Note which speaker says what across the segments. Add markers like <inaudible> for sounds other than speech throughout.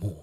Speaker 1: 幕。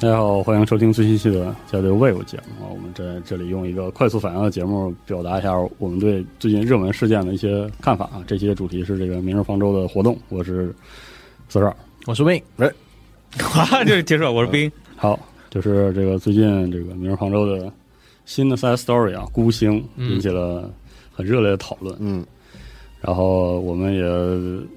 Speaker 2: 大家好，欢迎收听最新一期的《交流 Wave》节目啊！我们在这里用一个快速反应的节目表达一下我们对最近热门事件的一些看法啊！这期的主题是这个明日方舟的活动，我是四十二。
Speaker 3: 我是啊 Win， <laughs>
Speaker 4: 喂，
Speaker 3: 哈，就是结束了，我是
Speaker 1: 呃
Speaker 3: 冰，
Speaker 2: 好，就是这个最近这个明日方舟的新的 side story
Speaker 3: 嗯
Speaker 2: 啊，孤星引起了很热烈的讨论，
Speaker 4: 嗯，
Speaker 2: 然后我们也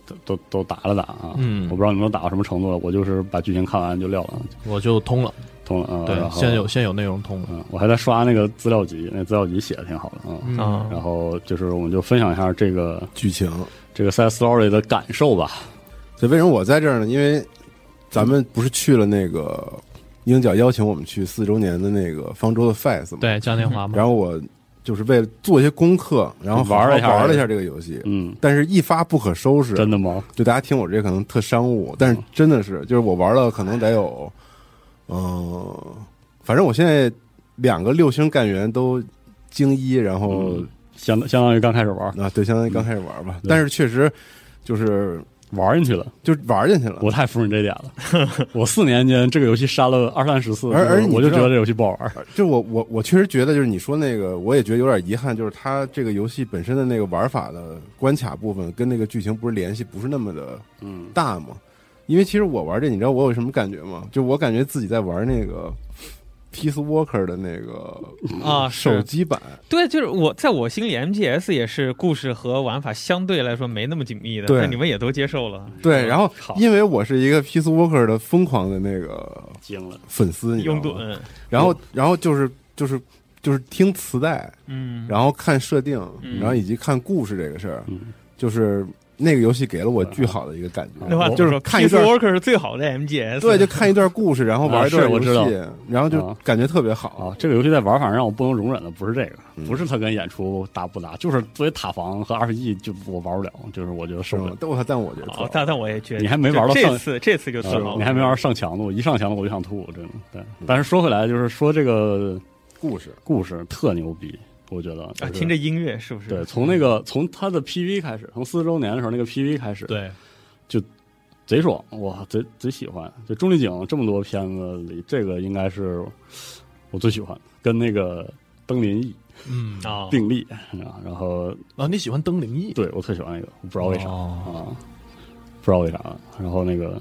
Speaker 2: 都都都打了打啊，
Speaker 3: 嗯
Speaker 2: 我不知道你们都打到什么程度了，我就是把剧情看完就撂了，
Speaker 3: 我就通了，
Speaker 2: 通了啊。
Speaker 3: 对，
Speaker 2: 然后
Speaker 3: 现在有现在有内容通了
Speaker 2: 嗯，我还在刷那个资料集，那资料集写的挺好的啊。
Speaker 3: 嗯
Speaker 5: 啊
Speaker 2: 然后就是我们就分享一下这个
Speaker 4: 剧情。
Speaker 2: 这个 side story 的感受吧。
Speaker 4: 所以为什么我在这儿呢？因为咱们不是去了那个鹰角邀请我们去四周年的那个方舟的 FES 嘛？。
Speaker 3: 对嘉年华嘛，
Speaker 4: 然后我就是为了做一些功课，然后好好
Speaker 2: 玩了一下
Speaker 4: 玩了一下这个游戏，
Speaker 2: 嗯，
Speaker 4: 但是一发不可收拾。
Speaker 2: 真的吗？
Speaker 4: 就大家听我这可能特商务，
Speaker 2: 嗯
Speaker 4: 但是真的是，就是我玩了可能得有，嗯、反正我现在两个六星干员都精一，然后、
Speaker 2: 嗯相当相当于刚开始玩
Speaker 4: 啊，对，相当于刚开始玩吧，
Speaker 2: 对
Speaker 4: 但是确实就是
Speaker 2: 玩进去了，
Speaker 4: 就玩进去了。
Speaker 2: 我太服你这点了。
Speaker 4: <laughs>
Speaker 2: 我四年间这个游戏删了二三十次，
Speaker 4: 而而你
Speaker 2: 我就
Speaker 4: 知
Speaker 2: 觉
Speaker 4: 道
Speaker 2: 得这游戏不好玩。
Speaker 4: 就我我我确实觉得，就是你说那个，我也觉得有点遗憾，就是它这个游戏本身的那个玩法的关卡部分跟那个剧情不是联系不是那么的
Speaker 2: 嗯
Speaker 4: 大嘛。因为其实我玩这，你知道我有什么感觉吗？就我感觉自己在玩那个 Peace Walker 的那个
Speaker 5: 啊，
Speaker 4: 手
Speaker 5: 是
Speaker 4: 机版，
Speaker 5: 对，就是我在我心里，MGS 也是故事和玩法相对来说没那么紧密的，
Speaker 4: 对
Speaker 5: 但你们也都接受了，
Speaker 4: 对。然后
Speaker 2: 好
Speaker 4: 因为我是一个 Peace Walker 的疯狂的那个
Speaker 2: 惊了，
Speaker 4: 粉丝，你知道
Speaker 5: 拥
Speaker 4: 吗
Speaker 5: 趸，嗯
Speaker 4: 然后然后就是就是就是听磁带，
Speaker 5: 嗯，
Speaker 4: 然后看设定，
Speaker 5: 嗯
Speaker 4: 然后以及看故事这个事儿，
Speaker 2: 嗯
Speaker 4: 就是那个游戏给了我巨好的一个感觉，
Speaker 2: 啊
Speaker 5: 那话
Speaker 4: 就
Speaker 5: 怎么
Speaker 4: 是
Speaker 5: 说
Speaker 4: 看一
Speaker 5: Peace
Speaker 4: 段，
Speaker 5: Walker 是最好的 MGS，
Speaker 4: <laughs> 对，就看一段故事，然后玩一段
Speaker 2: 啊是我
Speaker 4: 游
Speaker 2: 知
Speaker 4: 戏，然后就
Speaker 2: 啊
Speaker 4: 感觉特别好。
Speaker 2: 啊！这个游戏在玩法上让我不能容忍的不是这个，
Speaker 4: 嗯
Speaker 2: 不是它跟演出搭不搭，就是作为塔防和 RPG 就我玩不了，就是我觉得受
Speaker 4: 是
Speaker 2: 不了
Speaker 4: 吗。？但我但我觉得特
Speaker 5: 好，哦但但我也觉得
Speaker 2: 你还没玩到
Speaker 5: 就
Speaker 2: 上
Speaker 5: 这次，这次就特
Speaker 2: 是
Speaker 5: 好，啊
Speaker 2: 你还没玩上强度，一上强度我就想吐，真的。对，但是说回来，就是说这个
Speaker 4: 嗯故事，
Speaker 2: 故事特牛逼，我觉得、就
Speaker 5: 啊，
Speaker 2: 是
Speaker 5: 听着音乐是不是？
Speaker 2: 对，从那个从他的 PV 开始，从四周年的时候那个 PV 开始，，
Speaker 3: 对，
Speaker 2: 贼爽，哇，贼贼喜欢。就《钟丽景》这么多片子里，这个应该是我最喜欢的，跟那个登临翼
Speaker 3: 嗯啊，
Speaker 5: 啊，
Speaker 2: 并立，啊然后
Speaker 3: 哦你喜欢登灵异，
Speaker 2: 对我特喜欢那个，我不知道为啥、
Speaker 3: 哦
Speaker 2: 啊，不知道为啥。啊然后那个，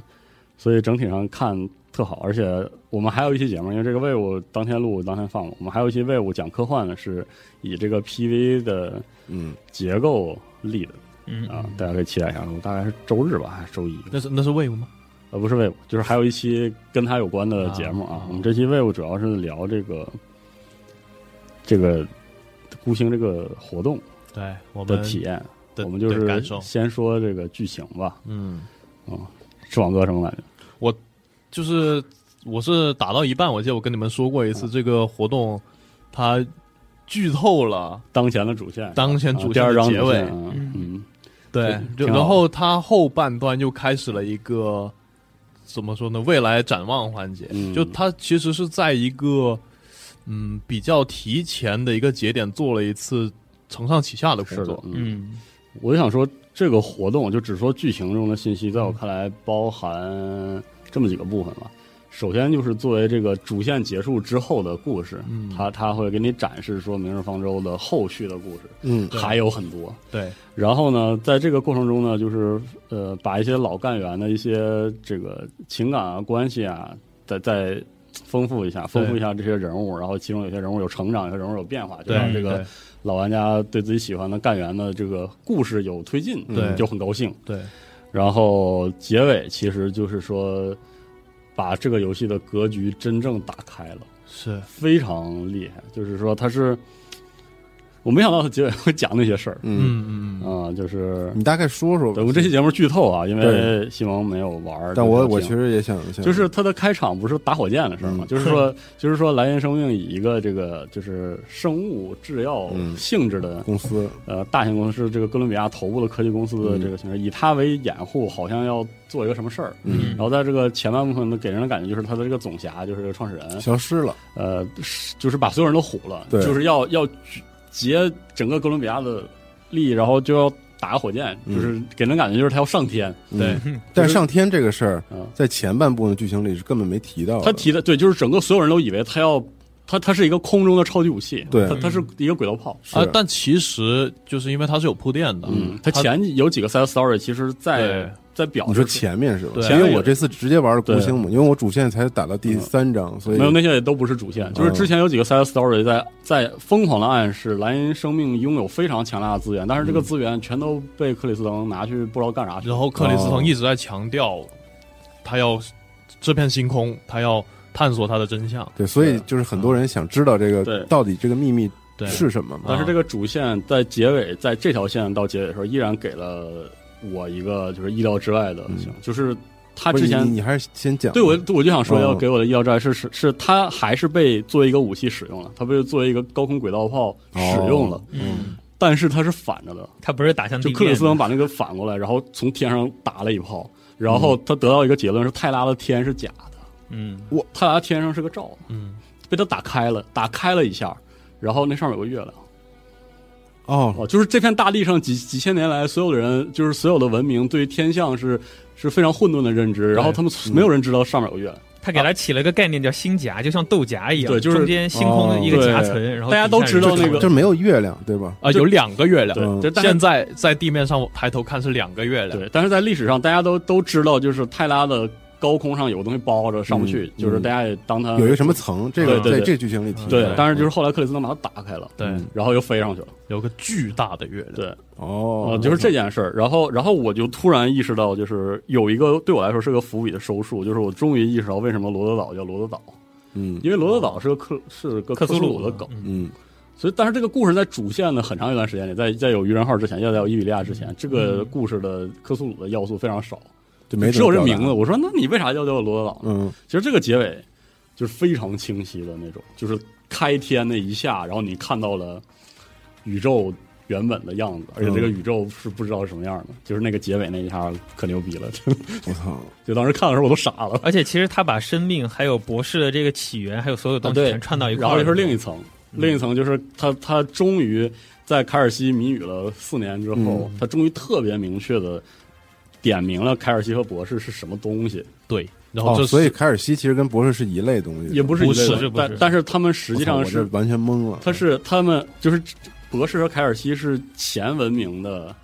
Speaker 2: 所以整体上看特好，而且我们还有一期节目，因为这个 w 务当天录当天放嘛，我们还有一期 w 务讲科幻的，是以这个 PV 的
Speaker 4: 嗯，
Speaker 2: 结构立的
Speaker 5: 嗯
Speaker 3: 嗯
Speaker 2: 啊，大家可以期待一下。我大概是周日吧，还是周一？
Speaker 3: 那是那是 Wave 吗？
Speaker 2: 呃，不是 Wave，就是还有一期跟他有关的节目啊。
Speaker 3: 啊
Speaker 2: 我们这期 Wave 主要是聊这个这个孤星这个活动
Speaker 3: 对我
Speaker 2: 的
Speaker 3: 们
Speaker 2: 体验。
Speaker 3: 的
Speaker 2: 我们就
Speaker 3: 的
Speaker 2: 是
Speaker 3: 感受，
Speaker 2: 先说这个剧情吧。
Speaker 3: 嗯，
Speaker 2: 是网哥什么感觉？
Speaker 3: 就是我是打到一半，我记得我跟你们说过一
Speaker 2: 嗯
Speaker 3: 次，这个活动它剧透了
Speaker 2: 当前的主线，
Speaker 3: 当前
Speaker 2: 啊
Speaker 3: 主
Speaker 2: 第
Speaker 3: 线
Speaker 2: 二
Speaker 3: 的
Speaker 2: 章
Speaker 3: 结
Speaker 2: 主
Speaker 3: 尾
Speaker 2: 线，啊
Speaker 5: 嗯
Speaker 2: 嗯，
Speaker 3: 对，
Speaker 2: 挺
Speaker 3: 就
Speaker 2: 好的
Speaker 3: 然后它后半段又开始了一个怎么说呢？未来展望环节，
Speaker 2: 嗯
Speaker 3: 就它其实是在一个嗯比较提前的一个节点做了一次承上启下的工
Speaker 2: 是的
Speaker 3: 作，，
Speaker 2: 嗯，
Speaker 5: 嗯，
Speaker 2: 我就想说这个活动，就只说剧情中的信息，在我看来包含这么几个部分吧。首先就是作为这个主线结束之后的故事，
Speaker 3: 嗯
Speaker 2: 它它会给你展示说《明日方舟》的后续的故事，
Speaker 4: 嗯
Speaker 3: 对
Speaker 2: 还有很多。
Speaker 3: 对，
Speaker 2: 然后呢，在这个过程中呢，就是呃，把一些老干员的一些这个情感啊、关系啊，再再丰富一下，丰富一下这些人物。然后其中有些人物有成长，有些人物有变化，就
Speaker 3: 对
Speaker 2: 让这个老玩家对自己喜欢的干员的这个故事有推进，
Speaker 3: 对
Speaker 2: 嗯就很高兴。
Speaker 3: 对
Speaker 2: 然后结尾其实就是说，把这个游戏的格局真正打开了。
Speaker 3: 是
Speaker 2: 非常厉害，就是说他是，我没想到他结尾会讲那些事儿
Speaker 4: 嗯，
Speaker 3: 嗯嗯嗯
Speaker 2: 啊、就是
Speaker 4: 你大概说说吧
Speaker 2: 对我们这期节目剧透啊，因为
Speaker 4: 对
Speaker 2: 西蒙没有玩儿，
Speaker 4: 但
Speaker 2: 就
Speaker 4: 我
Speaker 2: 不
Speaker 4: 我
Speaker 2: 行
Speaker 4: 其实也想一下，
Speaker 2: 就是 <laughs> 他的开场不是打火箭的事儿嘛，
Speaker 4: 嗯
Speaker 2: 就是说 <laughs> 就是说蓝焰生命以一个这个就是生物制药
Speaker 4: 嗯
Speaker 2: 性质的、
Speaker 4: 公司，
Speaker 2: 呃大型公司，这个哥伦比亚头部的科技公司的
Speaker 4: 嗯
Speaker 2: 这个形式，以它为掩护，好像要做一个什么事儿。
Speaker 4: 嗯，
Speaker 2: 然后在这个前半部分呢，给人的感觉就是他的这个总辖，就是这个创始人，
Speaker 4: 消失了，
Speaker 2: 呃，是就是把所有人都唬了，
Speaker 4: 对
Speaker 2: 就是要要举劫整个哥伦比亚的利益，然后就要打个火箭，
Speaker 4: 嗯
Speaker 2: 就是给人感觉就是他要上天。
Speaker 3: 对
Speaker 4: 嗯，但是上天这个事儿
Speaker 2: 嗯，
Speaker 4: 在前半部分剧情里是根本没提到的，
Speaker 2: 他提的对，就是整个所有人都以为他要他他是一个空中的超级武器，
Speaker 4: 对
Speaker 2: 他他是一个轨道炮。
Speaker 4: 是
Speaker 3: 啊，但其实就是因为它是有铺垫的，
Speaker 2: 嗯，他前有几个 side story，其实在
Speaker 3: 对
Speaker 2: 在表
Speaker 4: 你
Speaker 2: 示
Speaker 4: 说前面是吧？
Speaker 3: 对
Speaker 4: 因为我这次直接玩的孤星嘛，因为我主线才打到第
Speaker 2: 嗯
Speaker 4: 三章，所以
Speaker 2: 没有那些也都不是主线，
Speaker 4: 嗯
Speaker 2: 就是之前有几个 side story 在在疯狂的暗示蓝银生命拥有非常强大的资源，但
Speaker 4: 嗯
Speaker 2: 是这个资源全都被克里斯滕拿去不知道干啥去了。
Speaker 3: 然后克里斯
Speaker 4: 哦
Speaker 3: 滕一直在强调，他要这片星空，他要探索它的真相。
Speaker 4: 对，所以就是很多人想知道这
Speaker 2: 对
Speaker 4: 个到底这个秘密
Speaker 3: 对，
Speaker 4: 是什么嘛？
Speaker 2: 但是这个主线在结尾，在这条线到结尾的时候，依然给了我一个就是意料之外的，
Speaker 4: 嗯
Speaker 2: 就是他
Speaker 4: 不是
Speaker 2: 之
Speaker 4: 你
Speaker 2: 前
Speaker 4: 你还是先讲
Speaker 2: 对我我就想说要
Speaker 4: 嗯
Speaker 2: 给我的意料之外是是是他还是被作为一个武器使用了，他被作为一个高空轨道炮使用了，
Speaker 4: 哦
Speaker 5: 嗯，
Speaker 2: 但是他是反着的，
Speaker 5: 他不是打向地
Speaker 2: 就
Speaker 5: 面的，
Speaker 2: 克里斯滕把那个反过来，然后从天上打了一炮，然后他得到一个结论是泰拉的天是假的，
Speaker 5: 嗯
Speaker 2: 我泰拉天上是个罩，
Speaker 3: 嗯，
Speaker 2: 被他打开了，打开了一下，然后那上面有个月亮。
Speaker 4: 哦，
Speaker 2: 哦，就是这片大地上几几千年来，所有的人就是所有的文明对于天象是是非常混沌的认知，然后他们没有人知道上面有月亮，
Speaker 5: 他给他起了一个概念叫星夹，就像豆荚一样，
Speaker 2: 对就是
Speaker 5: 中间星空的一个
Speaker 2: 哦
Speaker 5: 夹
Speaker 2: 对
Speaker 5: 层，然后
Speaker 2: 大家都
Speaker 5: 底下
Speaker 2: 知道
Speaker 5: 有
Speaker 2: 那个
Speaker 4: 就没有月亮对吧？
Speaker 3: 啊，
Speaker 2: 就
Speaker 3: 有两个月亮
Speaker 2: 对，
Speaker 4: 嗯
Speaker 2: 就是，但
Speaker 3: 现
Speaker 2: 是
Speaker 3: 在在地面上我抬头看是两个月亮。
Speaker 2: 对，但是在历史上大家都都知道，就是泰拉的高空上有个东西包着上不去，
Speaker 4: 嗯
Speaker 2: 就是大家也当它
Speaker 4: 有一个什么层，这个
Speaker 2: 呃对对
Speaker 4: 在
Speaker 2: 对
Speaker 4: 这个剧情里提
Speaker 2: 对，但是就是是后来克里斯滕把它打开了，
Speaker 3: 对
Speaker 4: 嗯
Speaker 2: 然后又飞上去了，
Speaker 3: 有个巨大的月亮。
Speaker 2: 对，
Speaker 4: 哦
Speaker 2: 呃，，就是这件事儿。然后，然后我就突然意识到，就是有一个对我来说是个伏笔的收束，就是我终于意识到为什么罗德岛叫罗德岛，
Speaker 4: 嗯
Speaker 2: 因为罗德岛是个克是个克
Speaker 5: 克苏
Speaker 2: 苏
Speaker 5: 鲁
Speaker 2: 鲁的梗。
Speaker 4: 嗯
Speaker 2: 所以，但是这个故事在主线的很长一段时间里，在在有愚人号之前，要在有伊比利亚之
Speaker 4: 嗯
Speaker 2: 前，这个故事的克苏鲁的要素非常少，
Speaker 4: 就没
Speaker 2: 只有
Speaker 4: 怎
Speaker 2: 这
Speaker 4: 么表达
Speaker 2: 名字。，我说，那你为啥要叫罗德岛呢？
Speaker 4: 嗯
Speaker 2: 其实这个结尾就是非常清晰的那种，就是开天那一下，然后你看到了宇宙原本的样子，
Speaker 4: 嗯
Speaker 2: 而且这个宇宙是不知道是什么样的，就是那个结尾那一下可牛逼了， <laughs>
Speaker 4: 我操，
Speaker 2: 就当时看的时候我都傻了。
Speaker 5: 而且其实他把生命还有博士的这个起源，还有所有东西
Speaker 2: 啊对
Speaker 5: 全串到一块
Speaker 2: 然
Speaker 5: 儿
Speaker 2: 后
Speaker 5: 了，
Speaker 2: 就是另一层，另一层就是他他终于在凯尔西谜语了四年之后，
Speaker 5: 嗯
Speaker 2: 他终于特别明确的点明了凯尔西和博士是什么东西，
Speaker 3: 对，然后
Speaker 4: 哦，
Speaker 3: 这
Speaker 4: 所以
Speaker 3: 是
Speaker 4: 凯尔西其实跟博士是一类东西，
Speaker 2: 也不是一
Speaker 5: 不
Speaker 2: 类的
Speaker 5: 是不
Speaker 2: 但
Speaker 5: 是
Speaker 2: 但是他们实
Speaker 4: 我
Speaker 2: 际
Speaker 4: 操
Speaker 2: 上
Speaker 4: 我这
Speaker 2: 是
Speaker 4: 完全懵了，
Speaker 2: 他是他们就是博士和凯尔西是前文明的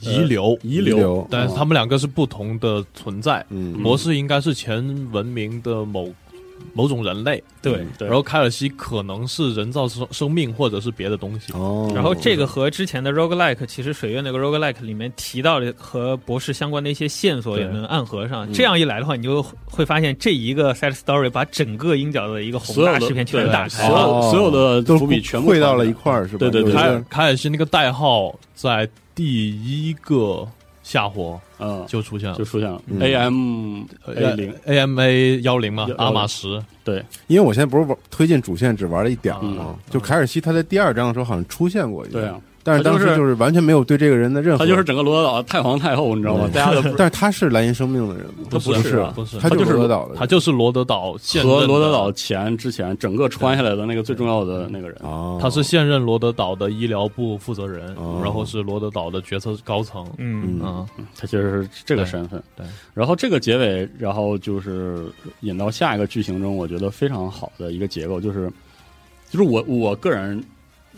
Speaker 3: 遗留，
Speaker 2: 遗
Speaker 4: 呃遗
Speaker 2: 留，
Speaker 4: 留，
Speaker 3: 但是他们两个是不同的存在。
Speaker 4: 嗯
Speaker 3: 博士应该是前文明的某某种人类，
Speaker 5: 对，
Speaker 2: 对，
Speaker 3: 然后凯尔西可能是人造生生命或者是别的东西。
Speaker 4: 哦，
Speaker 5: 然后这个和之前的 roguelike，其实水月那个 roguelike 里面提到的和博士相关的一些线索也
Speaker 3: 对
Speaker 5: 能暗合上。
Speaker 4: 嗯
Speaker 5: 这样一来的话，你就会发现这一个 side story 把整个鹰角的一个宏
Speaker 2: 所有
Speaker 5: 大
Speaker 2: 的
Speaker 5: 视
Speaker 2: 对
Speaker 5: 片全打
Speaker 2: 所
Speaker 5: 开哦了。
Speaker 2: 有所有的
Speaker 4: 都
Speaker 2: 伏笔全部
Speaker 4: 汇到了一
Speaker 2: 儿。
Speaker 4: 块儿是吧？
Speaker 2: 对对对
Speaker 4: 有一
Speaker 3: 凯
Speaker 4: 个
Speaker 3: 尔凯尔西那个代号在第一个下活
Speaker 2: 嗯，
Speaker 3: 就出现了呃
Speaker 2: 就出现了
Speaker 4: 嗯
Speaker 2: AM A
Speaker 4: 呃
Speaker 2: 零，
Speaker 3: A M A 幺零嘛
Speaker 2: 10，
Speaker 3: 阿玛什
Speaker 4: 因为我现在不是玩推进主线只玩了一点儿吗
Speaker 2: 嗯？
Speaker 4: 就凯尔西他在第二章的时候好像出现过一
Speaker 2: 对
Speaker 4: 个
Speaker 2: 啊，，
Speaker 4: 但是当时
Speaker 2: 他就是
Speaker 4: 就是完全没有对这个人的任何，
Speaker 2: 他就是整个罗德岛太皇太后，你知道吗？
Speaker 4: 嗯
Speaker 2: 大家都不
Speaker 4: 但是他是蓝银生命的人吗？
Speaker 3: 不
Speaker 4: 不
Speaker 3: 是
Speaker 4: 啊
Speaker 3: 不是
Speaker 4: 他
Speaker 2: 他
Speaker 4: 就
Speaker 2: 就是是
Speaker 4: 罗德岛的人，
Speaker 3: 他就是罗德岛现任
Speaker 2: 和
Speaker 3: 的
Speaker 2: 罗德岛前之前整个穿下来的那个最重要的那个人，
Speaker 4: 哦，
Speaker 3: 他是现任罗德岛的医疗部负责人，
Speaker 4: 哦
Speaker 3: 然后是罗德岛的决策高层。
Speaker 5: 嗯，
Speaker 4: 嗯
Speaker 3: 嗯，
Speaker 2: 他其实是这个身份。
Speaker 3: 对对
Speaker 2: 然后这个结尾，然后就是引到下一个剧情中，我觉得非常好的一个结构，就是就是我我个人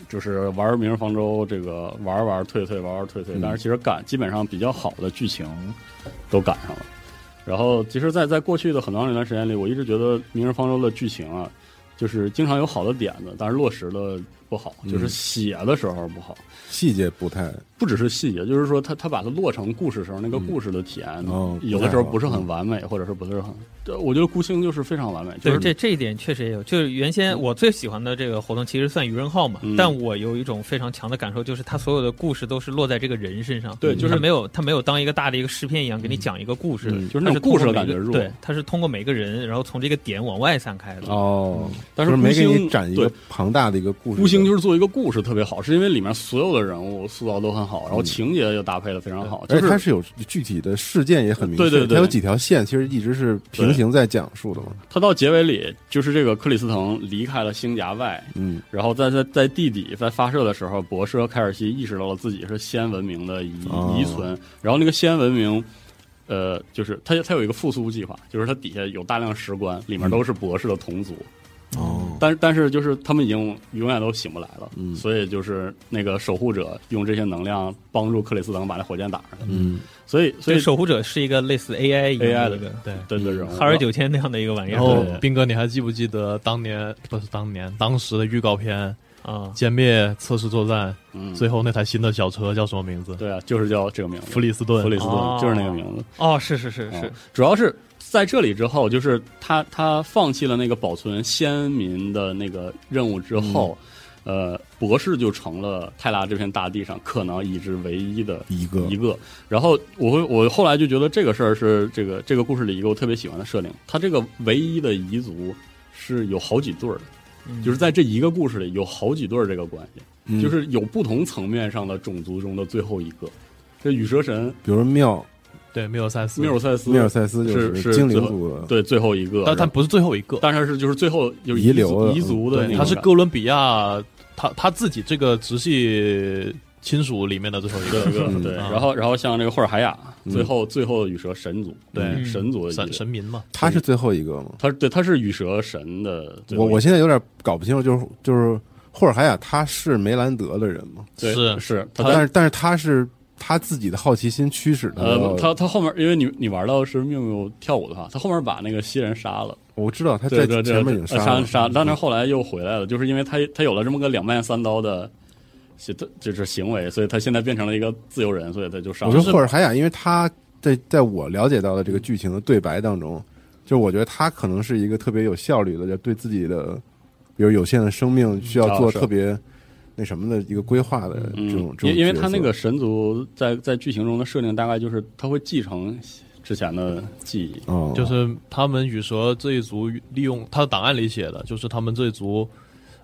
Speaker 2: 就是玩《明日方舟》这个玩儿玩儿退退玩儿玩儿退退
Speaker 4: 嗯，
Speaker 2: 但是其实赶基本上比较好的剧情都赶上了。然后其实在，在过去的很长一段时间里，我一直觉得《明日方舟》的剧情啊，就是经常有好的点子，但是落实的不好，就是
Speaker 4: 嗯
Speaker 2: 写的时候不好。
Speaker 4: 细节不太
Speaker 2: 不只是细节，就是说他他把它落成故事时候那个故事的体验，
Speaker 4: 哦
Speaker 2: 有的时候不是很完美，或者是不是很，对我觉得孤星就是非常完美，就
Speaker 5: 对，
Speaker 2: 是
Speaker 5: 这这一点确实也有。就是原先我最喜欢的这个活动其实算愚人号嘛，
Speaker 2: 嗯
Speaker 5: 但我有一种非常强的感受，就是它所有的故事都是落在这个人身上。
Speaker 2: 对就是
Speaker 5: 它没有它没有当一个大的一个诗篇一样给你讲一个故事，
Speaker 2: 嗯就是
Speaker 5: 它
Speaker 2: 那种
Speaker 5: 通
Speaker 2: 故事
Speaker 5: 过
Speaker 2: 的感
Speaker 5: 每
Speaker 2: 觉
Speaker 5: 个
Speaker 2: 弱，
Speaker 5: 对，它是通过每个人，然后从这个点往外散开的。
Speaker 4: 哦，
Speaker 2: 但
Speaker 4: 就是没
Speaker 2: 孤
Speaker 4: 给
Speaker 2: 星
Speaker 4: 你展一
Speaker 2: 对
Speaker 4: 个庞大的一个故事的，
Speaker 2: 孤星就是做一个故事特别好，是因为里面所有的人物塑造都很好，然后
Speaker 4: 嗯
Speaker 2: 情节也搭配的非常好，
Speaker 4: 而
Speaker 2: 就
Speaker 4: 且它
Speaker 2: 是
Speaker 4: 是有具体的事件也很明确，
Speaker 2: 对对对
Speaker 4: 它有几条线其实一直是平行在讲述的嘛。
Speaker 2: 他到结尾里，就是这个克里斯滕离开了星夹外，
Speaker 4: 嗯，
Speaker 2: 然后在在在地底在发射的时候，博士和凯尔西意识到了自己是先文明的遗、
Speaker 4: 哦
Speaker 2: 遗存，然后那个先文明。呃，就是它，它有一个复苏计划，就是它底下有大量石棺，里面都是博士的同族，
Speaker 3: 嗯
Speaker 4: 哦，
Speaker 2: 但但是就是他们已经永远都醒不来了，
Speaker 4: 嗯
Speaker 2: 所以就是那个守护者用这些能量帮助克里斯滕把那火箭打上去，
Speaker 4: 嗯，
Speaker 2: 所以
Speaker 5: 所
Speaker 2: 所
Speaker 5: 以
Speaker 2: 以
Speaker 5: 守护者是一个类似 AI 一样
Speaker 2: AI
Speaker 5: 的
Speaker 2: 的嗯
Speaker 5: 一个对
Speaker 2: 对对人物
Speaker 5: 哈尔九千那样的一个玩意
Speaker 3: 然
Speaker 5: 儿
Speaker 3: 后
Speaker 2: 对
Speaker 3: 斌哥，你还记不记得当年不是当年当时的预告片《
Speaker 5: 啊。
Speaker 3: 歼灭测试作战》
Speaker 2: 嗯，
Speaker 3: 最后那台新的小车叫什么名字？
Speaker 2: 对啊，就是叫这个名字，
Speaker 3: 弗里斯顿。
Speaker 2: 弗里斯顿、
Speaker 5: 哦
Speaker 2: 就是那个名字，
Speaker 5: 哦，是是是是
Speaker 2: 嗯，主要是在这里之后，就是他他放弃了那个保存先民的那个任务之后，呃，博士就成了泰拉这片大地上可能已知唯一的
Speaker 4: 一个
Speaker 2: 一个。然后我会我后来就觉得这个事儿是这个这个故事里一个我特别喜欢的设定，他这个唯一的彝族是有好几对儿的，
Speaker 5: 嗯
Speaker 2: 就是在这一个故事里有好几对儿这个关系，
Speaker 4: 嗯
Speaker 2: 就是有不同层面上的种族中的最后一个。这羽蛇神
Speaker 4: 比如说妙
Speaker 3: 对，缪尔塞斯。
Speaker 2: 缪尔塞斯，
Speaker 4: 米尔塞斯就是
Speaker 2: 是
Speaker 4: 精灵
Speaker 2: 最后
Speaker 4: 族的，
Speaker 2: 对，最后一个，
Speaker 3: 但但不是最后一个，
Speaker 2: 但是是就是最后就是
Speaker 4: 遗
Speaker 2: 彝
Speaker 4: 留
Speaker 2: 族
Speaker 4: 的
Speaker 2: 彝族的那
Speaker 3: 对，
Speaker 2: 个，
Speaker 3: 他是哥伦比亚，他他自己这个直系亲属里面的最后一
Speaker 2: 对
Speaker 3: 个
Speaker 4: 嗯
Speaker 2: 对。
Speaker 3: 啊
Speaker 2: 然后然后像这个霍尔海雅，
Speaker 4: 嗯
Speaker 2: 最后最后羽蛇神族，
Speaker 3: 对
Speaker 2: 神族的
Speaker 3: 神
Speaker 2: 一
Speaker 3: 嗯神民嘛。
Speaker 4: 他是最后一个嘛。
Speaker 2: 他对他是羽蛇神的最
Speaker 4: 我
Speaker 2: 后一个，
Speaker 4: 我现在有点搞不清楚，就是就是霍尔海雅他是梅兰德的人嘛，
Speaker 2: 对
Speaker 3: 是
Speaker 2: 是他
Speaker 4: 但是但是他是他自己的好奇心驱使的。
Speaker 2: 呃他他后面因为你你玩到是缪缪跳舞的话，他后面把那个西人杀了，
Speaker 4: 我知道他在
Speaker 2: 对对
Speaker 4: 前
Speaker 2: 对，
Speaker 4: 面已经
Speaker 2: 呃杀
Speaker 4: 了嗯
Speaker 2: 杀，但是后来又回来了，就是因为他他有了这么个两面三刀的。行他就是行为，所以他现在变成了一个自由人，所以他就杀
Speaker 4: 我
Speaker 2: 了。
Speaker 4: 说
Speaker 2: 就是
Speaker 4: 霍尔海雅，因为他在在我了解到的这个剧情的对白当中，就是我觉得他可能是一个特别有效率的，就对自己的比如有限的生命需要做
Speaker 2: 是
Speaker 4: 特别那什么的一个规划的这种
Speaker 2: 嗯，
Speaker 4: 这种角色。
Speaker 2: 因因为他那个神族在在剧情中的设定大概就是他会继承之前的记忆，
Speaker 4: 哦，
Speaker 3: 就是他们羽蛇这一族利用他的档案里写的，就是他们这一族，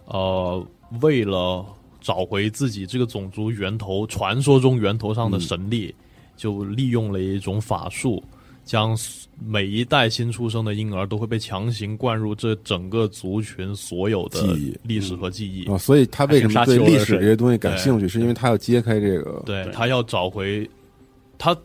Speaker 3: 呃，为了找回自己这个种族源头，传说中源头上的
Speaker 4: 嗯
Speaker 3: 神力，就利用了一种法术，将每一代新出生的婴儿都会被强行灌入这整个族群所有的
Speaker 4: 记忆
Speaker 3: 历史和记忆。
Speaker 4: 哦，所以他为什么对历史这些东西感
Speaker 3: 对
Speaker 4: 兴趣，是因为他要揭开这个
Speaker 3: 对
Speaker 2: 对
Speaker 3: 他要找回他。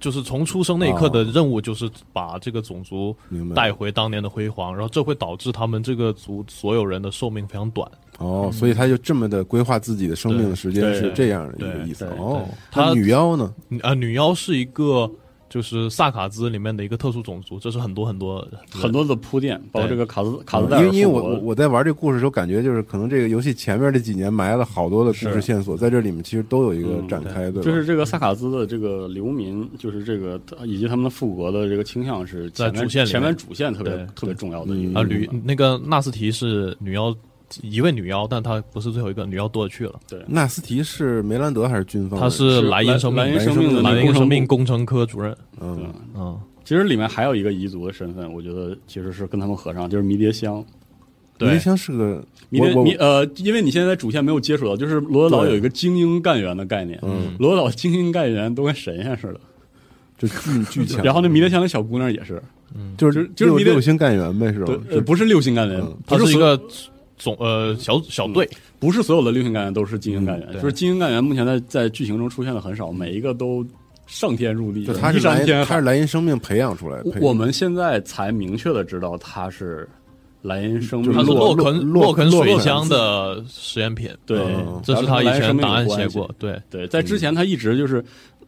Speaker 3: 就是从出生那一刻的
Speaker 2: 哦
Speaker 3: 任务，就是把这个种族
Speaker 4: 明白
Speaker 3: 带回当年的辉煌，然后这会导致他们这个族所有人的寿命非常短。
Speaker 4: 哦，所以他就这么的规划自己的生命的时间
Speaker 3: 对
Speaker 4: 是
Speaker 3: 对
Speaker 4: 这样的一个
Speaker 3: 对
Speaker 4: 意思
Speaker 2: 嗯对
Speaker 4: 哦。
Speaker 3: 他
Speaker 4: 那女妖呢？
Speaker 3: 呃啊、女妖是一个就是萨卡兹里面的一个特殊种族，这是很多很多
Speaker 2: 很多的铺垫，包括这个卡兹卡兹戴
Speaker 4: 嗯因
Speaker 2: 尔
Speaker 4: 为因为
Speaker 2: 复
Speaker 4: 我
Speaker 2: 活
Speaker 4: 我我在玩这个故事的时候，感觉就是可能这个游戏前面这几年埋了好多的故事
Speaker 2: 是
Speaker 4: 线索，在这里面其实都有一个
Speaker 2: 嗯
Speaker 4: 展开，对吧？
Speaker 2: 就是这个萨卡兹的这个流民，就是这个以及他们的复国的这个倾向是
Speaker 3: 在
Speaker 2: 前面
Speaker 3: 主线里面
Speaker 2: 前面主线特别
Speaker 3: 对
Speaker 2: 特别重要的
Speaker 4: 嗯
Speaker 2: 一个
Speaker 3: 啊，
Speaker 2: 部分
Speaker 3: 女那个纳斯提是女妖，一位女妖，但她不是最后一个女妖多了去了，
Speaker 4: 纳斯提是梅兰德还是军方
Speaker 3: 她
Speaker 4: 人？
Speaker 3: 是
Speaker 2: 哦是
Speaker 3: 莱
Speaker 2: 莱
Speaker 3: 茵生
Speaker 2: 莱
Speaker 3: 命
Speaker 2: 茵生命的那
Speaker 3: 莱
Speaker 2: 个
Speaker 3: 茵
Speaker 2: 工
Speaker 3: 生
Speaker 2: 程
Speaker 3: 命
Speaker 2: 部
Speaker 3: 工程科主任，
Speaker 4: 嗯，
Speaker 3: 嗯，
Speaker 2: 其实里面还有一个彝族的身份，我觉得其实是跟他们合上，就是迷迭香。
Speaker 4: 迷
Speaker 3: 对
Speaker 4: 迭香是
Speaker 2: <laughs>
Speaker 4: 个
Speaker 2: 迷
Speaker 4: 我
Speaker 2: 迭
Speaker 4: 我
Speaker 2: 迷呃，因为你现在在主线没有接触到，就是罗德岛有一个精英干员的概念，
Speaker 4: 嗯，
Speaker 2: 罗德岛精英干员都跟神仙似的。
Speaker 4: 就巨
Speaker 2: <laughs>
Speaker 4: 巨强，
Speaker 2: 然后那迷迭香的小姑娘也是，
Speaker 4: 就是
Speaker 2: 就是
Speaker 4: 六
Speaker 2: 迷迭
Speaker 4: 六星干员呗，是吧
Speaker 2: 对，？呃不是六星干员
Speaker 4: 嗯，
Speaker 3: 她
Speaker 2: 不
Speaker 3: 是一
Speaker 2: 所有
Speaker 3: 个总呃小小队，
Speaker 2: 不是所有的六星干员都是精英干员，
Speaker 4: 嗯
Speaker 3: 对
Speaker 2: 就是精英干员目前在在剧情中出现的很少，每一个都上天入地，
Speaker 4: 就他是
Speaker 2: 依呃山
Speaker 4: 莱
Speaker 2: 天
Speaker 4: 他
Speaker 2: 海
Speaker 4: 是。莱茵生命培养出来的，培
Speaker 2: 我们现在才明确的知道他是莱茵生命
Speaker 4: 就
Speaker 3: 她是
Speaker 4: 洛
Speaker 3: 洛肯
Speaker 4: 洛
Speaker 3: 肯
Speaker 4: 洛
Speaker 3: 水
Speaker 4: 肯
Speaker 3: 箱的实验品，
Speaker 2: 对
Speaker 4: 嗯，
Speaker 3: 这是
Speaker 2: 他
Speaker 3: 她以前档案写过，对，
Speaker 2: 对，在之前他一直就是，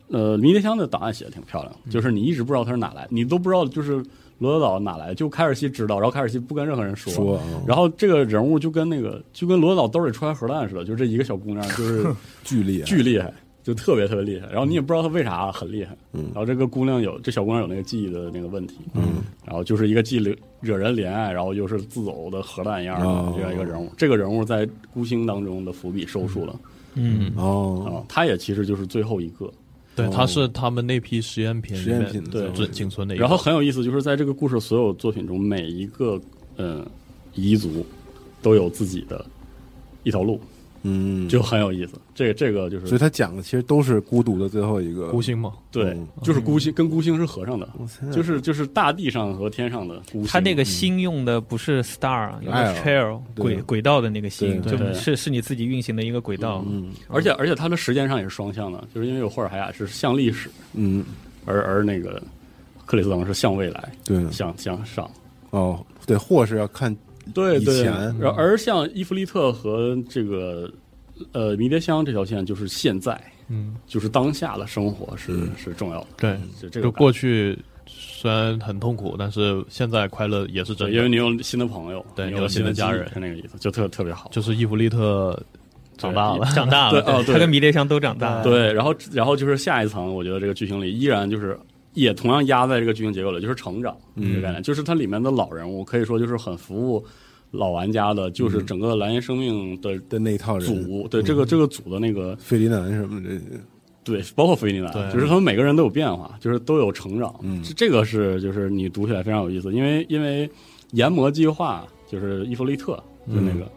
Speaker 2: 呃，迷迭香的档案写的挺漂亮，就是你一直不知道他是哪来，你都不知道就是罗德岛哪来，就凯尔西知道，然后凯尔西不跟任何人说。
Speaker 4: 说嗯
Speaker 2: 然后这个人物就跟那个就跟罗德岛兜里揣核弹似的，就这一个小姑
Speaker 4: <laughs>
Speaker 2: 娘，就是
Speaker 4: 巨厉害，
Speaker 2: 巨厉害，就特别特别厉害。然后你也不知道她为啥很厉害。
Speaker 4: 嗯
Speaker 2: 然后这个姑娘有这小姑娘有那个记忆的那个问题。嗯。然后就是一个既惹惹人怜爱，然后又是自走的核弹一样的
Speaker 4: 哦
Speaker 2: 这样一个人物。这个人物在孤星当中的伏笔收束了
Speaker 5: 嗯，
Speaker 4: 哦，
Speaker 2: 啊，他也其实就是最后一个。
Speaker 3: 对，她是他们那批实验品里
Speaker 4: 实验
Speaker 3: 面
Speaker 4: 品的
Speaker 2: 对
Speaker 3: 仅仅存的一个，
Speaker 2: 然后很有意思，就是在这个故事所有作品中，每一个嗯彝族都有自己的一条路，
Speaker 4: 嗯，
Speaker 2: 就很有意思。这个这个就
Speaker 4: 所以
Speaker 2: 是。
Speaker 4: 他讲的其实都是孤独的最后一个
Speaker 3: 孤星嘛，
Speaker 2: 对
Speaker 4: 嗯，
Speaker 2: 就是孤星跟孤星是合上的，
Speaker 4: 塞
Speaker 2: 就是就是大地上和天上的孤星。
Speaker 5: 它那个星用的不是 star，啊，用的
Speaker 4: L，
Speaker 5: trail
Speaker 4: 对
Speaker 5: 轨轨道的那个星，
Speaker 4: 对
Speaker 5: 就
Speaker 2: 哎对
Speaker 5: 是是你自己运行的一个轨道。
Speaker 4: 嗯
Speaker 2: 而且而且它的时间上也是双向的，就是因为有霍尔海雅是向历史，
Speaker 4: 嗯，
Speaker 2: 而而那个克里斯滕是向未来，
Speaker 4: 对
Speaker 2: 向向上。
Speaker 4: 哦，对，或是要看
Speaker 2: 对
Speaker 4: 以
Speaker 2: 对，
Speaker 4: 前
Speaker 3: 嗯
Speaker 2: 然后而像伊芙利特和这个呃迷迭香这条线就是现在，
Speaker 3: 嗯，
Speaker 2: 就是当下的生活是、是重要的。
Speaker 3: 对，
Speaker 2: 就这个
Speaker 3: 就
Speaker 2: 感
Speaker 3: 过去虽然很痛苦，但是现在快乐也是
Speaker 2: 对，因
Speaker 3: 真的
Speaker 2: 为。你有新的朋友，
Speaker 3: 对
Speaker 2: 你
Speaker 3: 有
Speaker 2: 有
Speaker 3: 新的
Speaker 2: 的
Speaker 3: 家人
Speaker 2: 是那个意思，就特特别好。
Speaker 3: 就是伊芙利特长大了，
Speaker 5: 长大了，
Speaker 2: 对哦对
Speaker 5: 它跟迷迭香都长大了。
Speaker 2: 对，然后然后就是下一层，我觉得这个剧情里依然就是也同样压在这个剧情结构里，就是成长
Speaker 3: 嗯
Speaker 2: 这个概念，就是它里面的老人物可以说就是很服务老玩家的，就是
Speaker 3: 嗯
Speaker 2: 整个蓝颜生命的
Speaker 4: 的那一套人，
Speaker 2: 组，对这个这个组的那个
Speaker 4: 费迪南什么的这些，
Speaker 2: 对，包括弗里尼兰，就是他们每个人都有变化，就是都有成长，
Speaker 4: 嗯
Speaker 2: 这这个是就是你读起来非常有意思，因为因为研磨计划就是伊芙利特，就
Speaker 4: 嗯
Speaker 2: 那个、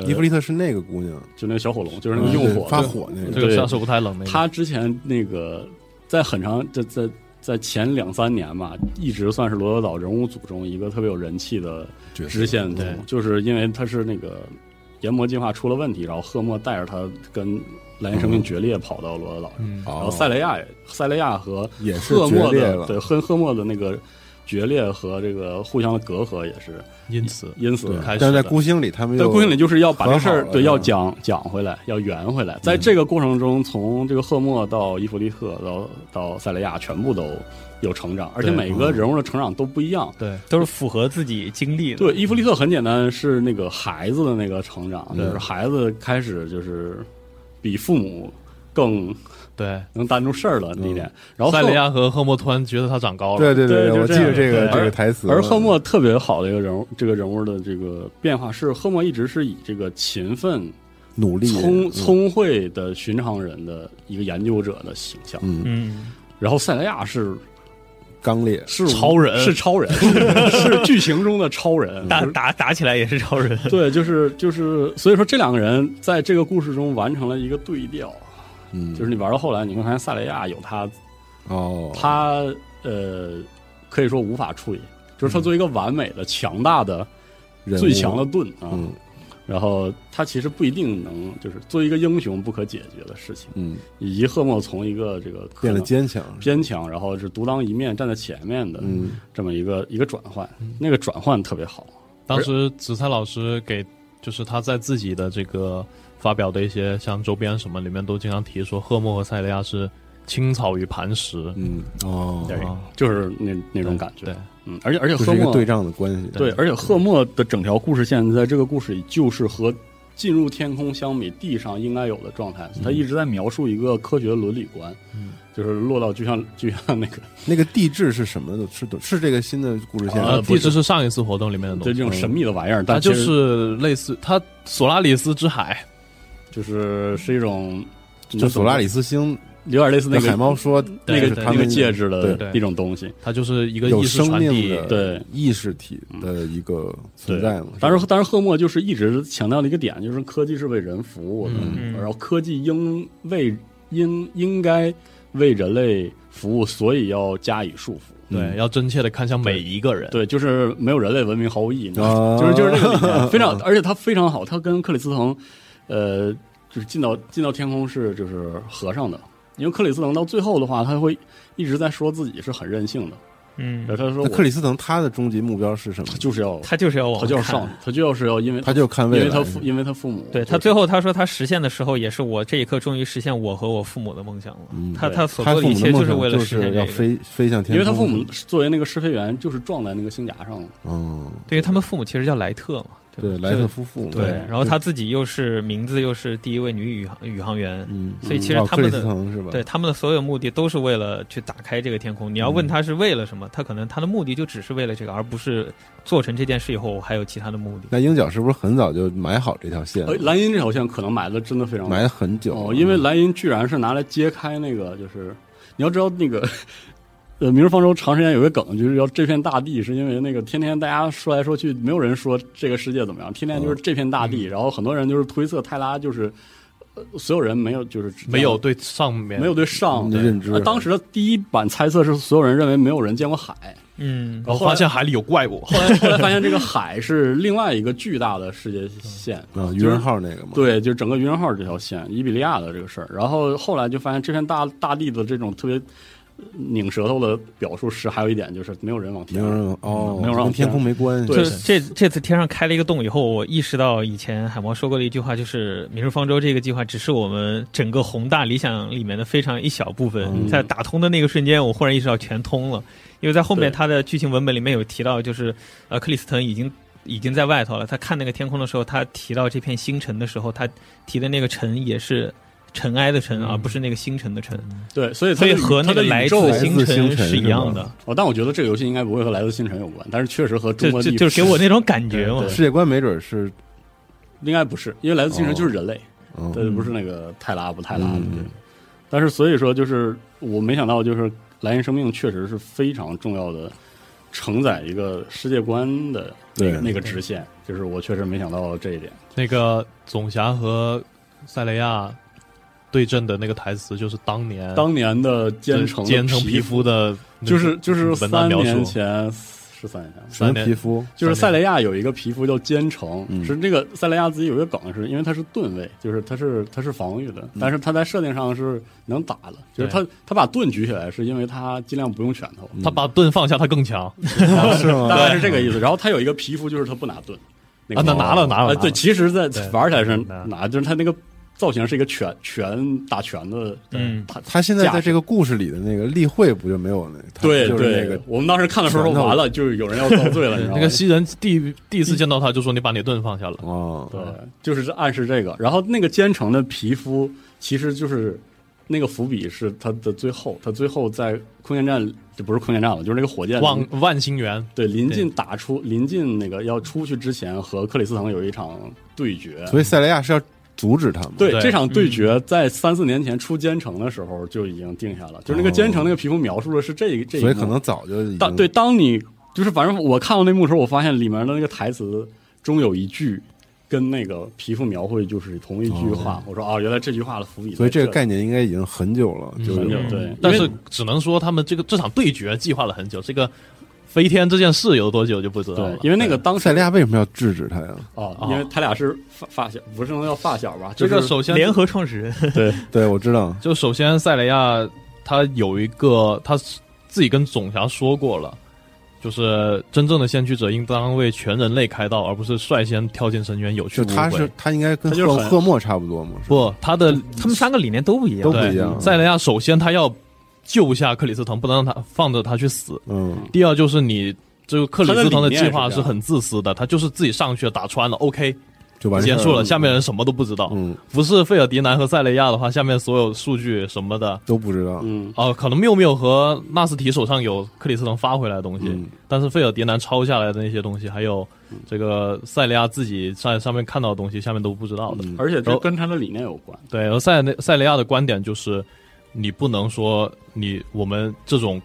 Speaker 2: 呃
Speaker 4: 伊芙利特是那个姑娘，嗯
Speaker 2: 就那个小火龙，就是那个用
Speaker 4: 啊对
Speaker 2: 火
Speaker 4: 发
Speaker 2: 的
Speaker 4: 火那
Speaker 3: <laughs> 这
Speaker 4: 个，
Speaker 3: 个像是不太冷那个。
Speaker 2: 他之前那个在很长在在在前两三年吧，一直算是罗德岛人物组中一个特别有人气的
Speaker 4: 角色
Speaker 2: 支线组
Speaker 3: 对，
Speaker 2: 就是因为他是那个研磨计划出了问题，然后赫默带着他跟蓝焰生命决裂跑到罗德岛上，
Speaker 3: 嗯
Speaker 4: 哦
Speaker 2: 然后塞雷亚也塞雷亚和
Speaker 4: 也是
Speaker 2: 赫默
Speaker 4: 决裂
Speaker 2: 的
Speaker 4: 了
Speaker 2: 对跟赫默的那个决裂和这个互相的隔阂也是
Speaker 3: 因此
Speaker 2: 因此
Speaker 4: 对嗯
Speaker 3: 开始，
Speaker 4: 但是在
Speaker 3: 了
Speaker 4: 孤星里他们
Speaker 2: 在
Speaker 4: 又
Speaker 2: 孤星里就是要把这事
Speaker 4: 和
Speaker 2: 儿
Speaker 4: 好了
Speaker 2: 对
Speaker 4: 是吧
Speaker 2: 要讲讲回来，要圆回来。在这个过程中，从这个赫默到伊芙利特到到塞雷亚，全部都有成长，而且
Speaker 3: 对
Speaker 2: 每
Speaker 4: 嗯
Speaker 2: 个人物的成长都不一样。
Speaker 3: 对
Speaker 5: 都是符合自己经历的。
Speaker 2: 对，伊芙利特很简单，是那个孩子的那个成长，就是孩子开始就是比父母更
Speaker 3: 对，
Speaker 2: 能担住事儿了那一点。
Speaker 4: 嗯
Speaker 2: 然后
Speaker 3: 塞
Speaker 2: 赫
Speaker 3: 雷亚和赫默突然觉得他长高了，
Speaker 4: 对对
Speaker 2: 对
Speaker 4: 我
Speaker 2: 就
Speaker 4: 记
Speaker 2: 这样
Speaker 4: 得这个
Speaker 2: 对
Speaker 4: 这个台词，嗯
Speaker 2: 而赫默特别好的一个人物，这个人物的这个变化是赫默一直是以这个勤奋
Speaker 4: 努力
Speaker 2: 聪
Speaker 4: 嗯
Speaker 2: 聪慧的寻常人的一个研究者的形象，
Speaker 4: 嗯
Speaker 5: 嗯，
Speaker 2: 然后塞雷亚是
Speaker 4: 刚烈，
Speaker 2: 是
Speaker 3: 超人
Speaker 2: 是超人， <laughs> 是剧情中的超人。
Speaker 5: 打
Speaker 4: 嗯
Speaker 2: 就是
Speaker 5: 打打起来也是超人。
Speaker 2: <laughs> 对，就是就是，所以说这两个人在这个故事中完成了一个对调，啊
Speaker 4: 嗯
Speaker 2: 就是你玩到后来，你会发现塞雷亚有他
Speaker 4: 哦
Speaker 2: 他呃，可以说无法处理，就是他作为一个完美的、强大的、
Speaker 4: 嗯人物
Speaker 2: 最强的盾啊，
Speaker 4: 嗯
Speaker 2: 然后他其实不一定能，就是做一个英雄不可解决的事情，
Speaker 4: 嗯
Speaker 2: 以及赫默从一个这个可
Speaker 4: 变得
Speaker 2: 能
Speaker 4: 坚强，
Speaker 2: 坚强，然后是独当一面站在前面的
Speaker 4: 嗯
Speaker 2: 这么一个、一个转换，那个转换特别好。
Speaker 3: 当时紫菜老师给，就是他在自己的这个发表的一些像周边什么里面都经常提说，赫默和塞雷亚是青草与磐石，
Speaker 4: 嗯哦，
Speaker 2: 对
Speaker 3: 啊
Speaker 2: 就是那那种感觉。
Speaker 3: 对，
Speaker 2: 嗯，而且而且
Speaker 4: 就
Speaker 2: 赫
Speaker 4: 是一个
Speaker 2: 默
Speaker 4: 对嗯仗的关系。
Speaker 2: 对，而且赫默的整条故事线在这个故事里就是和进入天空相比，地上应该有的状态。他
Speaker 4: 嗯
Speaker 2: 一直在描述一个科学伦理观，就是落到就像就像那个 <laughs>
Speaker 4: 那个地质是什么的？是是这个新的故事线吗？
Speaker 3: 呃，
Speaker 2: 不
Speaker 3: 地
Speaker 2: 是
Speaker 3: 质是上一次活动里面的
Speaker 2: 就
Speaker 3: 东西，
Speaker 2: 这种神秘的玩意
Speaker 4: 嗯
Speaker 2: 儿，
Speaker 3: 它
Speaker 2: 但
Speaker 3: 就
Speaker 2: 其实
Speaker 3: 是类似它索拉里斯之海，
Speaker 2: 就是是一种
Speaker 4: 就索拉里斯星
Speaker 2: 有点类似那
Speaker 4: 那
Speaker 2: 个
Speaker 4: 海猫说
Speaker 2: 那
Speaker 3: 对
Speaker 2: 个
Speaker 4: 是
Speaker 3: 对
Speaker 4: 他
Speaker 2: 那个
Speaker 4: 们
Speaker 2: 戒指的
Speaker 3: 对
Speaker 2: 一种东西。
Speaker 3: 它就是一个
Speaker 4: 有
Speaker 3: 意识
Speaker 4: 生
Speaker 3: 传
Speaker 4: 命
Speaker 3: 递，
Speaker 4: 的
Speaker 2: 对
Speaker 4: 意识体的一个存在嘛。
Speaker 2: 但是但是赫默就是一直强调的一个点，就是科技是为人服务的，
Speaker 5: 嗯
Speaker 2: 然后科技应为应应该为人类服务，所以要加以束缚。
Speaker 3: 对，要真切的看向每一个人，
Speaker 2: 嗯对，就是没有人类文明毫无意义，
Speaker 4: 啊
Speaker 2: 就是就是这个理念，非常，而且它非常好，它跟克里斯滕，呃，就是进到进到天空是就是合上的，因为克里斯滕到最后的话，他会一直在说自己是很任性的，
Speaker 5: 嗯
Speaker 2: 然后他说
Speaker 4: 那
Speaker 2: 我
Speaker 4: 克里斯滕他的终极目标是什么？
Speaker 2: 就是要
Speaker 5: 他就是要往
Speaker 2: 他就要
Speaker 5: 看
Speaker 2: 上去，他就要是要因为
Speaker 4: 他就看
Speaker 2: 因
Speaker 4: 未来，
Speaker 2: 为他父因为他父母
Speaker 5: 对
Speaker 2: 就是
Speaker 5: 他最后他说他实现的时候，也是我这一刻终于实现我和我父母的梦想了。
Speaker 4: 嗯
Speaker 5: 他
Speaker 2: 对
Speaker 5: 他所
Speaker 4: 他
Speaker 5: 做
Speaker 4: 父
Speaker 5: 的一
Speaker 4: 母
Speaker 5: 切是
Speaker 4: 的梦想
Speaker 5: 为了
Speaker 4: 就
Speaker 5: 实现
Speaker 4: 是
Speaker 5: 这
Speaker 4: 要
Speaker 5: 个，
Speaker 4: 飞飞向天空，
Speaker 2: 因为他父母作为那个试飞员，就是撞在那个星夹上了。
Speaker 4: 嗯，
Speaker 5: 对于他们父母其实叫莱特嘛，
Speaker 4: 对
Speaker 5: 吧
Speaker 4: 莱
Speaker 5: 就
Speaker 4: 特夫妇嘛
Speaker 5: 对，然后他自己又是名字又是第一位女宇航宇航员，
Speaker 4: 嗯，
Speaker 5: 所以其实
Speaker 4: 哦
Speaker 5: 他们的
Speaker 4: 克里斯滕是吧？
Speaker 5: 对他们的所有目的都是为了去打开这个天空。你要问他是为了什么，他可能他的目的就只是为了这个，而不是做成这件事以后还有其他的目的。
Speaker 4: 那鹰角是不是很早就买好这条线了
Speaker 2: 呃，？莱茵这条线可能埋的真的非常
Speaker 4: 埋了很久
Speaker 2: 哦，因为莱茵居然是拿来揭开那个，就是你要知道那个，呃，《明日方舟》长时间有个梗，就是要这片大地是因为那个天天大家说来说去，没有人说这个世界怎么样，天天
Speaker 4: 嗯
Speaker 2: 就是这片大地，然后很多人就是推测泰拉就是，呃，所有人没有就是
Speaker 3: 没有对上面
Speaker 2: 没有对上
Speaker 4: 嗯认知
Speaker 2: 呃当时的第一版猜测是所有人认为没有人见过海，
Speaker 5: 嗯，
Speaker 2: 然
Speaker 3: 我
Speaker 2: 后后
Speaker 3: 发
Speaker 2: 来
Speaker 3: 现海里有怪
Speaker 2: <laughs>
Speaker 3: 物，
Speaker 2: 后来后来发现这个海是另外一个巨大的世界线。
Speaker 4: <laughs> 啊，愚
Speaker 2: 就是
Speaker 4: 人号那个嘛，，
Speaker 2: 对，就整个渔人号这条线，伊比利亚的这个事儿。然后后来就发现这片大大地的这种特别呃拧舌头的表述是，还有一点就是没有人往
Speaker 4: 没
Speaker 2: 天
Speaker 4: 有
Speaker 2: 上
Speaker 4: 人哦，
Speaker 2: 没有人
Speaker 4: 跟天空没关系，
Speaker 5: 就
Speaker 2: 对
Speaker 5: 是这这次天上开了一个洞以后，我意识到以前海猫说过的一句话，就是“明日方舟”这个计划只是我们整个宏大理想里面的非常一小部分。
Speaker 4: 嗯
Speaker 5: 在打通的那个瞬间，我忽然意识到全通了，因为在后面
Speaker 2: 对
Speaker 5: 它的剧情文本里面有提到，就是呃，克里斯滕已经已经在外头了。他看那个天空的时候，他提到这片星辰的时候，他提的那个辰也是尘埃的尘，而不是那个星辰的辰，
Speaker 2: 对，所以嗯它
Speaker 5: 所以
Speaker 2: 的
Speaker 5: 和
Speaker 2: 宇它
Speaker 5: 那个
Speaker 2: 的
Speaker 5: 来
Speaker 2: 宇
Speaker 5: 自
Speaker 2: 宙
Speaker 5: 星
Speaker 4: 来自星辰
Speaker 5: 是一
Speaker 4: 是
Speaker 5: 样
Speaker 4: 吧
Speaker 5: 的。
Speaker 2: 哦，但我觉得这个游戏应该不会和来自星辰有关，但是确实和中
Speaker 5: 就
Speaker 2: 国
Speaker 5: 就
Speaker 2: 历
Speaker 5: 就是给我
Speaker 2: 史
Speaker 5: 那种感觉嘛
Speaker 2: 对。对
Speaker 4: 世界观没准是
Speaker 2: 应该不是，因为来自星辰就是人类，
Speaker 4: 嗯
Speaker 2: 对，不是那个泰拉不泰拉的。
Speaker 4: 嗯
Speaker 2: 对但是所以说，就是我没想到，就是莱茵生命确实是非常重要的承载一个世界观的那个
Speaker 4: 对
Speaker 2: 那个直线，就是我确实没想到这一点。
Speaker 3: 那个总侠和塞雷亚对阵的那个台词，就是当年
Speaker 2: 当年的坚城
Speaker 3: 坚成
Speaker 2: 皮
Speaker 3: 皮肤，的那个
Speaker 2: 就
Speaker 3: 文
Speaker 2: 是
Speaker 3: 案描
Speaker 2: 就是三年
Speaker 3: 述，
Speaker 2: 前是三年前。
Speaker 4: 什么
Speaker 3: 三年
Speaker 4: 皮肤，
Speaker 2: 就是塞雷亚有一个皮肤叫坚城，
Speaker 4: 嗯
Speaker 2: 是这个塞雷亚自己有一个梗，是因为它是盾位，就是它是它是防御的，
Speaker 3: 嗯
Speaker 2: 但是它在设定上是能打的，就是它它把盾举起来，是因为它尽量不用拳头，
Speaker 3: 他把盾放下，他更强
Speaker 2: 嗯
Speaker 4: 啊是吗
Speaker 2: 大概是这个意思。然后它有一个皮肤，就是它不拿盾，那
Speaker 3: 啊！
Speaker 2: 个
Speaker 3: 那拿了拿了，
Speaker 2: 啊，对，
Speaker 3: 拿了
Speaker 2: 其实，在
Speaker 3: 对
Speaker 2: 玩起来是
Speaker 3: 拿
Speaker 2: 拿，就是它那个造型是一个拳拳打拳的，
Speaker 5: 嗯
Speaker 2: 它
Speaker 4: 他现在在这个故事里的那个例会不就没有那个？他
Speaker 2: 对
Speaker 4: 就是那
Speaker 2: 对
Speaker 4: 个，
Speaker 2: 我们当时看的时候，
Speaker 4: 拳头
Speaker 2: 完了，就是有人要遭
Speaker 4: <laughs>
Speaker 2: 罪了，你知道吗
Speaker 3: 那个？西人第第一次见到他就说：“你把你的盾放下了。
Speaker 4: 哦，
Speaker 2: 对，就是这暗示这个。然后那个奸城的皮肤，其实就是那个伏笔是它的最后，它最后在空间站，这不是空间站了，就是那个火”箭
Speaker 3: 望万星元，
Speaker 2: 对临近打出临近那个要出去之前，和克里斯滕有一场对决。
Speaker 4: 所以塞雷亚是要阻止他们，
Speaker 2: 对嗯
Speaker 3: 对
Speaker 2: 这场对决，在三四年前出奸城的时候就已经定下了，就是那个奸城那个皮肤描述的是这一这一幕，
Speaker 4: 所以可能早就已经
Speaker 3: 嗯
Speaker 2: 当对，当你就是反正我看到那幕的时候，我发现里面的那个台词中有一句跟那个皮肤描绘就是同一句话。
Speaker 3: 哦
Speaker 2: 我说啊，原来这句话的伏笔在。
Speaker 4: 所以这个概念应该已经很久了，就
Speaker 2: 很久
Speaker 4: 是
Speaker 2: 对，
Speaker 3: 嗯但
Speaker 2: 因
Speaker 3: 是
Speaker 2: 为
Speaker 3: 只能说他们这个这场对决计划了很久，这个飞天这件事有多久就不知道了
Speaker 2: 对，。因为那个当时
Speaker 4: 塞雷亚为什么要制止他呀？
Speaker 2: 啊，
Speaker 3: 哦
Speaker 2: 因为他俩是发发小，不是能叫发小吧？
Speaker 3: 这
Speaker 2: 就
Speaker 3: 个
Speaker 2: 是
Speaker 3: 首先
Speaker 5: 联合创始人，
Speaker 2: 对
Speaker 4: 对，我知道，
Speaker 3: 就首先塞雷亚他有一个他自己跟总侠说过了，就是真正的先驱者应当为全人类开道，而不是率先跳进深渊有去
Speaker 4: 就
Speaker 3: 无
Speaker 4: 他
Speaker 3: 回
Speaker 4: 是。他应该跟
Speaker 2: 他就是
Speaker 4: 赫
Speaker 2: 很
Speaker 4: 赫默差不多嘛，是吧
Speaker 3: 不，他的
Speaker 5: 他们三个理念都不一样
Speaker 4: 都。不一样啊
Speaker 3: 对，塞雷亚首先他要救下克里斯滕，不能让他放着他去死。
Speaker 4: 嗯，
Speaker 3: 第二就是你这个克里斯滕
Speaker 2: 他的
Speaker 3: 的计划
Speaker 2: 理念是这样
Speaker 3: 是很自私的，他就是自己上去打穿了，OK
Speaker 4: 就完事儿
Speaker 3: 结束了，下面人什么都不知道。
Speaker 4: 嗯
Speaker 3: 不是费尔迪南和塞雷亚的话，下面所有数据什么的，
Speaker 4: 都不知道，
Speaker 2: 嗯，
Speaker 3: 哦、可能缪缪和纳斯提手上有克里斯滕发回来的东西，
Speaker 4: 嗯
Speaker 3: 但是费尔迪南抄下来的那些东西，还有这个塞雷亚自己在上面看到的东西，下面都不知道的。
Speaker 4: 嗯
Speaker 2: 而且
Speaker 3: 然
Speaker 2: 这
Speaker 3: 后哦
Speaker 2: 跟他的理念有关。
Speaker 3: 对，而塞内塞雷亚的观点就是，你不能说你我们这种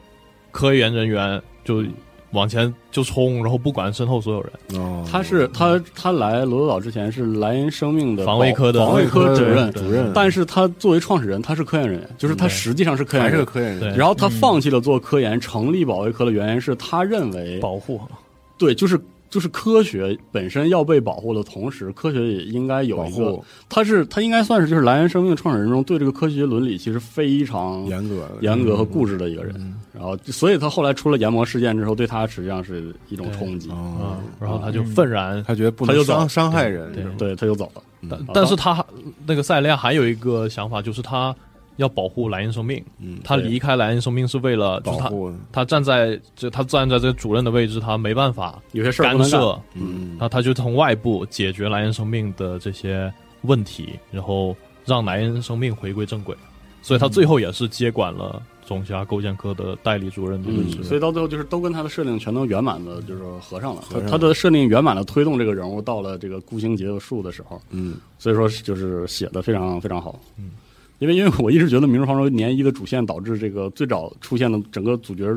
Speaker 3: 科研人员就往前就冲，然后不管身后所有人。
Speaker 4: 哦
Speaker 2: 嗯他是他他来罗德岛之前是莱恩生命的
Speaker 3: 防卫
Speaker 2: 保
Speaker 3: 科的
Speaker 2: 防卫科主任，
Speaker 4: 主任，
Speaker 2: 但是他作为创始人，他是科研人员，就是他
Speaker 3: 嗯对
Speaker 2: 实际上是科研
Speaker 4: 还是
Speaker 2: 人
Speaker 4: 个
Speaker 2: 员。
Speaker 4: 科研人，
Speaker 3: 对
Speaker 2: 然后他放弃了做科研，成立保卫科的原因是他认为
Speaker 5: 保护好
Speaker 2: 对，就是就是科学本身要被保护的同时，科学也应该有
Speaker 4: 保
Speaker 2: 一个
Speaker 4: 护，
Speaker 2: 它是它应该算是就是莱恩生命创始人中对这个科学伦理其实非常
Speaker 4: 严格的
Speaker 2: 严格和固执的一个人。然后，所以他后来出了研磨事件之后，对他实际上是一种冲击，
Speaker 4: 哦，
Speaker 3: 啊然后他就愤然，
Speaker 4: 他觉得不
Speaker 2: 嗯他
Speaker 4: 能
Speaker 2: 就走
Speaker 4: 伤伤害人，
Speaker 3: 对
Speaker 4: 是吧
Speaker 2: 对，他就走了。
Speaker 3: 但
Speaker 2: 好
Speaker 3: 但是他那个塞雷亚还有一个想法，就是他要保护莱恩生命，
Speaker 4: 嗯，
Speaker 3: 他
Speaker 2: 对
Speaker 3: 离开莱恩生命是为了就是
Speaker 4: 保
Speaker 3: 他。
Speaker 4: 护，
Speaker 3: 他站在这，他站在这个主任的位置，他没办法
Speaker 2: 有些事儿不
Speaker 3: 干
Speaker 2: 能干
Speaker 3: 涉，
Speaker 4: 嗯
Speaker 3: 然，后他就从外部解决莱恩生命的这些问题，然后让莱恩生命回归正轨，所
Speaker 2: 嗯
Speaker 3: 以他最后也是接管了总辖构建科的代理主任的位置
Speaker 2: 嗯，。所以到最后就是都跟他的设定全都圆满的，就是说合上了。
Speaker 4: 合
Speaker 2: 他
Speaker 4: 上了
Speaker 2: 他的设定圆满的推动这个人物到了这个孤星结束的时候，
Speaker 4: 嗯，
Speaker 2: 所以说是就是写的非常非常好。嗯，因为因为我一直觉得《明日方舟》年一的主线导致这个最早出现的整个主角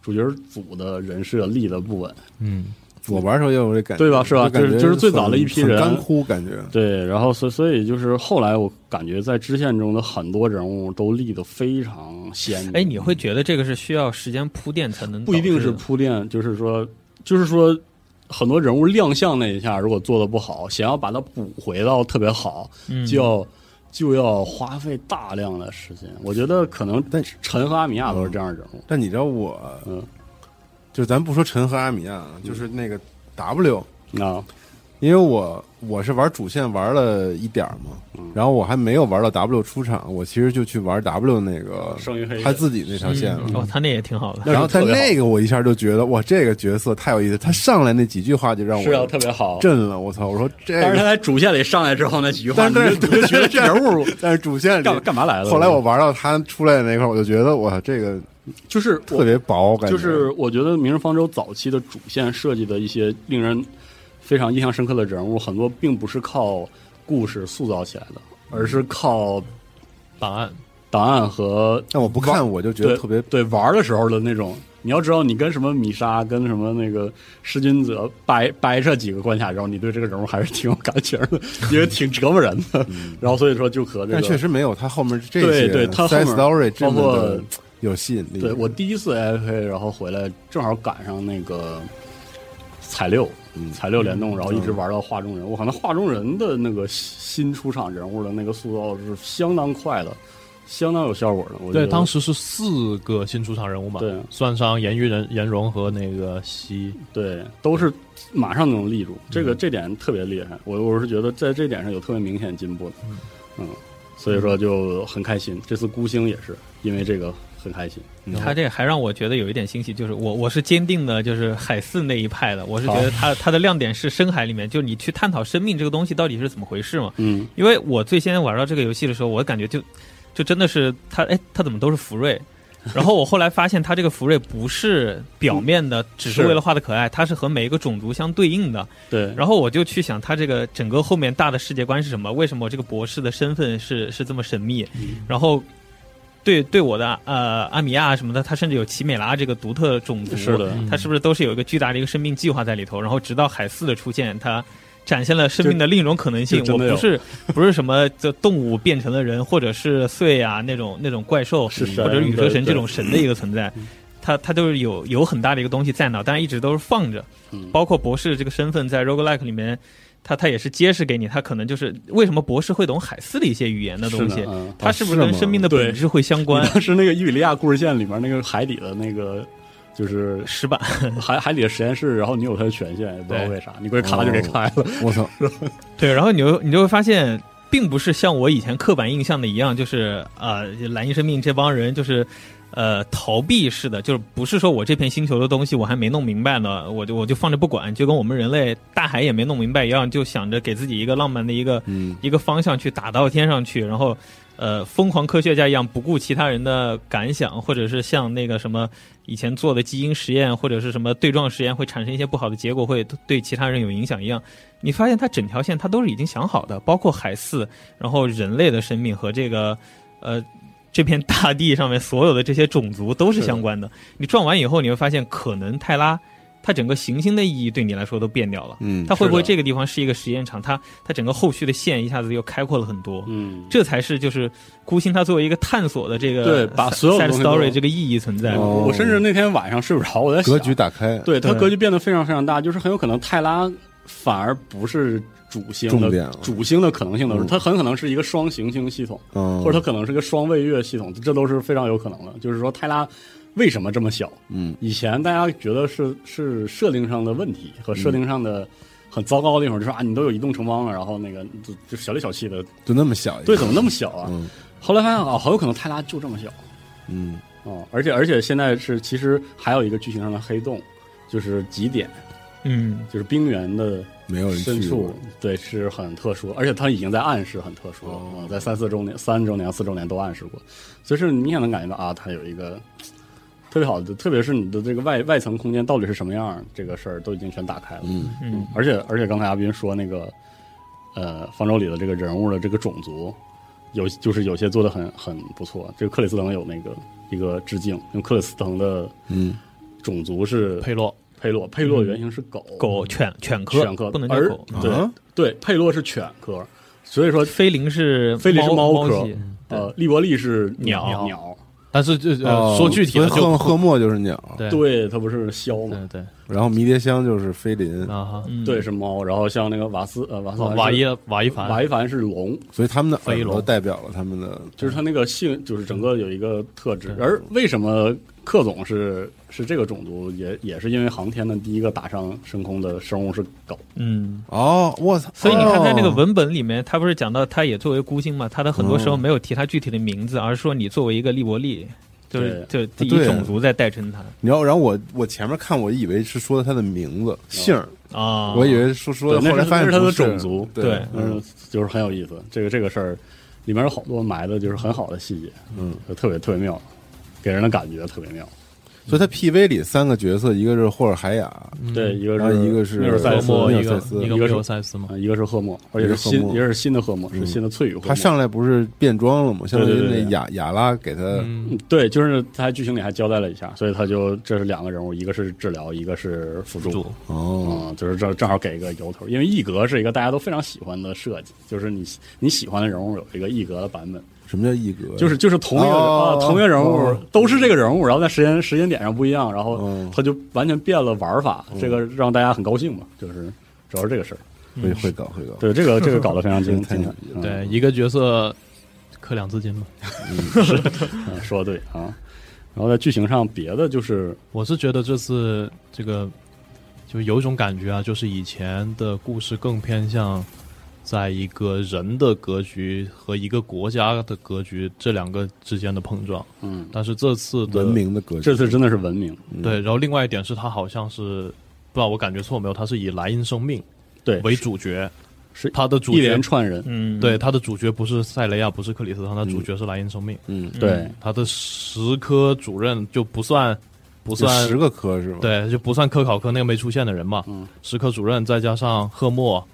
Speaker 2: 主角组的人设立的不稳。
Speaker 3: 嗯，
Speaker 4: 我玩的时候也有这感觉，
Speaker 2: 对吧是吧
Speaker 4: 感觉
Speaker 2: 就是就是最早的一批人
Speaker 4: 很干枯感觉，
Speaker 2: 对，然后所所以就是后来我感觉在支线中的很多人物都立的非常鲜明。
Speaker 5: 哎，你会觉得这个是需要时间铺垫才能导
Speaker 2: 不
Speaker 5: 致
Speaker 2: 一
Speaker 5: 的？
Speaker 2: 定是铺垫，就是说就是说很多人物亮相那一下，如果做的不好，想要把它补回到特别好，
Speaker 5: 嗯
Speaker 2: 就要就要花费大量的时间。我觉得可能
Speaker 4: 但是
Speaker 2: 陈和阿米亚都是这样的人物。
Speaker 4: 但你知道我，
Speaker 2: 嗯，
Speaker 4: 就咱不说陈和阿米亚，就是那个 W，
Speaker 2: 啊，
Speaker 4: 因为我我是玩主线玩了一点儿嘛，
Speaker 2: 嗯
Speaker 4: 然后我还没有玩到 W 出场，我其实就去玩 W 那个
Speaker 2: 生于黑人
Speaker 4: 他自己那条
Speaker 2: 啊
Speaker 4: 线
Speaker 5: 嗯
Speaker 4: 了。
Speaker 5: 哦，他那也挺好的。
Speaker 2: 那
Speaker 4: 然后
Speaker 2: 是特
Speaker 4: 但
Speaker 2: 别好
Speaker 4: 那个我一下就觉得哇，这个角色太有意思，他上来那几句话就让
Speaker 2: 是啊，
Speaker 4: 我
Speaker 2: 特别好。
Speaker 4: 震了，我操！我说这
Speaker 2: 但是他
Speaker 4: 个，
Speaker 2: 在主线里上来之后那几句话，
Speaker 4: 但
Speaker 2: 你
Speaker 4: 是
Speaker 2: 就
Speaker 4: 但
Speaker 2: 是你就觉得这人物
Speaker 4: 但是主线
Speaker 2: <laughs>
Speaker 4: 里，
Speaker 2: 干干嘛来了？
Speaker 4: 后来我玩到他出来的那块儿，我就觉得哇，这个
Speaker 2: 就是
Speaker 4: 特别薄，感觉
Speaker 2: 就是我觉得《明日方舟》早期的主线设计的一些令人非常印象深刻的人物，很多并不是靠故事塑造起来的，而是靠
Speaker 3: 档案
Speaker 2: 档案和
Speaker 4: 但我不看我就觉
Speaker 2: 对
Speaker 4: 得特别
Speaker 2: 对玩的时候的那种。你要知道，你跟什么米莎、跟什么那个弑君者掰掰扯几个关卡之后，你对这个人物还是挺有感情的，因为挺折磨人的。然后所以说就和这个
Speaker 4: 嗯但确实没有他后面这
Speaker 2: 对
Speaker 4: 些
Speaker 2: 对他后
Speaker 4: side
Speaker 2: 面
Speaker 4: story 这么
Speaker 2: 包
Speaker 4: 的
Speaker 2: 括
Speaker 4: 有吸引力。
Speaker 2: 对我第一次 FK，然后回来正好赶上那个彩六，嗯彩六联动，然后一直玩到画中人。我可能画中人的那个新出场人物的那个塑造是相当快的，相当有效果的。我觉
Speaker 3: 对
Speaker 2: 得
Speaker 3: 当时是四个新出场人物嘛，
Speaker 2: 对
Speaker 3: 算上严于人、颜荣和那个西，
Speaker 2: 对都是马上能立住，这个这点特别厉害。我我是觉得在这点上有特别明显进步的，嗯，所以说就很开心。这次孤星也是因为这个很开心。嗯
Speaker 5: 他这还让我觉得有一点欣喜，就是我我是坚定的，就是海四那一派的。我是觉得他他的亮点是深海里面，就是你去探讨生命这个东西到底是怎么回事嘛。
Speaker 2: 嗯，
Speaker 5: 因为我最先玩到这个游戏的时候，我感觉就就真的是他，哎，他怎么都是
Speaker 2: <laughs>
Speaker 5: 福瑞？然后我后来发现，他这个福瑞不是表面的，只
Speaker 2: 嗯
Speaker 5: 是
Speaker 2: 是
Speaker 5: 为了画的可爱，它是和每一个种族相对应的。
Speaker 2: 对，
Speaker 5: 然后我就去想，他这个整个后面大的世界观是什么？为什么我这个博士的身份是是这么神秘？然后对对我的呃阿米亚什么的，他甚至有奇美拉这个独特种族，
Speaker 2: 是的，
Speaker 5: 他是不是都是有一个巨大的一个生命计划在里头？然后直到海四的出现，他。展现了生命的另一种可能性
Speaker 2: 就。
Speaker 5: 我
Speaker 2: 真的有
Speaker 5: 不是不是什么这动物变成了人，或者是碎啊那种那种怪兽，
Speaker 2: 是神
Speaker 5: 或者宇宙神
Speaker 2: 对嗯
Speaker 5: 这种神的一个存在，它它都是有有很大的一个东西在那，但是一直都是放着。包括博士这个身份在 roguelike 里面，他他也是揭示给你，他可能就是为什么博士会懂海斯的一些语言的
Speaker 2: 是
Speaker 5: 东西
Speaker 2: 的嗯，哦
Speaker 5: 他是不是
Speaker 4: 哦是
Speaker 5: 跟
Speaker 4: 吗
Speaker 5: 生命的
Speaker 2: 对
Speaker 5: <laughs> 本质会相关
Speaker 2: 你？当时那个伊比利亚故事线里面那个海底的那个就是
Speaker 5: 石板，
Speaker 2: 海海底的实验室，然后你有它的权限，也不知道为啥，你估计咔就给开了。
Speaker 4: 我操，
Speaker 5: <laughs> 对，然后你就你就会发现，并不是像我以前刻板印象的一样，就是啊、蓝翼生命这帮人就是。呃，逃避式的，就是不是说我这片星球的东西我还没弄明白呢，我就我就放着不管，就跟我们人类大海也没弄明白一样，就想着给自己一个浪漫的一个
Speaker 4: 嗯，
Speaker 5: 一个方向去打到天上去，然后呃疯狂科学家一样不顾其他人的感想，或者是像那个什么以前做的基因实验或者是什么对撞实验会产生一些不好的结果，会对其他人有影响一样，你发现它整条线它都是已经想好的，包括海四，然后人类的生命和这个呃。这片大地上面所有的这些种族都是相关的。你撞完以后，你会发现，可能泰拉它整个行星的意义对你来说都变掉了。
Speaker 4: 嗯，
Speaker 5: 它会不会
Speaker 2: 是的
Speaker 5: 这个地方是一个实验场？它它整个后续的线一下子又开阔了很多，
Speaker 2: 嗯，
Speaker 5: 这才是就是孤星它作为一个探索的这个
Speaker 2: 对把所有
Speaker 5: side
Speaker 2: 东西都
Speaker 5: story 这个意义存在。
Speaker 4: 哦
Speaker 2: 我甚至那天晚上睡不着，我在想
Speaker 4: 格局，打开，
Speaker 2: 对它
Speaker 5: 对
Speaker 2: 格局变得非常非常大，就是很有可能泰拉反而不是主星
Speaker 4: 重点
Speaker 2: 的
Speaker 4: 了
Speaker 2: 主星的可能性的时候，
Speaker 4: 嗯
Speaker 2: 它很可能是一个双行星系统，
Speaker 4: 嗯，
Speaker 2: 或者它可能是个双卫月系统，这都是非常有可能的。就是说泰拉为什么这么小？
Speaker 4: 嗯，
Speaker 2: 以前大家觉得是是设定上的问题和设定上的很糟糕的地方，就是啊，你都有移动城邦了，然后那个就就小里小气的，
Speaker 4: 就那么小一个，
Speaker 2: 对，怎么那么小啊？
Speaker 4: 嗯
Speaker 2: 后来发现啊，好有可能泰拉就这么小
Speaker 4: 嗯
Speaker 2: 哦，而且而且现在是其实还有一个剧情上的黑洞，就是极点，
Speaker 5: 嗯，
Speaker 2: 就是冰原的
Speaker 4: 没有人
Speaker 2: 深
Speaker 4: 去
Speaker 2: 处
Speaker 4: 过，，
Speaker 2: 对，是很特殊，而且它已经在暗示很特殊了，
Speaker 4: 哦
Speaker 2: 嗯在三四周年、三周年、四周年都暗示过，所以是你也能感觉到啊，它有一个特别好的，特别是你的这个外外层空间到底是什么样儿，这个事儿都已经全打开了。
Speaker 4: 嗯
Speaker 5: 嗯，
Speaker 2: 而且而且刚才阿斌说那个，呃，方舟里的这个人物的这个种族，有就是有些做的很很不错，这个克里斯滕有那个一个致敬，因为克里斯滕的
Speaker 4: 嗯
Speaker 2: 种族是
Speaker 3: 佩洛，
Speaker 2: 佩洛，佩洛原型是狗，
Speaker 5: 狗犬犬科
Speaker 2: 犬科，
Speaker 5: 不能叫
Speaker 2: 而
Speaker 5: 狗，
Speaker 2: 对、
Speaker 4: 啊
Speaker 2: 对，佩洛是犬科，所以说
Speaker 5: 菲林是
Speaker 2: 菲林是
Speaker 5: 猫
Speaker 2: 猫科
Speaker 5: 系
Speaker 2: 呃，利伯利是
Speaker 5: 鸟
Speaker 2: 鸟，
Speaker 3: 但是这、
Speaker 4: 哦
Speaker 3: 呃、说具体
Speaker 4: 所以
Speaker 3: 的就
Speaker 4: 赫赫默就是鸟，
Speaker 3: 对
Speaker 2: 对，它不是枭嘛，
Speaker 3: 对对
Speaker 4: 然后迷迭香就是菲林，
Speaker 3: 啊哈，
Speaker 5: 嗯
Speaker 2: 对，是猫，然后像那个瓦斯呃瓦斯
Speaker 3: 哦
Speaker 2: 凡
Speaker 3: 瓦
Speaker 2: 是
Speaker 3: 伊瓦伊凡
Speaker 2: 瓦伊凡是龙，
Speaker 4: 所以他们的
Speaker 3: 飞
Speaker 4: 耳
Speaker 3: 龙
Speaker 4: 朵代表了他们的，
Speaker 2: 就是它那个性，就是整个有一个特质。
Speaker 3: 对
Speaker 2: 而为什么克总是是这个种族，也也是因为航天的第一个打上深空的生物是狗，
Speaker 5: 嗯。
Speaker 4: 哦，我操！
Speaker 5: 所以你看，在那个
Speaker 4: 哦
Speaker 5: 文本里面，他不是讲到他也作为孤星嘛？他的很多
Speaker 2: 嗯
Speaker 5: 时候没有提他具体的名字，而是说你作为一个利伯利，就是就第一
Speaker 4: 对
Speaker 5: 种族在代称他
Speaker 4: 你要，然后我我前面看，我以为是说他的名字姓儿，
Speaker 5: 啊。
Speaker 4: 我以为说说，
Speaker 2: 哦对那是
Speaker 4: 后来发现
Speaker 2: 那是他的
Speaker 4: 不
Speaker 2: 种族
Speaker 5: 对
Speaker 4: 对，
Speaker 2: 嗯，就是很有意思。这个这个事儿里面有好多埋的，就是很好的细节，
Speaker 4: 嗯，
Speaker 2: 就特别特别妙，给人的感觉特别妙。嗯
Speaker 4: 所以他 PV 里三个角色，一个是霍尔海雅，
Speaker 2: 对，一个
Speaker 4: 然后
Speaker 2: 是
Speaker 4: 一个是
Speaker 2: 缪尔塞
Speaker 3: 赫
Speaker 2: 斯，
Speaker 4: 赫
Speaker 3: 默
Speaker 2: 缪
Speaker 4: 默
Speaker 2: 尔
Speaker 3: 一
Speaker 2: 塞
Speaker 3: 个
Speaker 4: 塞斯
Speaker 3: 一个
Speaker 2: 一个
Speaker 3: 缪
Speaker 2: 是
Speaker 3: 尔塞斯嘛，
Speaker 2: 啊一个是赫默，而且是嗯
Speaker 4: 一个是赫
Speaker 2: 新，
Speaker 4: 默
Speaker 2: 也是新的赫默，是新的翠羽赫默。
Speaker 4: 他上来不是变装了吗？相当于
Speaker 2: 对对对
Speaker 4: 那雅雅拉给他，
Speaker 3: 嗯，
Speaker 2: 对，就是他剧情里还交代了一下，所以他就这是两个人物，一个是治疗，一个是辅助。
Speaker 3: 主
Speaker 4: 哦，
Speaker 2: 嗯，就是正正好给一个由头，因为异格是一个大家都非常喜欢的设计，就是你你喜欢的人物有一个异格的版本，
Speaker 4: 什么叫一格？
Speaker 2: 就是就是同一个人啊
Speaker 4: 哦
Speaker 2: 同一个人物
Speaker 4: 哦
Speaker 2: 都是这个人物，然后在时间时间点上不一样，然后
Speaker 4: 嗯
Speaker 2: 他就完全变了玩法，这个让大家很高兴嘛，就是主要是这个事儿。
Speaker 4: 会会搞会搞，
Speaker 2: 嗯对，这
Speaker 4: <laughs>
Speaker 2: 个这个搞得非常精
Speaker 4: 太
Speaker 2: 精
Speaker 4: 牛
Speaker 2: 彩，嗯
Speaker 3: 对一个角色刻两字经嘛。
Speaker 2: 嗯说的对啊。然后在剧情上，别的就是
Speaker 3: 我是觉得这次这个就有一种感觉啊，就是以前的故事更偏向在一个人的格局和一个国家的格局这两个之间的碰撞，
Speaker 2: 嗯，
Speaker 3: 但是这次的
Speaker 4: 文明的格局。
Speaker 2: 这次真的是文明，
Speaker 3: 对，然后另外一点是它好像是不知道我感觉错没有，它是以莱茵生命
Speaker 2: 对，
Speaker 3: 为主角，
Speaker 2: 是
Speaker 3: 它的主
Speaker 2: 一
Speaker 3: 角
Speaker 2: 连串人，
Speaker 5: 嗯，
Speaker 3: 对它的主角不是塞雷亚，不是克里斯汤，它主角是莱茵生命，
Speaker 4: 嗯，
Speaker 5: 嗯
Speaker 2: 对，
Speaker 3: 它的十科主任就不算不
Speaker 4: 有
Speaker 3: 算
Speaker 4: 十个科是吗？，
Speaker 3: 对，就不算科考科那个没出现的人嘛，
Speaker 2: 嗯
Speaker 3: 石科主任再加上赫默，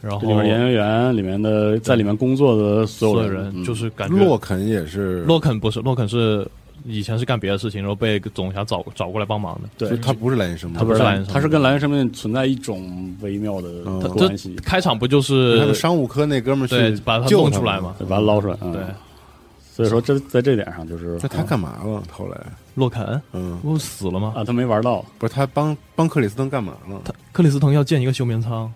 Speaker 3: 然
Speaker 2: 这里
Speaker 3: 后
Speaker 2: 面研究员里面的在里面工作的所
Speaker 3: 所
Speaker 2: 有
Speaker 3: 有人
Speaker 2: 嗯
Speaker 3: 就是感觉
Speaker 4: 洛肯也是，
Speaker 3: 洛肯不是洛肯是以前是干别的事情，然后被总辖找找过来帮忙的。
Speaker 4: 就
Speaker 2: 对，
Speaker 4: 他不是蓝生吗？
Speaker 3: 他不
Speaker 2: 是
Speaker 3: 是
Speaker 2: 蓝
Speaker 3: 蓝生命
Speaker 2: 它是跟蓝生命存在一种微妙的
Speaker 4: 嗯
Speaker 2: 关系，
Speaker 3: 开场不就
Speaker 4: 他
Speaker 3: 是
Speaker 4: 们商务科那哥们儿
Speaker 3: 对
Speaker 4: 去
Speaker 3: 把他
Speaker 4: 救
Speaker 3: 弄
Speaker 4: 他
Speaker 3: 出来
Speaker 4: 们
Speaker 3: 嘛？？
Speaker 2: 对把它捞出来。嗯
Speaker 3: 对，，
Speaker 2: 所以说这在这点上就是
Speaker 4: 那他干嘛了？后来，
Speaker 3: 洛肯
Speaker 4: 嗯，
Speaker 3: 不是死了吗？
Speaker 2: 啊，他没玩到，
Speaker 4: 不是他帮帮克里斯滕干嘛了？
Speaker 3: 他克里斯滕要建一个休眠舱，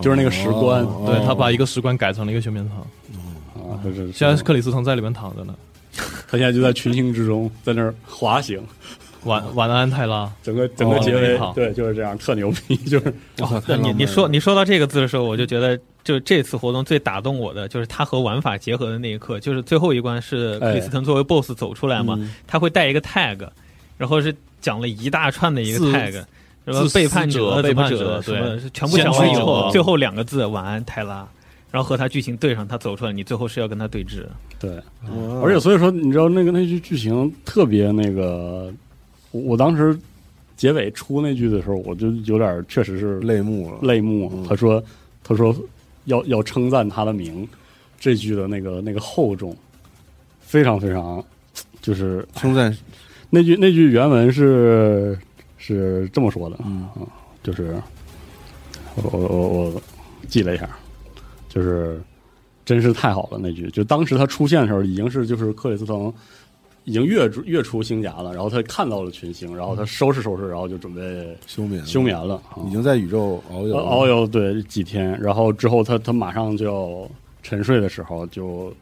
Speaker 2: 就是那个石棺
Speaker 4: 哦
Speaker 3: 对他把一个石棺改成了一个休眠舱，
Speaker 2: 啊，他是
Speaker 3: 现在克里斯滕在里面躺着呢。
Speaker 2: 他现在就在群星之中，在那儿滑行，
Speaker 3: 晚晚安泰拉，
Speaker 2: 整个整个
Speaker 3: 哦
Speaker 2: 结尾、
Speaker 3: 那好
Speaker 2: 对就是这样，特牛逼，就是
Speaker 4: 我操，太
Speaker 5: 对
Speaker 4: 浪
Speaker 5: 你
Speaker 4: 漫
Speaker 5: 你
Speaker 4: 了
Speaker 5: 说你说到这个字的时候，我就觉得，就这次活动最打动我的就是它和玩法结合的那一刻，就是最后一关是克里斯滕作为 BOSS 走出来嘛，
Speaker 2: 嗯
Speaker 5: 他会带一个 tag，然后是讲了一大串的一个
Speaker 3: 自
Speaker 5: tag，什么
Speaker 3: 自私
Speaker 5: 背叛
Speaker 3: 者
Speaker 5: 背叛
Speaker 3: 背叛者
Speaker 5: 什么
Speaker 3: 对
Speaker 5: 全部讲完以
Speaker 3: 先驱
Speaker 5: 后，
Speaker 3: 者
Speaker 5: 最后两个字晚安泰拉，然后和他剧情对上，他走出来，你最后是要跟他对峙。
Speaker 2: 对，
Speaker 4: 哇
Speaker 2: 而且所以说你知道那个那句剧情特别那个，我我当时结尾出那句的时候，我就有点确实是
Speaker 4: 泪目了，
Speaker 2: 泪目
Speaker 4: 嗯。
Speaker 2: 他说他说要要称赞他的名，这句的那个那个厚重，非常非常就是
Speaker 4: 称赞
Speaker 2: 那句那句原文是是这么说的，啊
Speaker 4: 嗯
Speaker 2: 就是我我我我记了一下，就是真是太好了那句。就当时他出现的时候，已经是就是克里斯滕已经跃出跃出星闸了，然后他看到了群星，然后他收拾收拾，然后就准备
Speaker 4: 休眠了
Speaker 2: 休眠了，啊
Speaker 4: 已经在宇宙遨游
Speaker 2: 呃
Speaker 4: 了
Speaker 2: 遨游对几天，然后之后他他马上就要沉睡的时候，就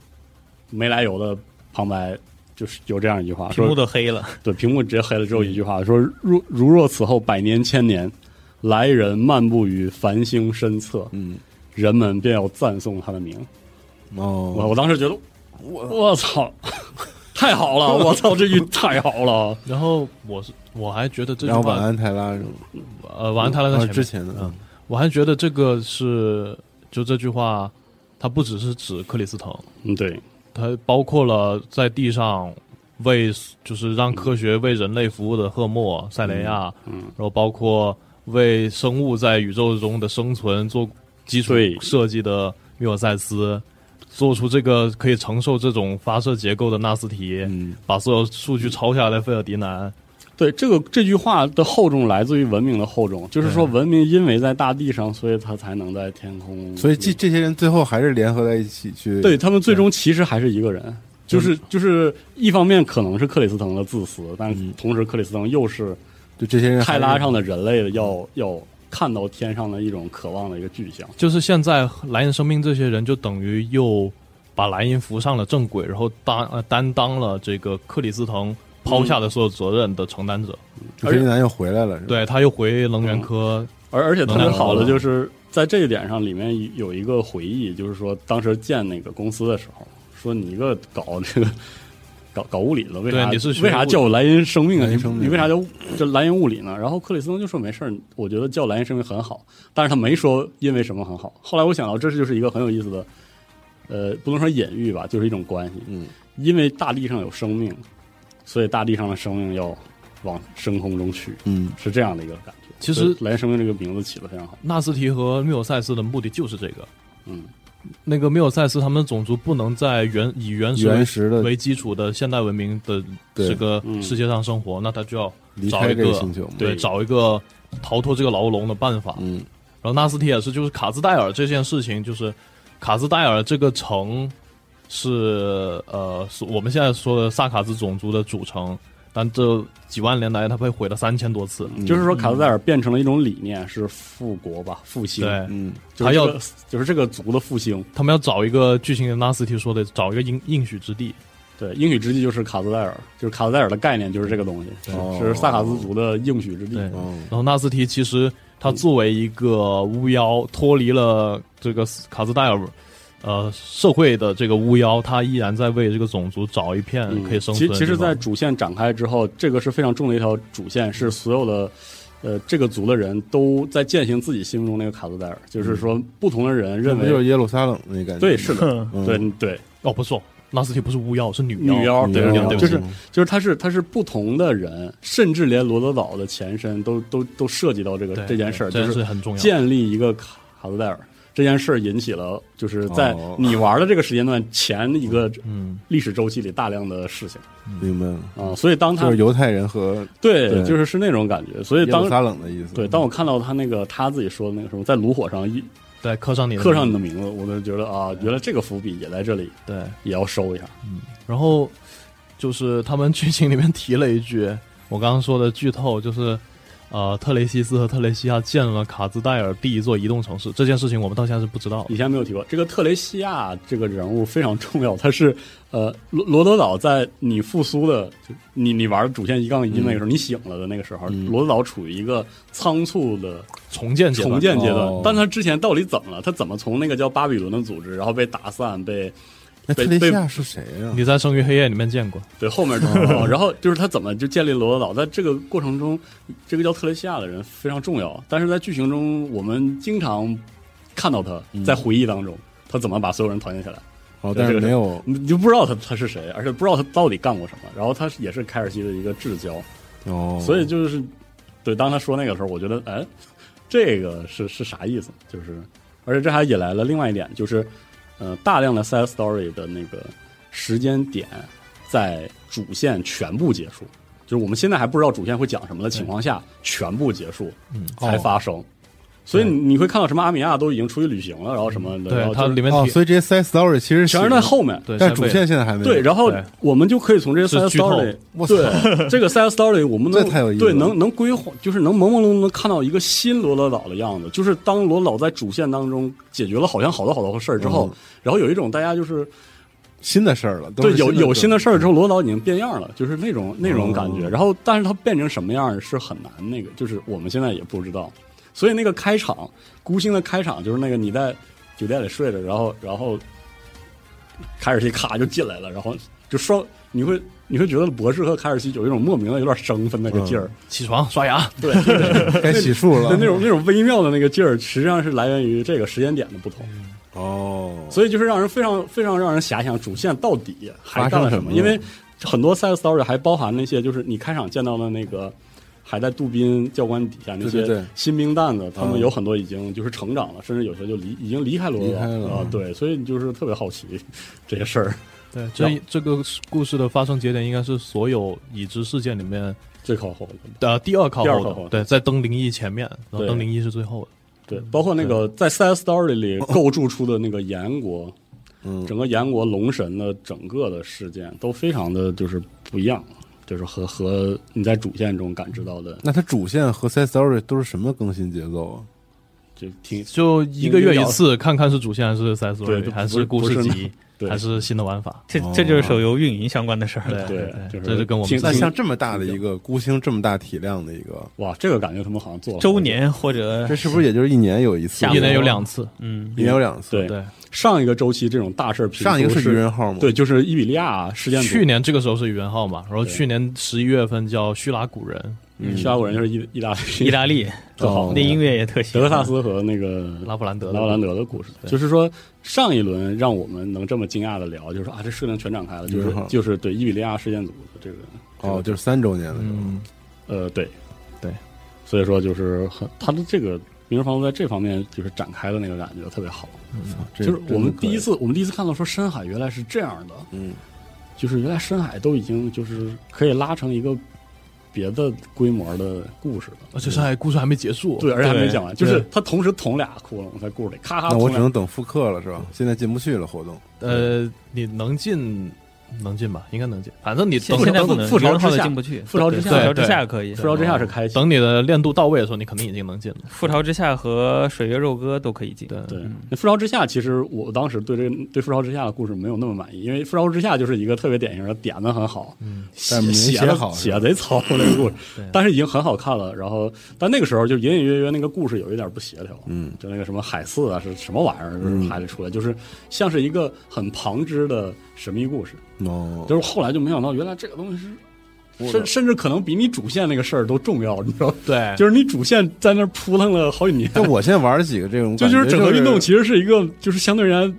Speaker 2: 没来由的旁白就是有这样一句话，
Speaker 5: 屏
Speaker 2: 说
Speaker 5: 幕都黑了，
Speaker 2: 对，屏幕直接黑了之后一句话说：“若如若此后百年千年，来人漫步于繁星身侧，
Speaker 4: 嗯
Speaker 2: 人们便要赞颂他的名。我
Speaker 4: 哦，
Speaker 2: 我当时觉得，我我操，太好了！我操，这句太好了。
Speaker 3: 然后我是我还觉得这句
Speaker 4: 然后晚
Speaker 3: 话，
Speaker 4: 安泰拉是吗？
Speaker 3: 呃，晚安泰拉在
Speaker 4: 啊
Speaker 3: 前面
Speaker 4: 之前的嗯
Speaker 3: 我还觉得这个是就这句话，它不只是指克里斯滕，
Speaker 2: 嗯，对，
Speaker 3: 它包括了在地上为就是让科学为人类服务的赫默、塞雷亚，
Speaker 2: 嗯
Speaker 3: 然后包括为生物在宇宙中的生存做基础
Speaker 2: 对
Speaker 3: 设计的缪尔塞斯，做出这个可以承受这种发射结构的纳斯提，
Speaker 4: 嗯
Speaker 3: 把所有数据抄下来，费尔迪南，
Speaker 2: 对，这个这句话的厚重来自于文明的厚重，就是说文明因为在大地上，所以它才能在天空。
Speaker 4: 嗯所以这这些人最后还是联合在一起去
Speaker 2: 对他们最终其实还是一个人，就是就是一方面可能是克里斯滕的自私，但
Speaker 4: 嗯
Speaker 2: 同时克里斯滕又是。
Speaker 4: 就这些人还
Speaker 2: 泰
Speaker 4: 是
Speaker 2: 拉上的人类的要要看到天上的一种渴望的一个具象。
Speaker 3: 就是现在莱茵生命这些人就等于又把莱茵扶上了正轨，然后担呃担当了这个克里斯滕抛下的所有责任的承担者。
Speaker 4: 这些男又回来了，是吧，
Speaker 3: 对他又回能
Speaker 4: 嗯
Speaker 3: 源科，
Speaker 2: 而而且特别
Speaker 3: 能
Speaker 2: 好
Speaker 3: 量
Speaker 2: 的
Speaker 3: 的
Speaker 2: 就是在这一点上，里面有一个回忆，就是说当时建那个公司的时候，说你一个搞这个搞搞物理的，为啥
Speaker 3: 对你是学
Speaker 2: 为啥叫莱茵生命啊？
Speaker 4: 莱
Speaker 2: 你
Speaker 4: 茵生命
Speaker 2: 你为啥叫这莱茵物理呢？然后克里斯滕就说没事儿，我觉得叫莱茵生命很好，但是他没说因为什么很好。后来我想到，这就是一个很有意思的，呃，不能说隐喻吧，就是一种关系。
Speaker 4: 嗯，
Speaker 2: 因为大地上有生命，所以大地上的生命要往深空中去，
Speaker 4: 嗯
Speaker 2: 是这样的一个感觉。
Speaker 3: 其
Speaker 2: 所
Speaker 3: 实
Speaker 2: 以“蓝生命”这个名字起的非常好。
Speaker 3: 纳斯提和缪尔塞斯的目的就是这个。
Speaker 2: 嗯，
Speaker 3: 那个缪尔塞斯他们种族不能在原以原始
Speaker 4: 原石的
Speaker 3: 为基础的现代文明的
Speaker 4: 对
Speaker 3: 这个
Speaker 2: 嗯
Speaker 3: 世界上生活，那他就要
Speaker 4: 离
Speaker 3: 找
Speaker 4: 开
Speaker 3: 一
Speaker 4: 这个
Speaker 3: 个
Speaker 4: 星球嘛，
Speaker 2: 对
Speaker 3: 对找一个逃脱这个牢笼的办法。
Speaker 4: 嗯
Speaker 3: 然后纳斯提也是，就是卡兹戴尔这件事情，就是卡兹戴尔这个城是呃，是我们现在说的萨卡兹种族的主城，但这几万年来它被毁了三千多次。
Speaker 2: 就是说，卡斯戴尔变成了一种理念，是复国吧，复兴。
Speaker 3: 对，
Speaker 4: 嗯，
Speaker 2: 就是
Speaker 3: 他
Speaker 2: 这
Speaker 3: 要
Speaker 2: 个、就是这个族的复兴。
Speaker 3: 他们要找一个剧情里纳斯提说的，找一个应应许之地。
Speaker 2: 对，应许之地就是卡斯戴尔，就是卡斯戴尔的概念就是这个东西，
Speaker 4: 哦
Speaker 2: 是萨卡斯族的应许之地。嗯
Speaker 3: 对
Speaker 4: 哦
Speaker 3: 然后纳斯提其实他作为一个嗯巫妖，脱离了这个卡兹戴尔。呃，社会的这个巫妖，他依然在为这个种族找一片
Speaker 2: 嗯
Speaker 3: 可以生
Speaker 2: 其
Speaker 3: 存
Speaker 2: 实
Speaker 3: 的地方。
Speaker 2: 其实，在主线展开之后，这个是非常重的一条主线，是所有的呃这个族的人都在践行自己心目中那个卡斯戴尔，就是
Speaker 3: 嗯
Speaker 2: 说不同的人
Speaker 4: 这
Speaker 2: 认
Speaker 4: 不就是
Speaker 2: 为
Speaker 4: 耶路撒冷那感觉？
Speaker 2: 对是的，
Speaker 5: 哼，
Speaker 4: 嗯
Speaker 2: 对对
Speaker 3: 哦，不是，纳斯提不是巫妖，是女
Speaker 2: 女妖
Speaker 4: 女
Speaker 2: 对
Speaker 4: 妖
Speaker 2: 对
Speaker 3: 对
Speaker 2: 就是
Speaker 4: 不起
Speaker 2: 就是他是他是不同的人，甚至连罗德岛的前身都都都涉及到这个
Speaker 3: 对
Speaker 2: 这件事儿，
Speaker 3: 这
Speaker 2: 就
Speaker 3: 件
Speaker 2: 是
Speaker 3: 事很重要。
Speaker 2: 建立一个卡卡斯戴尔。这件事儿引起了，就是在
Speaker 4: 哦
Speaker 2: 你玩的这个时间段前一个
Speaker 3: 嗯，
Speaker 2: 历史周期里大量的事情
Speaker 4: 嗯明白了，
Speaker 2: 啊，所以当他
Speaker 4: 就是犹太人和
Speaker 2: 对，
Speaker 4: 对
Speaker 2: 就是是那种感觉，所
Speaker 4: 耶
Speaker 2: 以
Speaker 4: 路
Speaker 2: 当
Speaker 4: 撒冷的意思。
Speaker 2: 对，当我看到他那个他自己说的那个什么，在炉火上一
Speaker 3: 对，刻上你的
Speaker 2: 刻上
Speaker 3: 名
Speaker 2: 你的名字，我就觉得啊，原来这个伏笔也在这里，
Speaker 3: 字对，
Speaker 2: 也要收一下。
Speaker 3: 然后就是他们剧情里面提了一句，我刚刚说的剧透，就是呃，特雷西斯和特雷西亚建了卡兹戴尔第一座移动城市这件事情，我们到现在是不知道的。
Speaker 2: 以前没有提过。这个特雷西亚这个人物非常重要，他是呃罗罗德岛在你复苏的，就你你玩主线一杠一那个时候，你醒了的那个时候，
Speaker 4: 嗯
Speaker 2: 罗德岛处于一个仓促的
Speaker 3: 重建阶段
Speaker 2: 重建阶段。
Speaker 4: 哦
Speaker 2: 但他之前到底怎么了？他怎么从那个叫巴比伦的组织，然后被打散，被
Speaker 4: 那特
Speaker 2: 被
Speaker 4: 雷西
Speaker 2: 被
Speaker 4: 亚是谁啊呀、
Speaker 3: 你在《生于黑夜》里面见过，
Speaker 2: 对后面然后就是他怎么就建立罗德岛？在这个过程中，这个叫特雷西亚的人非常重要，但是在剧情中我们经常看到他在回忆当中，他怎么把所有人团结起来。
Speaker 4: 哦，但是没有
Speaker 2: 你就不知道他他是谁，而且不知道他到底干过什么。然后他也是凯尔西的一个至交，
Speaker 4: 哦，
Speaker 2: 所以就是对当他说那个时候，我觉得哎，这个是是啥意思？就是而且这还引来了另外一点，就是呃，大量的 side story 的那个时间点在主线全部结束，就是我们现在还不知道主线会讲什么的情况下，全部结束
Speaker 3: 嗯哦
Speaker 2: 才发生。所以你你会看到什么阿米亚都已经出去旅行了，然后什么的，然
Speaker 3: 嗯对
Speaker 2: 后
Speaker 3: 它
Speaker 2: 就是
Speaker 3: 里面
Speaker 4: 哦，
Speaker 3: 提
Speaker 4: 所以这些 side story 其实
Speaker 2: 全是在后面，
Speaker 3: 对
Speaker 4: 但
Speaker 3: 是
Speaker 4: 主线现在还没有
Speaker 2: 对，然后
Speaker 3: 对
Speaker 2: 我们就可以从这些
Speaker 3: 是
Speaker 2: side
Speaker 3: 剧透
Speaker 2: story，
Speaker 4: 我操
Speaker 2: 对这个 side story，我们能
Speaker 4: <laughs> 这太有意思了
Speaker 2: 对能能规划，就是能朦朦胧胧的看到一个新罗德岛的样子。就是当罗德岛在主线当中解决了好像好多好多事儿之后，
Speaker 4: 嗯
Speaker 2: 然后有一种大家就是
Speaker 4: 新的事儿了，都
Speaker 2: 对
Speaker 4: 是
Speaker 2: 有有新
Speaker 4: 的
Speaker 2: 的事儿之后，罗德岛已经变样了，就是那种那种感觉。
Speaker 4: 哦
Speaker 2: 然后，但是它变成什么样儿是很难那个，就是我们现在也不知道。所以那个开场，孤星的开场就是那个你在酒店里睡着，然后然后凯尔西咔就进来了，然后就双你会你会觉得博士和凯尔西有一种莫名的有点生分那个劲儿，
Speaker 3: 起
Speaker 2: <laughs>
Speaker 3: 床刷牙，
Speaker 2: 对，对
Speaker 4: 该洗漱了
Speaker 2: 对那种那种微妙的那个劲儿，实际上是来源于这个时间点的不同。
Speaker 4: 哦，
Speaker 2: 所以就是让人非常非常让人遐想，主线到底还干了什
Speaker 4: 发生了什
Speaker 2: 么？
Speaker 4: 么
Speaker 2: 因为很多 side story 还包含那些，就是你开场见到的那个还在杜宾教官底下那
Speaker 4: 对对对
Speaker 2: 些新兵蛋子，他们
Speaker 4: 嗯
Speaker 2: 有很多已经就是成长了，甚至有些就离已经离开罗德岛
Speaker 4: 离开了
Speaker 2: 啊。对，所以你就是特别好奇这些事
Speaker 4: <laughs>
Speaker 2: 儿
Speaker 3: 对，这这个故事的发生节点应该是所有已知事件里面
Speaker 2: 最靠后的。
Speaker 3: 的第二靠
Speaker 2: 第二
Speaker 3: 后
Speaker 2: 靠
Speaker 3: 的，
Speaker 2: 后的
Speaker 3: 对，在登灵一前面，然后
Speaker 2: 对
Speaker 3: 登灵一是最后的。
Speaker 2: 对，
Speaker 4: 嗯
Speaker 2: 包括那个在 side story 里构筑出的那个炎国，
Speaker 4: 嗯，
Speaker 2: 整个炎国龙神的整个的事件都非常的就是不一样，就是和和你在主线中感知到的
Speaker 4: 那它主线和 side story 都是什么更新节奏啊？
Speaker 2: 就挺
Speaker 3: 就一个月一次，看看是主线还是 s
Speaker 2: 对
Speaker 3: story，
Speaker 2: 就不
Speaker 3: 还故事
Speaker 2: 不是
Speaker 3: 集，
Speaker 2: 对
Speaker 3: 还是新的玩法。
Speaker 5: 这这就是手游运营相关的事儿了。
Speaker 2: 对就是
Speaker 3: 对，这就跟我们
Speaker 2: 挺
Speaker 4: 那
Speaker 3: 自己
Speaker 4: 像这么大的一个孤星，这么大体量的一个，
Speaker 2: 哇，这个感觉他们好像做了好久
Speaker 5: 周。年或者
Speaker 4: 这是不是也就是一年有一次？
Speaker 3: 一年有两次，
Speaker 5: 嗯，
Speaker 4: 一年有两次。
Speaker 2: 对
Speaker 3: 对，
Speaker 2: 上一个周期这种大事儿频出，
Speaker 4: 上一个是愚人号吗？
Speaker 2: 对，，就是伊比利亚事件组，
Speaker 3: 去年这个时候是元昊嘛，然后
Speaker 2: 对
Speaker 3: 去年十一月份叫叙拉古人、
Speaker 2: 嗯，希腊人就是意意大利、
Speaker 5: 意大利
Speaker 2: 特好
Speaker 4: 哦
Speaker 5: 那音乐也特行，
Speaker 2: 德克萨斯和那个
Speaker 3: <laughs> 拉普兰德的
Speaker 2: 拉布兰德的故事。
Speaker 3: 对
Speaker 2: 就是说，上一轮让我们能这么惊讶的聊，就是说啊，这事情全展开了，就
Speaker 4: 愚
Speaker 2: 是
Speaker 4: 人号
Speaker 2: 就是对伊比利亚事件组的这个
Speaker 4: 哦，就是三周年的时候。
Speaker 3: 嗯，
Speaker 2: 呃，对
Speaker 3: 对，
Speaker 2: 所以说就是很他的这个。明日方舟在这方面就是展开的那个感觉特别好，
Speaker 4: 这
Speaker 2: 就是我们第一，
Speaker 4: 这
Speaker 2: 次我们第一次看到说深海原来是这样的，
Speaker 4: 可以嗯，
Speaker 2: 就是原来深海都已经就是可以拉成一个别的规模的故事了，
Speaker 3: 而且上海故事还没结束，
Speaker 2: 对，而且还没
Speaker 5: 对
Speaker 2: 讲完，就是他同时捅俩窟窿在故事里，咔咔
Speaker 4: 那我
Speaker 2: 捅
Speaker 4: 只
Speaker 2: 俩
Speaker 4: 能，等复刻了，是吧？现在进不去了，活动。
Speaker 3: 呃，你能进能进吧，应该能进，反正你
Speaker 5: 现
Speaker 3: 等
Speaker 5: 现在
Speaker 3: 等
Speaker 5: 不能，
Speaker 2: 复仇之
Speaker 5: 元昊的
Speaker 2: 下
Speaker 5: 进不去，
Speaker 2: 覆巢之下
Speaker 5: 对覆巢之
Speaker 3: 对
Speaker 5: 下可以，
Speaker 2: 复仇之下是开启，
Speaker 3: 等你的练度到位的时候，你肯定已经能进
Speaker 2: 嗯
Speaker 3: 了。
Speaker 5: 复仇之下和水月肉鸽都可以进。
Speaker 3: 对
Speaker 2: 对，
Speaker 4: 嗯
Speaker 2: 嗯那复仇之下其实我当时对这个对复仇之下的故事没有那么满意，因为复仇之下就是一个特别典型的点子很好，
Speaker 3: 嗯，
Speaker 2: 写
Speaker 4: 但没
Speaker 2: 写
Speaker 4: 写
Speaker 2: 得
Speaker 4: 好是
Speaker 2: 写
Speaker 4: 吧
Speaker 2: 得贼糙那个故事
Speaker 3: 对，
Speaker 2: 但是已经很好看了。然后，但那个时候就隐隐约约那个故事有一点不协调，
Speaker 4: 嗯，
Speaker 2: 就那个什么海四啊是什么玩意儿，就是
Speaker 4: 嗯
Speaker 2: 海里出来，就是像是一个很旁支的神秘故事。
Speaker 4: 哦，
Speaker 2: 就是后来就没想到，原来这个东西是，
Speaker 4: 我
Speaker 2: 甚甚至可能比你主线那个事儿都重要，你知道吗？
Speaker 3: 对，
Speaker 2: 就是你主线在那儿扑腾了好几年，
Speaker 4: 但我现在玩了几个这种
Speaker 2: <laughs> 就
Speaker 4: 感
Speaker 2: 就
Speaker 4: 觉，
Speaker 2: 是整个运动
Speaker 4: 就
Speaker 2: 其实是一个就是相对而言，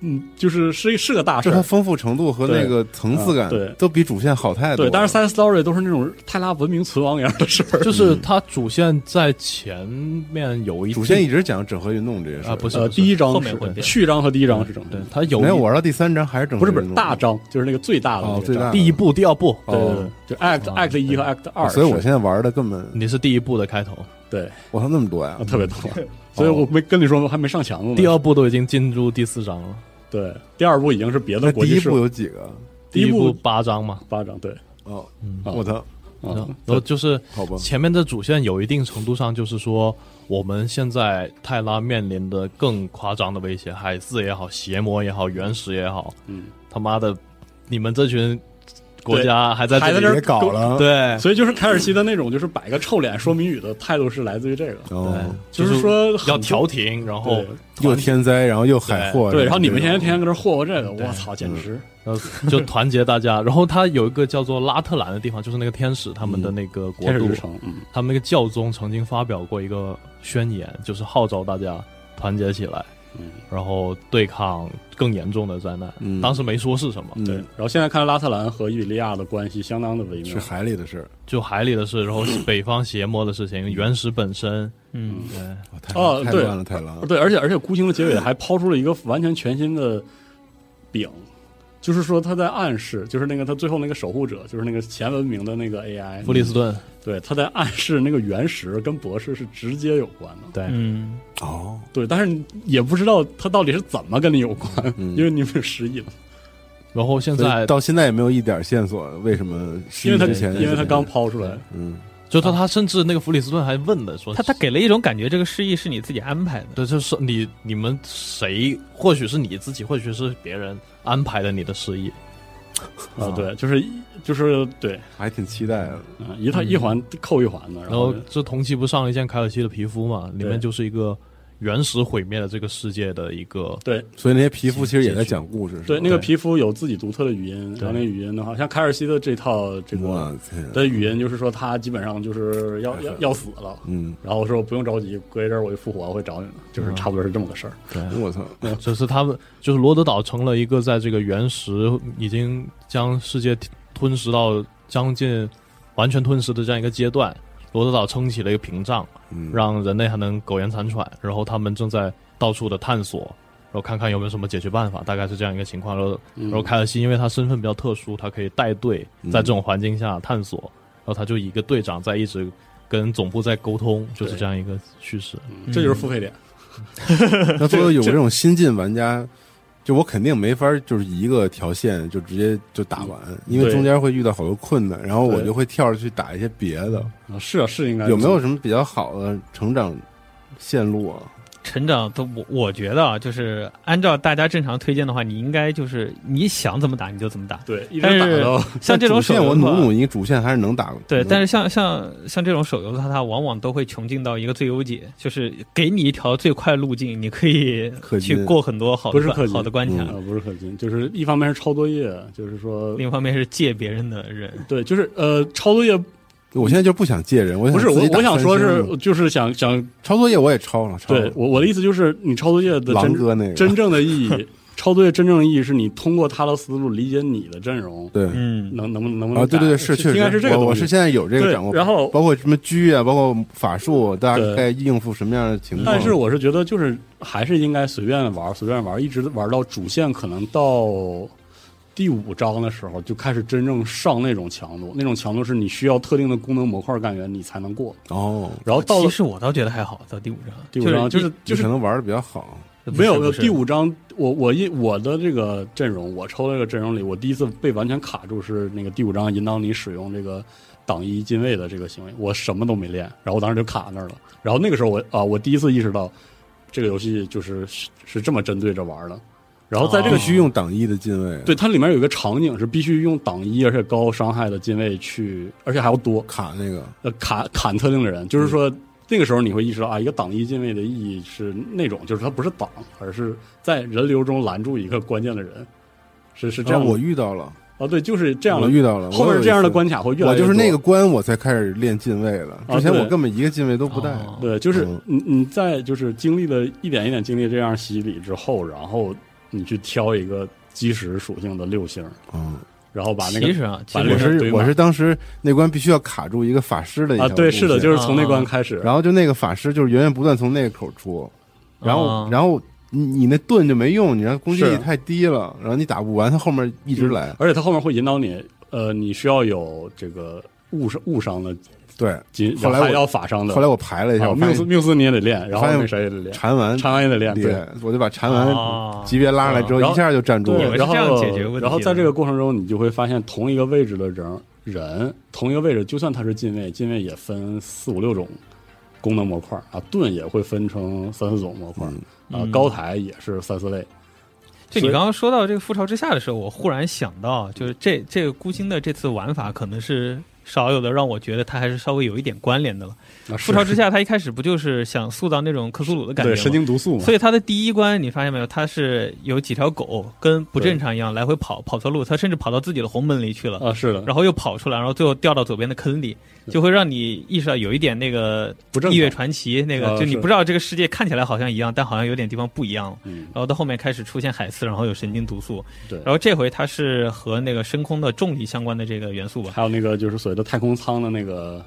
Speaker 2: 嗯，就是是是个大事
Speaker 4: 是它
Speaker 2: 儿。
Speaker 4: 丰富程度和那个层次感，
Speaker 2: 对啊对
Speaker 4: 都比主线好太多
Speaker 2: 对，
Speaker 4: 了。
Speaker 2: 但是 side story 都是那种泰拉文明存亡一样的事儿。
Speaker 3: 就是它主线在前面有一
Speaker 4: 主线一直讲整合运动这些事
Speaker 3: 啊，
Speaker 4: 儿
Speaker 3: 不是
Speaker 2: 呃，
Speaker 3: 不是
Speaker 2: 第一章
Speaker 5: 后面
Speaker 2: 是
Speaker 5: 会变
Speaker 2: 序章和第一章是整合
Speaker 3: 对，它有
Speaker 4: 没有
Speaker 3: 一
Speaker 4: 玩到第三章还是整
Speaker 2: 不
Speaker 4: 合
Speaker 2: 是不
Speaker 4: 运
Speaker 2: 是
Speaker 4: 动
Speaker 2: 大章，就是那个最大的那
Speaker 4: 嗯哦
Speaker 2: 个
Speaker 4: 最大
Speaker 2: 章
Speaker 4: 的
Speaker 3: 第一部、第二部，
Speaker 2: 对对对
Speaker 4: 哦，
Speaker 2: 就 act
Speaker 3: 啊
Speaker 2: act 一和 act 二
Speaker 4: 啊
Speaker 2: 是，
Speaker 4: 所以我现在玩的根本
Speaker 3: 你是第一部的开头，
Speaker 2: 对
Speaker 4: 我操那么多呀
Speaker 2: 啊！特别多，
Speaker 4: 嗯
Speaker 2: <laughs> 所以
Speaker 4: 哦
Speaker 2: 我没跟你说还没上墙呢。
Speaker 3: 第二部都已经进入第四章了，
Speaker 2: 对第二部已经是别
Speaker 4: <laughs> 那
Speaker 2: 的国
Speaker 4: 第
Speaker 2: 际
Speaker 4: 一
Speaker 2: 事
Speaker 4: 部
Speaker 2: 务，
Speaker 4: 有几个？
Speaker 2: 第一
Speaker 3: 一
Speaker 2: 部
Speaker 3: 部八章嘛，
Speaker 2: 八章对，
Speaker 4: 哦，
Speaker 2: 啊
Speaker 4: 我操！
Speaker 2: 啊
Speaker 3: 然后就是
Speaker 4: 好吧，
Speaker 3: 前面的主线有一定程度上就是说，我们现在泰拉面临的更夸张的威胁，海字也好，邪魔也好，原始也好，
Speaker 2: 嗯，
Speaker 3: 他妈的，你们这群国家还在这里
Speaker 4: 别搞
Speaker 2: <laughs>
Speaker 4: 了，
Speaker 3: 对，
Speaker 2: 嗯所以就是凯尔西的那种，就是摆个臭脸说明语的态度是来自于这个，
Speaker 4: 哦，
Speaker 2: 就
Speaker 3: 就是
Speaker 2: 说很
Speaker 3: 要调停，然后
Speaker 2: 对
Speaker 4: 又天灾，然后又海祸，
Speaker 2: 对，然后你们
Speaker 4: 这
Speaker 2: 天
Speaker 4: 种
Speaker 2: 天天天搁这霍霍这个，我操，简直
Speaker 3: 呃就团结大家。然后他有一个叫做拉特兰的地方，就是那个天使他们的那个国
Speaker 2: 天使
Speaker 3: 度
Speaker 2: 之，城，嗯，
Speaker 3: 他们那个教宗曾经发表过一个宣言，就是号召大家团结起来，
Speaker 2: 嗯，
Speaker 3: 然后对抗更严重的灾难。
Speaker 4: 嗯
Speaker 3: 当时没说是什么，
Speaker 4: 嗯
Speaker 2: 对。然后现在看拉特兰和伊比利亚的关系相当的微
Speaker 4: 是
Speaker 2: 妙，
Speaker 4: 海里的事儿，
Speaker 3: 就海里的事，然后北方邪魔的事情，原始本身，
Speaker 5: 嗯，
Speaker 3: 对，
Speaker 4: 哇太
Speaker 2: 哦
Speaker 4: 太
Speaker 2: 对
Speaker 4: 乱了，太乱了，
Speaker 2: 对，而且而且孤星的结尾还抛出了一个完全全新的饼，就是说他在暗示，就是那个他最后那个守护者，就是那个前文明的那个 AI
Speaker 3: 弗里斯顿，
Speaker 2: 对，他在暗示那个原石跟博士是直接有关的，
Speaker 3: 对，
Speaker 5: 嗯，
Speaker 4: 哦，
Speaker 2: 对，但是也不知道他到底是怎么跟你有关，
Speaker 4: 嗯
Speaker 2: 因为你们失忆了，
Speaker 3: 然后现
Speaker 4: 所以
Speaker 3: 在
Speaker 4: 到现在也没有一点线索，为什么失忆
Speaker 2: 因为他
Speaker 4: 之前？
Speaker 2: 因为他刚抛出来，
Speaker 4: 嗯，
Speaker 3: 就他他甚至那个弗里斯顿还问了说，
Speaker 5: 他他给了一种感觉，这个失忆是你自己安排的。
Speaker 3: 对，就是你你们谁，或许是你自己，或许是别人安排的你的失忆，
Speaker 2: 啊、对，就是就是对，
Speaker 4: 还挺期待的，
Speaker 2: 嗯、一套一环扣一环的，然
Speaker 3: 然后
Speaker 5: 哦
Speaker 2: 后
Speaker 3: 这同期不上了一件凯尔西的皮肤嘛，里面就是一个原始毁灭了这个世界的一个，
Speaker 2: 对
Speaker 4: 所以那些皮肤其实也在讲故事，是吧
Speaker 2: 对，那个皮肤有自己独特的语音，然后那个语音的话，像凯尔西的这套这
Speaker 4: 哇
Speaker 2: 个
Speaker 4: 天啊，
Speaker 2: 的语音，就是说他基本上就是要要要死了。
Speaker 4: 嗯，
Speaker 2: 然后说不用着急，过一阵儿我就复活，我会找你的，
Speaker 5: 嗯
Speaker 2: 就是差不多是这么个事儿。
Speaker 4: 我操，
Speaker 3: 就是他们就是罗德岛成了一个在这个原石已经将世界吞噬到将近完全吞噬的这样一个阶段，罗德岛撑起了一个屏障，
Speaker 4: 嗯，
Speaker 3: 让人类还能苟延残喘，然后他们正在到处的探索，然后看看有没有什么解决办法，大概是这样一个情况。然后，然后凯尔西因为他身份比较特殊，他可以带队
Speaker 4: 嗯
Speaker 3: 在这种环境下探索，然后他就以一个队长在一直跟总部在沟通，就是这样一个叙事。
Speaker 5: 嗯
Speaker 2: 这就是付费点，
Speaker 4: 那作为有这种新进玩家，就我肯定没法儿就是一个条线就直接就打完，因为
Speaker 2: 对
Speaker 4: 中间会遇到好多困难，然后我
Speaker 2: 对
Speaker 4: 就会跳着去打一些别的。
Speaker 2: 啊是啊是应该。
Speaker 4: 有没有什么比较好的成长线路啊？
Speaker 5: 成长都我我觉得啊，就是按照大家正常推荐的话，你应该就是你想怎么打你就怎么打
Speaker 2: 对一
Speaker 5: 但
Speaker 2: 直打
Speaker 5: 是
Speaker 2: 到 <laughs>
Speaker 5: 像这种
Speaker 4: 主
Speaker 5: 手
Speaker 4: 线
Speaker 5: 游
Speaker 4: 我
Speaker 5: 的
Speaker 4: 努
Speaker 5: 话
Speaker 4: 努你主线还是能打。
Speaker 2: 嗯
Speaker 4: 嗯
Speaker 5: 对，但
Speaker 4: 是
Speaker 5: 是像像像这种手游的话，它往往都会穷尽到一个最优解，就是给你一条最快路径，你可以
Speaker 4: 氪金
Speaker 5: 去过很多好
Speaker 2: 不
Speaker 5: 的
Speaker 2: 是氪
Speaker 5: 关
Speaker 2: 金
Speaker 5: 好的关卡。
Speaker 2: 啊，不是氪金，就是一方面是抄作业，就是说，
Speaker 5: 另一方面是借别人的人，
Speaker 2: 对，就是呃，抄作业
Speaker 4: 我现在就不想借人，我
Speaker 2: 不
Speaker 4: 想
Speaker 2: 是我
Speaker 4: 自己，打
Speaker 2: 我想
Speaker 4: 三
Speaker 2: 说
Speaker 4: 星
Speaker 2: 是
Speaker 4: 了
Speaker 2: 就是想想，
Speaker 4: 抄作业我也抄了，抄
Speaker 2: 对
Speaker 4: 了
Speaker 2: 我我的意思就是，你抄作业的
Speaker 4: 狼
Speaker 2: 真
Speaker 4: 哥那个
Speaker 2: 真正的意义，抄作业真正的意义是你通过他的思路理解你的阵容，
Speaker 4: 对。
Speaker 5: 嗯，
Speaker 2: 能能不能不能
Speaker 4: 啊，对对
Speaker 2: 打
Speaker 4: 对，是确实，
Speaker 2: 应该是这个
Speaker 4: 我
Speaker 2: 东
Speaker 4: 我
Speaker 2: 西
Speaker 4: 是现在有这个
Speaker 2: 对
Speaker 4: 掌握，
Speaker 2: 然后
Speaker 4: 包括什么狙啊，包括法术，大家
Speaker 2: 对
Speaker 4: 该应付什么样的情况？
Speaker 2: 但是我是觉得，就是还是应该随便玩，随便玩，一直玩到主线可能到第五章的时候，就开始真正上那种强度。那种强度是你需要特定的功能模块干员你才能过，
Speaker 4: 哦，
Speaker 2: 然后到
Speaker 5: 其
Speaker 2: 了
Speaker 5: 实我倒觉得还好，到第五章，
Speaker 2: 第五章
Speaker 5: 就是
Speaker 2: 就是
Speaker 4: 就
Speaker 2: 就是
Speaker 4: 可能玩的比较好，
Speaker 5: 一
Speaker 2: 没
Speaker 5: 不
Speaker 2: 有
Speaker 5: 是不是
Speaker 2: 第五章，我我一我的这个阵容，我抽的这个阵容里，我第一次被完全卡住是那个第五章引导你使用这个挡一进位的这个行为，我什么都没练，然后我当时就卡那儿了。然后那个时候我啊，我第一次意识到这个游戏就是是是这么针对着玩的。然后
Speaker 5: 哦
Speaker 2: 在这个
Speaker 4: 啊必
Speaker 2: 区、
Speaker 4: 须用挡一的进位，
Speaker 2: 对它里面有一个场景是必须用挡一而且高伤害的进位去，而且还要多
Speaker 4: 卡那个，
Speaker 2: 呃砍砍特定的人，
Speaker 4: 嗯
Speaker 2: 就是说、那个时候你会意识到啊，一个挡一进位的意义是那种，就是它不是挡，而是在人流中拦住一个关键的人，是是这样
Speaker 4: 啊
Speaker 2: 的。
Speaker 4: 我遇到了，
Speaker 2: 啊，对，就是这样
Speaker 4: 我
Speaker 2: 的。
Speaker 4: 遇到了，
Speaker 2: 后
Speaker 4: 我有
Speaker 2: 面
Speaker 4: 一
Speaker 2: 这样的
Speaker 4: 次，
Speaker 2: 关卡会越来
Speaker 4: 我
Speaker 2: 越
Speaker 4: 就是那
Speaker 2: 多
Speaker 4: 个关我才开始练进位了，
Speaker 2: 啊
Speaker 4: 之前
Speaker 2: 对啊
Speaker 4: 我根本一个进位都不带，
Speaker 5: 哦
Speaker 2: 对，就是
Speaker 4: 嗯
Speaker 2: 你你在就是经历了一点一点经历这样洗礼之后，然后你去挑一个基石属性的六星，
Speaker 4: 嗯，
Speaker 2: 然后把那
Speaker 5: 其
Speaker 2: 个
Speaker 5: 实啊，其
Speaker 2: 把
Speaker 5: 实
Speaker 4: 我
Speaker 2: 那个
Speaker 4: 是
Speaker 2: 堆
Speaker 4: 我
Speaker 2: 满
Speaker 4: 是当时那关必须要卡住一个法师的一
Speaker 2: 啊，
Speaker 4: 条
Speaker 2: 对，
Speaker 4: 路
Speaker 2: 是的，
Speaker 4: 线
Speaker 2: 就是从那
Speaker 5: 啊
Speaker 2: 关开始，
Speaker 4: 然后就那个法师就是源源不断从那个口出，然后
Speaker 5: 啊
Speaker 4: 然后你你那盾就没用，你让攻击力
Speaker 2: 是
Speaker 4: 太低了，然后你打不完，他后面一直来，
Speaker 2: 嗯而且它后面会引导你，呃，你需要有这个误伤误伤的
Speaker 4: 对，
Speaker 2: 金，
Speaker 4: 后来我
Speaker 2: 还要法伤的，
Speaker 4: 后来我排了一下，
Speaker 2: 啊
Speaker 4: 我
Speaker 2: 缪
Speaker 4: 发
Speaker 2: 斯
Speaker 4: 现
Speaker 2: 缪斯你也得练，然后
Speaker 4: 发现
Speaker 2: 那谁也得练，
Speaker 4: 禅完
Speaker 2: 长安也得练，
Speaker 4: 厉
Speaker 2: 对。
Speaker 4: 害，我就把禅完
Speaker 5: 啊，
Speaker 4: 级别拉上来之
Speaker 2: 啊然后
Speaker 4: 后，一下就站住
Speaker 5: 以
Speaker 4: 了
Speaker 5: 为是。
Speaker 2: 然
Speaker 5: 这样
Speaker 2: 后
Speaker 5: 解决问题的
Speaker 2: 然后在这个过程中，你就会发现同一个位置的人，人，同一个位置，就算他是近卫，近卫也分四五六种功能模块儿啊，盾也会分成三四种模块儿、啊，
Speaker 5: 嗯
Speaker 2: 高台也是三四类，所
Speaker 5: 就你
Speaker 2: 以
Speaker 5: 刚刚说到这个覆巢之下的时候，我忽然想到，就是这这个孤星的这次玩法，可能是少有的让我觉得它还是稍微有一点关联的了。
Speaker 2: 啊，
Speaker 5: 覆巢之下，它一开始不就是想塑造那种克苏鲁的感
Speaker 2: 对
Speaker 5: 觉
Speaker 2: 神
Speaker 5: 吗？
Speaker 2: 经毒素嘛，
Speaker 5: 所以它的第一关，你发现没有？它是有几条狗跟不正常一样来回跑，跑错路，它甚至跑到自己的红门里去了。
Speaker 2: 啊是的，
Speaker 5: 然后又跑出来，然后最后掉到左边的坑里，就会让你意识到有一点那个
Speaker 2: 嗯不正
Speaker 5: 《
Speaker 2: 常
Speaker 5: 异月传奇》那个，
Speaker 2: 啊
Speaker 5: 就你
Speaker 2: 是
Speaker 5: 不知道这个世界看起来好像一样，但好像有点地方不一样。
Speaker 2: 嗯
Speaker 5: 然后到后面开始出现海丝，然后有神经毒素。
Speaker 2: 对
Speaker 5: 然后这回它是和那个深空的重力相关的这个元素吧？
Speaker 2: 还有那个就是所谓的太空舱的那个，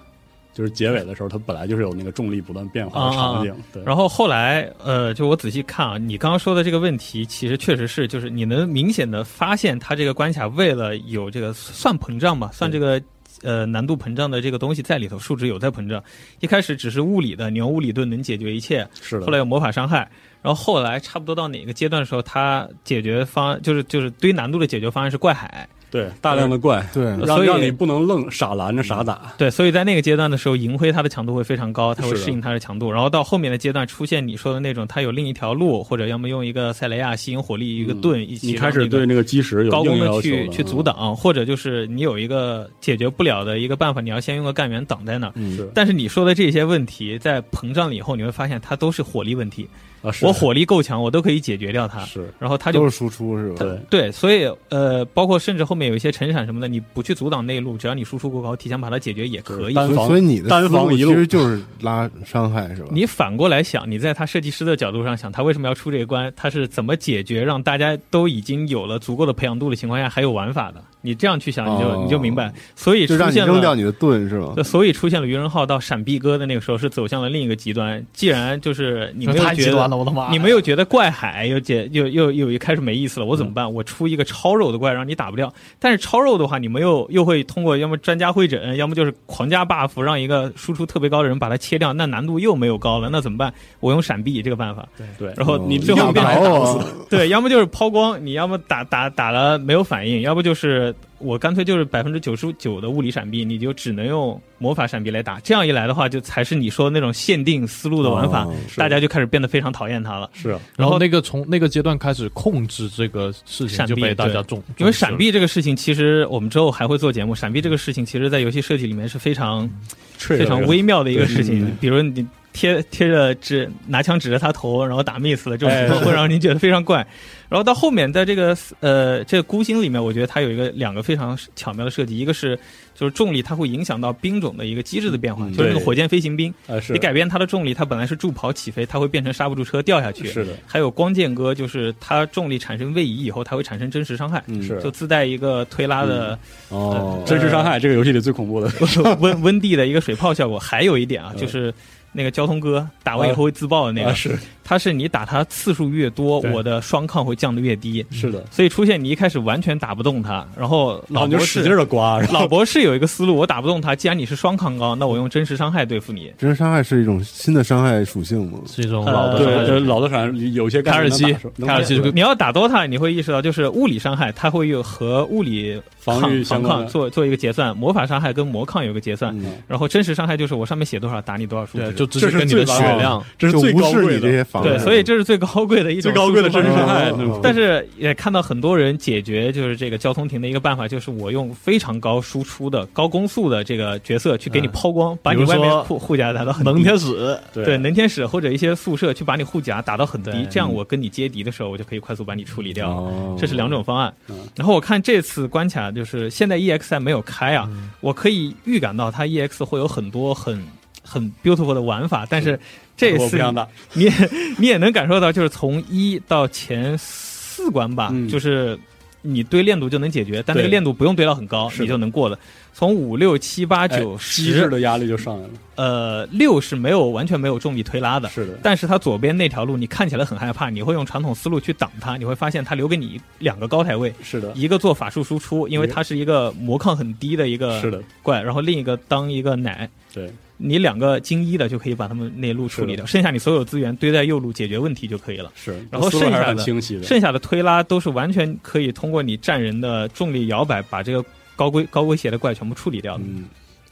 Speaker 2: 就是结尾的时候，它本来就是有那个重力不断变化的场景，对，
Speaker 5: 啊然后后来，呃，就我仔细看啊，你刚刚说的这个问题，其实确实是，就是你能明显的发现，它这个关卡为了有这个算膨胀吧，算这个呃难度膨胀的这个东西在里头，数值有在膨胀。一开始只是物理的，你用物理盾能解决一切，
Speaker 2: 是的，
Speaker 5: 后来有魔法伤害，然后后来差不多到哪个阶段的时候，它解决方案就是就是对于难度的解决方案是怪海，
Speaker 2: 对大量的怪，
Speaker 4: 对
Speaker 5: 所
Speaker 2: 让
Speaker 5: 以
Speaker 2: 让你不能愣傻拦着傻 <laughs> 打，
Speaker 5: 对，所以在那个阶段的时候，银灰它的强度会非常高，它会
Speaker 2: 是啊的
Speaker 5: 适应它的强度。然后到后面的阶段出现你说的那种，它有另一条路，或者要么用一个塞雷亚吸引火力，一个盾一
Speaker 2: 嗯
Speaker 5: 起
Speaker 2: 你开
Speaker 5: 让
Speaker 2: 始
Speaker 5: 那个
Speaker 2: 对那个基石有
Speaker 5: 高
Speaker 2: 硬
Speaker 5: 攻
Speaker 2: 要求
Speaker 5: 的去
Speaker 2: 了嗯
Speaker 5: 去阻挡，或者就是你有一个解决不了的一个办法，你要先用个干员挡在那儿。
Speaker 2: 嗯是
Speaker 5: 但是你说的这些问题，在膨胀了以后，你会发现它都是火力问题。
Speaker 2: 啊，是
Speaker 5: 我火力够强，我都可以解决掉它。
Speaker 2: 是，
Speaker 5: 然后它就
Speaker 4: 都是输出是吧？
Speaker 2: 对，
Speaker 5: 对，所以呃，包括甚至后面有一些沉闪什么的，你不去阻挡内路，只要你输出够高，提前把它解决也可以。
Speaker 2: 单
Speaker 4: 所以
Speaker 2: 防
Speaker 4: 所以你的
Speaker 2: 单
Speaker 4: 思路
Speaker 2: 防一
Speaker 4: 其
Speaker 2: 路
Speaker 4: 实就是拉伤害是吧？
Speaker 5: 你反过来想，你在他设计师的角度上想，他为什么要出这一关？他是怎么解决让大家都已经有了足够的培养度的情况下还有玩法的？你这样去想，你就、
Speaker 4: 哦
Speaker 5: 你就明白。所以
Speaker 4: 就
Speaker 5: 出
Speaker 4: 让你
Speaker 5: 现
Speaker 4: 扔掉
Speaker 5: 了，
Speaker 4: 你的盾是吗？
Speaker 5: 所以出现了余仁浩到闪避哥的那个时候是走向了另一个极端。既然就是你没有
Speaker 3: 太
Speaker 5: 觉
Speaker 3: 极端了，
Speaker 5: 得。
Speaker 3: 我的妈！
Speaker 5: 你没有觉得怪海又解又又又又开始没意思了？我怎么办？我出一个超肉的怪让你打不掉，但是超肉的话，你们又又会通过要么专家会诊，要么就是狂加 buff 让一个输出特别高的人把它切掉，那难度又没有高了，那怎么办？我用闪避这个办法，
Speaker 2: 对，
Speaker 5: 然后你最
Speaker 4: 打
Speaker 5: 后
Speaker 4: 不
Speaker 5: 变
Speaker 4: 着
Speaker 5: 成
Speaker 4: 啊！
Speaker 5: 对，要么就是抛光，你要么打打打了没有反应，要不就是我干脆就是百分之九十九的物理闪避，你就只能用魔法闪避来打。这样一来的话，就才是你说的那种限定思路的玩法，
Speaker 4: 哦
Speaker 5: 大家就开始变得非常讨厌它了。
Speaker 2: 是啊
Speaker 3: 然后那个从那个阶段开始控制这个事情
Speaker 5: 闪避
Speaker 3: 就被大家
Speaker 5: 对
Speaker 3: 重，
Speaker 5: 因为
Speaker 3: 重视了
Speaker 5: 闪避这个事情，其实我们之后还会做节目。闪避这个事情，其实在游戏设计里面是非常非常微妙的一个事
Speaker 2: 对
Speaker 5: 情。比如你贴贴着指拿枪指着他头，然后打 miss 了，这种
Speaker 2: 哎
Speaker 5: 情况会让你觉得非常怪。然后到后面，在这个呃这个孤星里面，我觉得它有一个两个非常巧妙的设计，一个是就是重力它会影响到兵种的一个机制的变化，
Speaker 4: 嗯
Speaker 5: 就是那个
Speaker 2: 对
Speaker 5: 火箭飞行兵，
Speaker 2: 啊是
Speaker 5: 你改变它的重力，它本来是助跑起飞，它会变成刹不住车掉下去。
Speaker 2: 是的，
Speaker 5: 还有光剑哥，就是它重力产生位移以后，它会产生真实伤害。
Speaker 4: 嗯
Speaker 2: 是
Speaker 5: 就自带一个推拉的
Speaker 4: 哦，
Speaker 2: 真实伤害这个游戏里最恐怖的，
Speaker 5: <laughs> 温温地的一个水泡效果。还有一点啊，就是那个交通哥打完以后会自爆的那
Speaker 2: 嗯啊
Speaker 5: 个，
Speaker 2: 是
Speaker 5: 它是你打它次数越多，
Speaker 2: 对
Speaker 5: 我的双抗会降得越低。
Speaker 2: 是的，
Speaker 5: 所以出现你一开始完全打不动它，然后
Speaker 2: 然
Speaker 5: 嗯老
Speaker 2: 后你
Speaker 5: 博
Speaker 2: 就使劲
Speaker 5: 士
Speaker 2: 的刮，然后
Speaker 5: <laughs> 老博士有一个思路，我打不动它，既然你是双
Speaker 2: <laughs>
Speaker 5: 抗高，那我用真实伤害对付你。
Speaker 4: 真实伤害是一种新的伤害属性吗？
Speaker 3: 是一种老
Speaker 5: 呃
Speaker 3: 的
Speaker 2: 对
Speaker 3: 伤害
Speaker 2: 就是老的反正有些
Speaker 3: 卡尔基
Speaker 2: 卡
Speaker 3: 卡尔基
Speaker 5: 你要打 DOTA，你会意识到，就是物理伤害，它会有和物理
Speaker 2: 防
Speaker 5: 抗
Speaker 2: 御相
Speaker 5: 防
Speaker 2: 关
Speaker 5: 抗
Speaker 2: 的
Speaker 5: 做做一个结算，魔法伤害跟魔抗有个结算，
Speaker 4: 嗯
Speaker 5: 然后真实伤害就是我上面写多少打你多少数值，
Speaker 3: 对，就直
Speaker 2: 这
Speaker 3: 接
Speaker 2: 是
Speaker 3: 跟你
Speaker 2: 最
Speaker 3: 的
Speaker 2: 高
Speaker 3: 血量，
Speaker 2: 这是
Speaker 4: 就
Speaker 2: 最
Speaker 4: 无
Speaker 2: 高
Speaker 4: 视
Speaker 2: 贵
Speaker 4: 你这
Speaker 2: 的
Speaker 4: 些防
Speaker 5: 对，
Speaker 4: 御
Speaker 5: 所以这是最高贵的一种
Speaker 2: 啊最高贵的
Speaker 5: 输
Speaker 2: 真
Speaker 5: 出
Speaker 2: 实
Speaker 5: 方式啊
Speaker 2: 伤害
Speaker 4: 哦，
Speaker 2: 那
Speaker 5: 但是也看到很多人解决就是这个交通亭的一个办法，就是我用非常高输出的高攻速的这个角色去给你抛光，把你
Speaker 3: 比如
Speaker 5: 外
Speaker 3: 说
Speaker 5: 面护护甲打到很低
Speaker 3: 能天使
Speaker 5: 对
Speaker 2: 对
Speaker 5: 能天使或者一些宿舍去把你护甲打到很低
Speaker 3: 对，
Speaker 5: 这样我跟你接敌的时候，我就可以快速把你处理掉。
Speaker 4: 哦
Speaker 5: 这是两种方案。然后我看这次关卡就是现在 EX 还没有开啊，我可以预感到它 EX 会有很多很很 beautiful 的玩法，但是这
Speaker 2: 我
Speaker 5: 次
Speaker 2: 不想打，
Speaker 5: <laughs> 你你也能感受到，就是从一到前四关吧，
Speaker 2: 嗯
Speaker 5: 就是你堆练度就能解决，但那个
Speaker 2: 对
Speaker 5: 练度不用堆到很高，
Speaker 2: 是的哎
Speaker 5: 你就能过的。从五六七八九
Speaker 2: 机制
Speaker 5: 十，
Speaker 2: 的压力就上来了，
Speaker 5: 呃，六是没有完全没有重力推拉的，
Speaker 2: 是的，
Speaker 5: 但是它左边那条路你看起来很害怕，你会用传统思路去挡它，你会发现它留给你两个高台位，
Speaker 2: 是的，
Speaker 5: 一个做法术输出，因为它是一个魔抗很低的一
Speaker 2: 是
Speaker 5: 个
Speaker 2: 的，
Speaker 5: 怪，然后另一个当一个奶，
Speaker 2: 对，
Speaker 5: 你两个精一的就可以把他们内路处理掉，剩下你所有资源堆在右路解决问题就可以了。
Speaker 2: 是，
Speaker 5: 然后
Speaker 2: 思路还
Speaker 5: 剩
Speaker 2: 是
Speaker 5: 下
Speaker 2: 很
Speaker 5: 的
Speaker 2: 清晰的，
Speaker 5: 剩下的推拉都是完全可以通过你站人的重力摇摆把这个高规高威胁的怪全部处理掉的。
Speaker 2: 嗯，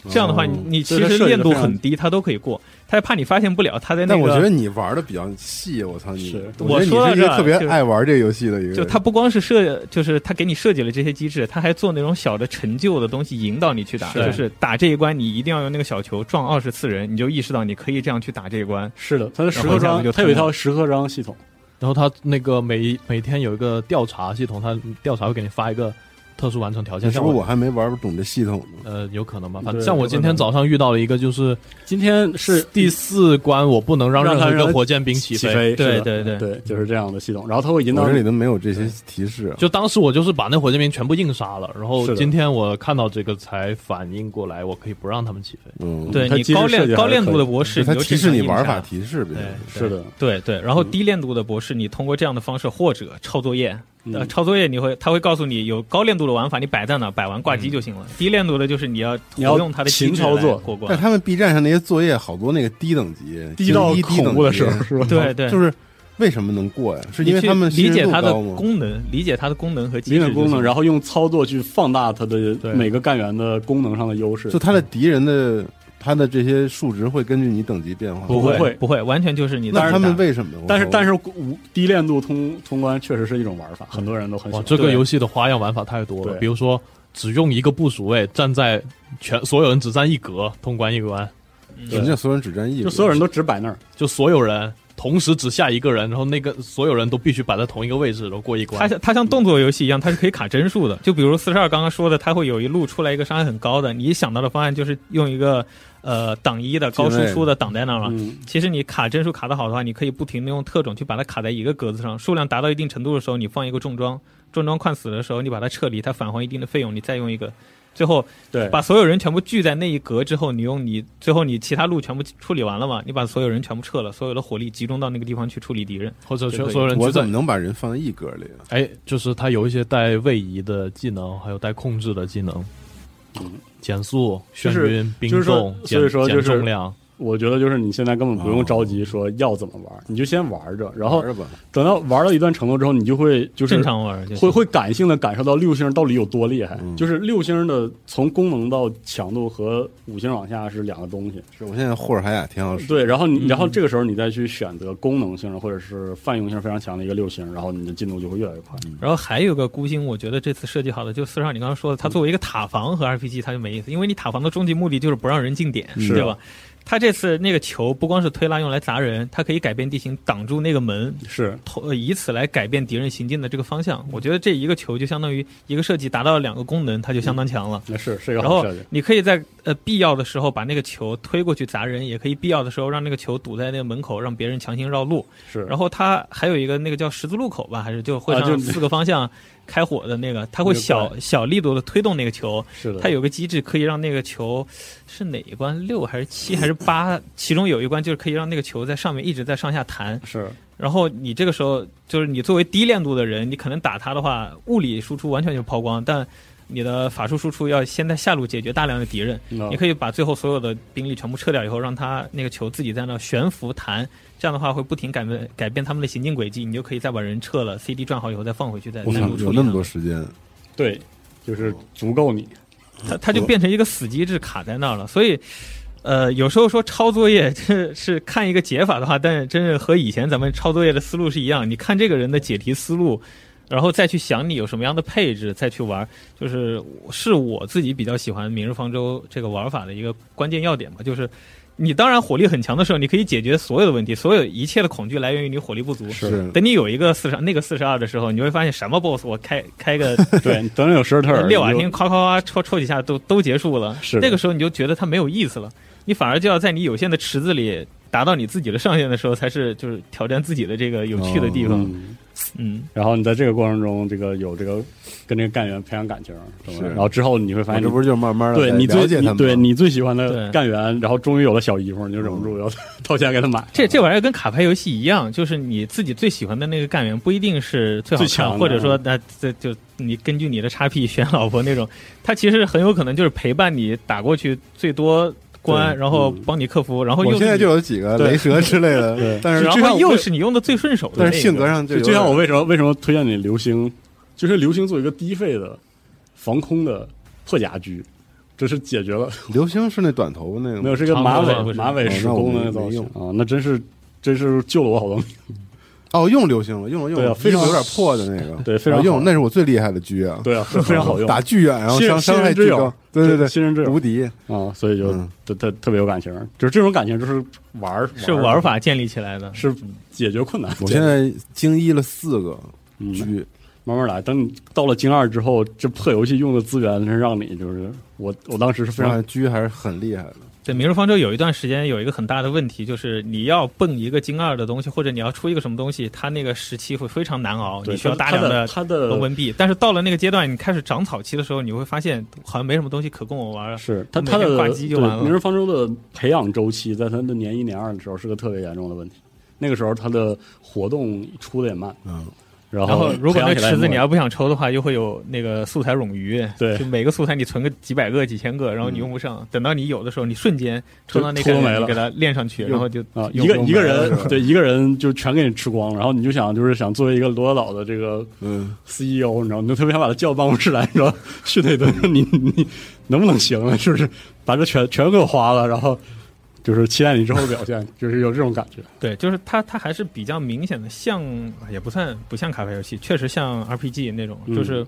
Speaker 5: 这样的话，
Speaker 4: 哦
Speaker 5: 你你
Speaker 4: 所
Speaker 5: 其
Speaker 4: 以它
Speaker 5: 实
Speaker 4: 设计
Speaker 5: 练
Speaker 4: 得
Speaker 5: 度
Speaker 4: 非常
Speaker 5: 很低，他都可以过。他也怕你发现不了，他在那
Speaker 4: 但我觉
Speaker 5: 个
Speaker 4: 得你玩的比较细，我操你
Speaker 2: 是！
Speaker 4: 觉得
Speaker 5: 我说到
Speaker 4: 你是一
Speaker 5: 这
Speaker 4: 个
Speaker 5: 儿
Speaker 4: 特别
Speaker 5: 就是
Speaker 4: 爱玩这个游戏的一个人。
Speaker 5: 就他不光是设，就是他给你设计了这些机制，他还做那种小的陈旧的东西引导你去打，
Speaker 3: 是
Speaker 5: 就是打这一关你一定要用那个小球撞二十次人，你就意识到你可以这样去打这一关。
Speaker 2: 是的，它的
Speaker 5: 然
Speaker 2: 十刻
Speaker 5: 后一下
Speaker 2: 章，
Speaker 5: 子就
Speaker 2: 它有一
Speaker 5: 通了
Speaker 2: 套十刻章系统，
Speaker 3: 然后他那个每每天有一个调查系统，他调查会给你发一个特殊完成条件。
Speaker 4: 是
Speaker 3: 像
Speaker 4: 不是
Speaker 3: 我
Speaker 4: 我还没玩懂这系统呢？
Speaker 3: 呃有可能吧，反
Speaker 2: 对
Speaker 3: 正像我今天早上遇到了一个，就是
Speaker 2: 今天是
Speaker 3: 第四关我不能让
Speaker 2: 让
Speaker 3: 任
Speaker 2: 他
Speaker 3: 何一
Speaker 2: 让
Speaker 3: 个
Speaker 2: 他
Speaker 3: 火箭兵
Speaker 2: 起
Speaker 3: 起飞。
Speaker 2: 飞，
Speaker 5: 对
Speaker 2: 是的
Speaker 5: 对对
Speaker 2: 对，就是这样的系统，然后它会引
Speaker 4: 我
Speaker 2: 导
Speaker 4: 这
Speaker 2: 你
Speaker 4: 里都没有这些提示。啊
Speaker 3: 就当时我就是把那火箭兵全部硬杀了，然
Speaker 2: 是
Speaker 3: 后
Speaker 2: 的
Speaker 3: 今天我看到这个才反应过来，我可以不让他们起飞。
Speaker 4: 嗯，
Speaker 5: 对
Speaker 2: 它
Speaker 5: 你
Speaker 2: 机制
Speaker 5: 高
Speaker 2: 设计
Speaker 5: 练
Speaker 2: 还
Speaker 5: 高
Speaker 2: 是
Speaker 5: 练
Speaker 2: 可
Speaker 5: 度的
Speaker 2: 以
Speaker 5: 博士，
Speaker 4: 它
Speaker 5: 你就
Speaker 4: 提
Speaker 5: 正
Speaker 4: 示
Speaker 5: 常
Speaker 4: 你
Speaker 5: 硬
Speaker 4: 玩
Speaker 5: 杀
Speaker 4: 法提示，别
Speaker 3: 对
Speaker 4: 人，
Speaker 2: 是的，
Speaker 5: 哎
Speaker 2: 嗯
Speaker 5: 对对，然后低练度的博士，你通过这样的方式或者抄作业，
Speaker 2: 嗯
Speaker 5: 呃，抄作业你会他会告诉你有高练度的玩法，你摆在那儿摆完挂机就行了。低练度的就是你要
Speaker 2: 嗯你要
Speaker 5: 活用它的机
Speaker 2: 勤
Speaker 5: 制
Speaker 2: 操
Speaker 5: 来
Speaker 2: 作哎
Speaker 5: 过
Speaker 4: 但
Speaker 5: 关。
Speaker 4: 他们 B 站上那些作业好多那个低等级，
Speaker 2: 低到
Speaker 4: 精英
Speaker 2: 恐怖的时
Speaker 4: 等
Speaker 2: 候
Speaker 4: 级
Speaker 2: 是吧？
Speaker 5: <laughs> 对对，
Speaker 4: 就是为什么能过呀？是因为
Speaker 5: 你去
Speaker 4: 他们
Speaker 5: 理解它
Speaker 4: 它
Speaker 5: 的功能，理解它的功能和机
Speaker 2: 理
Speaker 5: 制
Speaker 2: 解
Speaker 5: 就
Speaker 2: 功
Speaker 5: <laughs>
Speaker 2: 能，
Speaker 5: 行
Speaker 2: 然后用操作去放大它的
Speaker 3: 对
Speaker 2: 每个干员的功能上的优势。
Speaker 4: 就他的敌人的他的这些数值会根据你等级变化。
Speaker 2: 不
Speaker 5: 不
Speaker 2: 会
Speaker 5: 不会，完全就是你
Speaker 4: 那
Speaker 5: 当
Speaker 4: 他
Speaker 5: 然
Speaker 4: 们
Speaker 5: 打
Speaker 4: 为什么？
Speaker 2: 但是
Speaker 4: 我
Speaker 2: 但是无低练度通通关确实是一种玩法，很多人都很喜
Speaker 3: 哇，
Speaker 2: 欢。
Speaker 3: 这个
Speaker 2: 对
Speaker 3: 游戏的花样玩法太多了，
Speaker 2: 对
Speaker 3: 比如说只用一个部署位站在全所有人只占一格通关一关，
Speaker 4: 什么叫所有人只占一？
Speaker 2: 就所有人都只摆那儿，
Speaker 3: 就所有人同时只下一个人，然后那个所有人都必须摆在同一个位置，然后过一
Speaker 5: 它
Speaker 3: 关。
Speaker 5: 像
Speaker 2: 嗯
Speaker 5: 它像动作游戏一样，它是可以卡帧数的。就比如四十二刚刚说的，它会有一路出来一个伤害很高的，你一想到的方案就是用一个呃挡一的高输出的挡在那儿嘛。
Speaker 2: 嗯，
Speaker 5: 其实你卡帧数卡得好的话，你可以不停的用特种去把它卡在一个格子上，数量达到一定程度的时候，你放一个重装，重装快死的时候，你把它撤离，它返还一定的费用，你再用一个，最后
Speaker 2: 对，
Speaker 5: 把所有人全部聚在那一格之后，你用你最后你其他路全部处理完了嘛，你把所有人全部撤了，所有的火力集中到那个地方去处理敌人。
Speaker 3: 或者
Speaker 5: 这
Speaker 3: 全
Speaker 5: 个
Speaker 3: 所有人
Speaker 4: 我
Speaker 3: 聚
Speaker 4: 怎
Speaker 3: 在
Speaker 4: 么，能把人放在一格里啊？
Speaker 3: 哎，就是它有一些带位移的技能，还有带控制的技能，减速、眩
Speaker 2: 是
Speaker 3: 晕、冰
Speaker 2: 就是说
Speaker 3: 冻、
Speaker 2: 所以
Speaker 3: 减
Speaker 2: 说就是
Speaker 3: 减重量。
Speaker 2: 我觉得就是你现在根本不用着急说要怎么玩，你就先玩着，然后
Speaker 4: 玩着吧，
Speaker 2: 等到玩到一段程度之后，你就会就是
Speaker 5: 正常玩儿就
Speaker 2: 会
Speaker 5: 行
Speaker 2: 会感性的感受到六星到底有多厉害。
Speaker 4: 嗯
Speaker 2: 就是六星的从功能到强度和五星往下是两个东西。
Speaker 4: 是我现在霍尔海雅挺好使。
Speaker 2: 对，然后你
Speaker 5: 嗯
Speaker 2: 然后这个时候你再去选择功能性或者是泛用性非常强的一个六星，然后你的进度就会越来越快。
Speaker 5: 然后还有个孤星，我觉得这次设计好的，就四十二你刚刚说的，
Speaker 2: 嗯
Speaker 5: 它作为一个塔防和 RPG，它就没意思，因为你塔防的终极目的就是不让人进点，
Speaker 2: 是
Speaker 5: 对吧？它这次那个球不光是推拉用来砸人，它可以改变地形，挡住那个门，
Speaker 2: 是
Speaker 5: 投呃以此来改变敌人行进的这个方向。我觉得这一个球就相当于一个设计达到了两个功能，它就相当强了。
Speaker 2: 那是嗯是一个
Speaker 5: 然
Speaker 2: 好
Speaker 5: 后
Speaker 2: 设计。
Speaker 5: 你可以在呃必要的时候把那个球推过去砸人，也可以必要的时候让那个球堵在那个门口，让别人强行绕路。
Speaker 2: 是，
Speaker 5: 然后它还有一个那个叫十字路口吧，还是就会
Speaker 2: 啊就
Speaker 5: 上四个方向开火的那个，它会
Speaker 2: 那个
Speaker 5: 小小力度的推动那个球。
Speaker 2: 是的，
Speaker 5: 它有个机制可以让那个球是哪一关六还是七还是八，其中有一关就是可以让那个球在上面一直在上下弹。
Speaker 2: 是
Speaker 5: 然后你这个时候就是你作为低练度的人，你可能打它的话，物理输出完全就抛光，但你的法术输出要先在下路解决大量的敌人。
Speaker 2: 你
Speaker 4: 嗯
Speaker 5: 你可以把最后所有的兵力全部撤掉以后，让他那个球自己在那悬浮弹，这样的话会不停改变改变他们的行进轨迹，你就可以再把人撤了，CD 转好以后再放回去，再
Speaker 4: 我
Speaker 5: 单
Speaker 4: 操，
Speaker 5: 独处
Speaker 4: 有
Speaker 5: 理
Speaker 4: 那么
Speaker 5: 它。
Speaker 4: 多时间，
Speaker 2: 对，就是足够你。 <laughs>
Speaker 5: 它它就变成一个死机制卡在那儿了，所以。呃，有时候说抄作业这是看一个解法的话，但是真是和以前咱们抄作业的思路是一样。你看这个人的解题思路，然后再去想你有什么样的配置，再去玩，就是是我自己比较喜欢《明日方舟》这个玩法的一个关键要点吧。就是你当然火力很强的时候，你可以解决所有的问题，所有一切的恐惧来源于你火力不足。
Speaker 4: 是
Speaker 5: 等你有一个四十那个四十二的时候，你会发现什么 BOSS 我开开个
Speaker 2: 对，等有时
Speaker 5: <laughs>
Speaker 4: 呃
Speaker 2: 特尔
Speaker 5: 练完
Speaker 2: 你就
Speaker 5: 天啊夸夸夸戳戳几下都都结束了，
Speaker 2: 是的
Speaker 5: 那个时候你就觉得它没有意思了，你反而就要在你有限的池子里达到你自己的上限的时候，才是就是挑战自己的这个有趣的地
Speaker 4: 哦
Speaker 5: 方。
Speaker 2: 嗯
Speaker 5: 嗯，
Speaker 2: 然后你在这个过程中，这个有这个跟这个干员培养感情，什么的
Speaker 4: 是
Speaker 2: 然后之后你会发
Speaker 4: 反
Speaker 2: 现
Speaker 4: 正这
Speaker 2: 你，
Speaker 4: 不是就是慢慢的
Speaker 2: 对你
Speaker 4: 了
Speaker 2: 最
Speaker 4: 解他
Speaker 2: 你
Speaker 4: 们，啊
Speaker 2: 对你最喜欢的
Speaker 5: 对
Speaker 2: 干员，然后终于有了小姨夫，你就忍不住
Speaker 4: 嗯
Speaker 2: 要 <laughs> 掏钱给他买。
Speaker 5: 这这玩意儿跟卡牌游戏一样，就是你自己最喜欢的那个干员不一定是最好
Speaker 2: 最强
Speaker 5: 看，
Speaker 2: 的
Speaker 5: 或者说那这就你根据你的叉 P 选老婆那种，他其实很有可能就是陪伴你打过去最多关，
Speaker 2: 对
Speaker 5: 然后
Speaker 2: 嗯
Speaker 5: 帮你克服，然后又
Speaker 4: 我
Speaker 5: 是
Speaker 4: 现在
Speaker 5: 你
Speaker 4: 就有几个
Speaker 2: 对
Speaker 4: 雷蛇之类
Speaker 2: 对
Speaker 4: 的，但是
Speaker 5: 然
Speaker 4: 就像
Speaker 5: 后
Speaker 4: 我
Speaker 5: 又是你用的最顺手的那个，
Speaker 4: 但是性格上就
Speaker 2: 就
Speaker 4: 有
Speaker 2: 就像我
Speaker 4: 点
Speaker 2: 为什么为什么推荐你流星，就是流星做一个低费的防空的破甲狙，这是解决了
Speaker 4: 流星是那短头发那个吗，
Speaker 2: 没有是一个
Speaker 5: 长
Speaker 2: 马
Speaker 5: 头发
Speaker 2: 尾
Speaker 5: 不是
Speaker 2: 马尾
Speaker 4: 嗯哦
Speaker 2: 石
Speaker 4: 那我
Speaker 2: 工的
Speaker 4: 没
Speaker 2: 那造
Speaker 4: 没
Speaker 2: 型
Speaker 4: 用
Speaker 2: 啊，那真是真是救了我好多命。
Speaker 4: 哦，用流星了，用了用了，
Speaker 2: 对啊非常
Speaker 4: 衣服有点破的那个，
Speaker 2: 对非常
Speaker 4: 啊
Speaker 2: 好
Speaker 4: 用，那是我最厉害的狙啊，
Speaker 2: 对啊，是 <laughs> 非常好用
Speaker 4: 打巨远，然后
Speaker 2: 新人
Speaker 4: 伤伤
Speaker 2: 新
Speaker 4: 害
Speaker 2: 人之
Speaker 4: 巨
Speaker 2: 友
Speaker 4: 高，对对对，
Speaker 2: 新人之友
Speaker 4: 无敌，
Speaker 2: 啊，所以就
Speaker 4: 嗯
Speaker 2: 特特特别有感情，就是这种感情就是玩儿
Speaker 5: 是玩法建立起来的。
Speaker 2: 是解决困难。
Speaker 4: 我现在精一了四个
Speaker 2: 嗯
Speaker 4: 狙，
Speaker 2: 慢慢来，等你到了精二之后，这破游戏用的资源是让你就是我我当时是非
Speaker 4: 非常
Speaker 2: 常
Speaker 4: 狙还是很厉害的，
Speaker 5: 对，《明日方舟》有一段时间有一个很大的问题，就是你要蹦一个精二的东西，或者你要出一个什么东西，它那个时期会非常难熬，
Speaker 2: 对
Speaker 5: 你需要
Speaker 2: 它
Speaker 5: 大量的
Speaker 2: 它的
Speaker 5: 龙纹币。但是到了那个阶段，你开始长草期的时候，你会发现好像没什么东西可供我玩了。
Speaker 2: 是它
Speaker 5: 每
Speaker 2: 它
Speaker 5: 天
Speaker 2: 的
Speaker 5: 挂
Speaker 2: 对
Speaker 5: 机就完了
Speaker 2: 明日方舟的培养周期，在它的年一年二的时候是个特别严重的问题。那个时候它的活动出的也慢，
Speaker 4: 嗯，
Speaker 2: 然
Speaker 5: 然后，如果那
Speaker 2: 培养起来
Speaker 5: 池子
Speaker 2: 也慢
Speaker 5: 你要不想抽的话，又会有那个素材冗余。
Speaker 2: 对嗯
Speaker 5: 就每个素材你存个几百个、几千个，然后你用不上，等到你有的时候，你瞬间抽到那
Speaker 2: 就
Speaker 5: 个，
Speaker 2: 偷没了
Speaker 5: 你给它练上去，然后就
Speaker 2: 啊，
Speaker 5: 用
Speaker 2: 一个
Speaker 5: 用
Speaker 2: 一个
Speaker 5: 完了
Speaker 2: 人对一个人就全给你吃光，然后你就想就是想作为一个罗德岛的这个
Speaker 4: 嗯，
Speaker 2: CEO，你知道，你就特别想把他叫到办公室来，你 <laughs> 说训他一顿，你你能不能行啊？就是把这全全给我花了，然后就是期待你之后的表现，就是有这种感觉。
Speaker 5: 对，就是它，它还是比较明显的像，也不算不像卡牌游戏，确实像 RPG 那种，
Speaker 2: 嗯
Speaker 5: 就是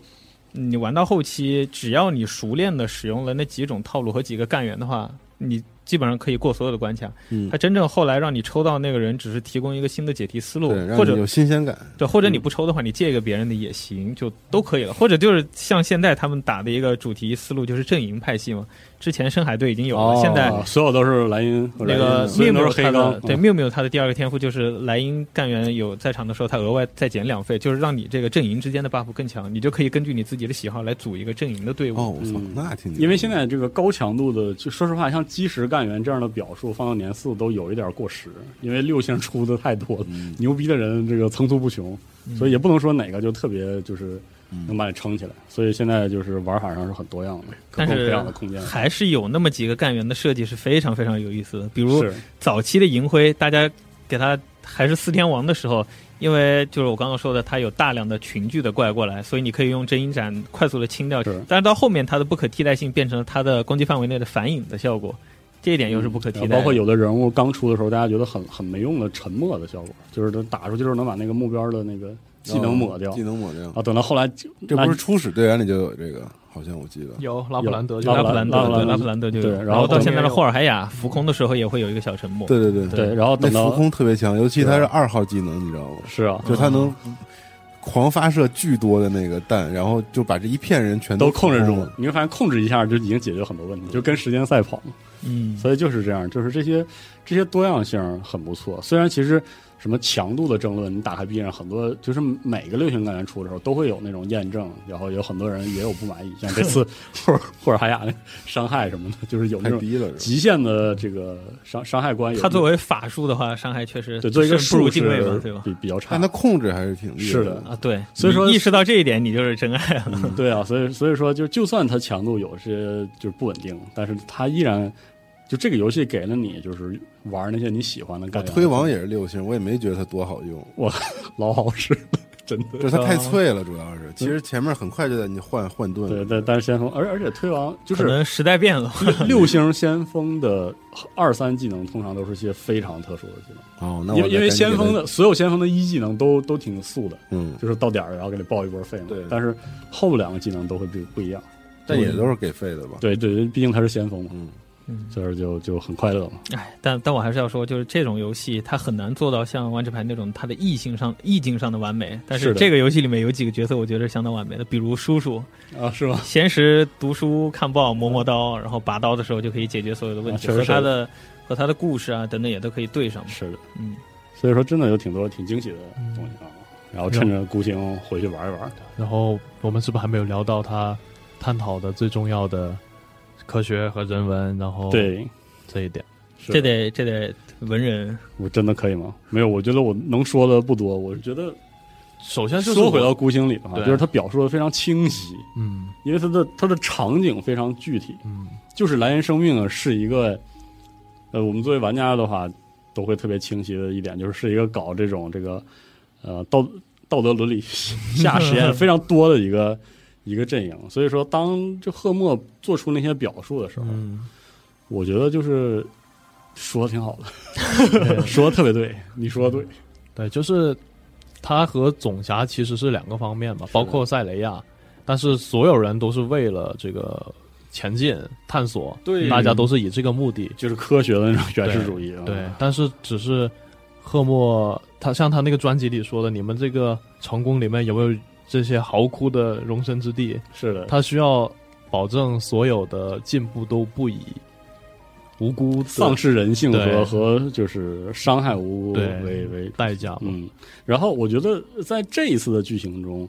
Speaker 5: 你玩到后期，只要你熟练的使用了那几种套路和几个干员的话，你基本上可以过所有的关卡。
Speaker 4: 嗯
Speaker 5: 它真正后来让你抽到那个人，只是提供一个新的解题思路
Speaker 4: 对，，让
Speaker 5: 或
Speaker 4: 你嗯
Speaker 5: 者
Speaker 4: 有新鲜感，
Speaker 5: 对，或者你不抽的话，你借一个别人的也行，就都可以了。或者就是像现在他们打的一个主题思路，就是阵营派系嘛。之前深海队已经有了，现在
Speaker 4: 哦
Speaker 2: 啊所有都是莱茵和
Speaker 5: 那
Speaker 2: 莱
Speaker 5: 个
Speaker 2: 茵所
Speaker 5: 缪
Speaker 2: 有都
Speaker 5: 缪
Speaker 2: 是
Speaker 5: 他
Speaker 2: 黑
Speaker 5: 的
Speaker 2: 钢，嗯
Speaker 5: 对缪缪他的第二个天赋就是莱茵干员有在场的时候，他额外再减两费，就是让你这个阵营之间的 buff 更强，你就可以根据你自己的喜好来组一个阵营的队伍。
Speaker 4: 哦，我操
Speaker 2: 嗯，
Speaker 4: 那挺牛，
Speaker 2: 因为现在这个高强度的，就说实话，像基石干员这样的表述放到年四都有一点过时，因为六星出的太多了，
Speaker 4: 嗯
Speaker 2: <laughs> 牛逼的人这个层出不穷，所以也不能说哪个就特别就是
Speaker 4: 嗯
Speaker 2: 能把你撑起来。所以现在就是玩法上是很多样的，可
Speaker 5: 但
Speaker 2: 供
Speaker 5: 是
Speaker 2: 培养的空间。
Speaker 5: 还是有那么几个干员的设计是非常非常有意思的，比如
Speaker 2: 是
Speaker 5: 早期的银灰，大家给他还是四天王的时候，因为就是我刚刚说的，他有大量的群聚的怪过来，所以你可以用真音斩快速的清掉
Speaker 2: 是。
Speaker 5: 但是到后面，它的不可替代性变成了它的攻击范围内的反影的效果，这一哎点又是不可替代
Speaker 2: 嗯
Speaker 5: 的。
Speaker 2: 啊包括有的人物刚出的时候，大家觉得很很没用的沉默的效果，就是他打出去之后能把那个目标的那个技能抹掉
Speaker 4: 哦技能抹掉，
Speaker 2: 啊。等到后来就，
Speaker 4: 这不是初始队员里就有这个，好像我记得，
Speaker 3: 有拉普兰德，
Speaker 2: 有
Speaker 5: 拉普兰
Speaker 2: 拉
Speaker 5: 德，
Speaker 2: 普兰
Speaker 5: 对
Speaker 2: 德
Speaker 5: 拉普兰德就有
Speaker 2: 对然后
Speaker 5: 然后到现在的
Speaker 3: 后面有
Speaker 5: 霍尔海雅浮空的时候也会有一个小沉默。嗯
Speaker 4: 对对对
Speaker 5: 对
Speaker 2: 对，然后
Speaker 4: 那
Speaker 2: 等
Speaker 4: 浮
Speaker 2: 到
Speaker 4: 空特别强，尤其他
Speaker 2: 对
Speaker 4: 是二号技能，你知道吗？
Speaker 2: 是啊，
Speaker 4: 就他能狂发射巨多的那个弹，然后就把这一片人全
Speaker 2: 都
Speaker 4: 控
Speaker 2: 控制住
Speaker 4: 了。，
Speaker 2: 你会发现控制一下就已经解决很多问题，就跟时间赛跑嘛。
Speaker 5: 嗯，
Speaker 2: 所以就是这样，就是这些这些多样性很不错。虽然其实什么强度的争论，你打开 B 站很多，就是每个流行干员出的时候都会有那种验证，然后有很多人也有不满意，像这
Speaker 4: <laughs>
Speaker 2: 次霍尔霍尔海雅那伤害什么的，就是有那
Speaker 4: 太
Speaker 2: 种
Speaker 4: 低了，是吧？
Speaker 2: 极限的这个伤伤害观有。
Speaker 5: 他作为法术的话，伤害确实
Speaker 2: 对作为一个
Speaker 5: 是不
Speaker 2: 术
Speaker 5: 如
Speaker 2: 士
Speaker 5: 敬畏嘛，对吧？
Speaker 2: 比比较差
Speaker 4: 但他。控制还是挺厉害
Speaker 2: 是的
Speaker 5: 啊，对，
Speaker 2: 所以说
Speaker 5: 你意识到这一点，你就是真爱了。
Speaker 4: 嗯
Speaker 2: 对啊，所以所以说就就算它强度有些就是不稳定，但是它依然就这个游戏给了你就是玩那些你喜欢的
Speaker 4: 我
Speaker 2: 干员。
Speaker 4: 推王也是六星，我也没觉得他多好用，
Speaker 2: 老好使，真的。
Speaker 4: 就是他太脆了，主要是。其实前面很快就在你换换盾
Speaker 2: 啊对，
Speaker 4: 了，
Speaker 2: 但但是先锋，而而且推王就
Speaker 5: 可
Speaker 2: 是
Speaker 5: 能时代变了，
Speaker 2: <laughs> 六星先锋的二三技能，通常都是些非常特殊的技能，
Speaker 4: 哦，那
Speaker 2: 因
Speaker 4: 我
Speaker 2: 为因为
Speaker 4: 再赶紧
Speaker 2: 先
Speaker 4: 给他
Speaker 2: 锋，的所有先锋的一技能都都挺素的，
Speaker 4: 嗯，
Speaker 2: 就是到点儿然后给你爆一波费嘛。
Speaker 4: 对
Speaker 2: 但是后两个技能都会不不一样。
Speaker 4: 但也都是给废的吧？
Speaker 2: 对对，毕竟他是先锋嘛，
Speaker 4: 嗯，
Speaker 5: 嗯
Speaker 2: 所以就就很快乐嘛。
Speaker 5: 哎，但但我还是要说，就是这种游戏它很难做到像万智牌那种它的意境上意境上的完美。但
Speaker 2: 是
Speaker 5: 是
Speaker 2: 的
Speaker 5: 这个游戏里面有几个角色，我觉得是相当完美的，比如叔叔，
Speaker 2: 啊，是吗？
Speaker 5: 闲时读书看报磨磨刀，然后拔刀的时候就可以解决所有的问
Speaker 2: 啊
Speaker 5: 题，
Speaker 2: 确实
Speaker 5: 和
Speaker 2: 是
Speaker 5: 他的和他的故事啊等等也都可以对上嘛。
Speaker 2: 是的，
Speaker 5: 嗯，
Speaker 2: 所以说真的有挺多挺惊喜的东西啊。
Speaker 3: 嗯
Speaker 2: 然后趁着孤星回去玩一玩，
Speaker 3: 然后我们是不是还没有聊到他探讨的最重要的科学和人文？然后
Speaker 2: 对，
Speaker 3: 这一点，
Speaker 2: 是的
Speaker 5: 这得这得文人，
Speaker 2: 我真的可以吗？没有，我觉得我能说的不多，我觉得
Speaker 3: 首先就是
Speaker 2: 说回
Speaker 3: 我
Speaker 2: 到孤星里的话，
Speaker 3: 对
Speaker 2: 就是他表述的非常清晰，
Speaker 3: 嗯
Speaker 2: 因为他的他的场景非常具体，
Speaker 3: 嗯
Speaker 2: 就是蓝岩生命啊是一个，呃，我们作为玩家的话，都会特别清晰的一点，就是是一个搞
Speaker 3: <laughs>
Speaker 2: 这种这个呃道道德伦理下实验非常多的一个一个阵营。所以说，当就赫默做出那些表述的时候，
Speaker 3: 嗯，
Speaker 2: 我觉得就是说的挺好的， <laughs> 说的特别对，你说的对，
Speaker 3: 嗯对，就是他和总侠其实是两个方面嘛，包括塞雷亚，但是所有人都是为了这个前进探索，
Speaker 2: 对
Speaker 3: 大家都是以这个目的，
Speaker 2: 就是科学的那种原始主义啊。
Speaker 3: 对，但是只是赫默他像他那个专辑里说的，你们这个成功里面有没有这些嚎哭的容身之地？
Speaker 2: 是的，
Speaker 3: 他需要保证所有的进步都不以无辜的
Speaker 2: 丧失人性
Speaker 3: 对
Speaker 2: 和和就是伤害无辜
Speaker 3: 对
Speaker 2: 为为
Speaker 3: 代价嘛。
Speaker 2: 嗯，然后我觉得在这一次的剧情中，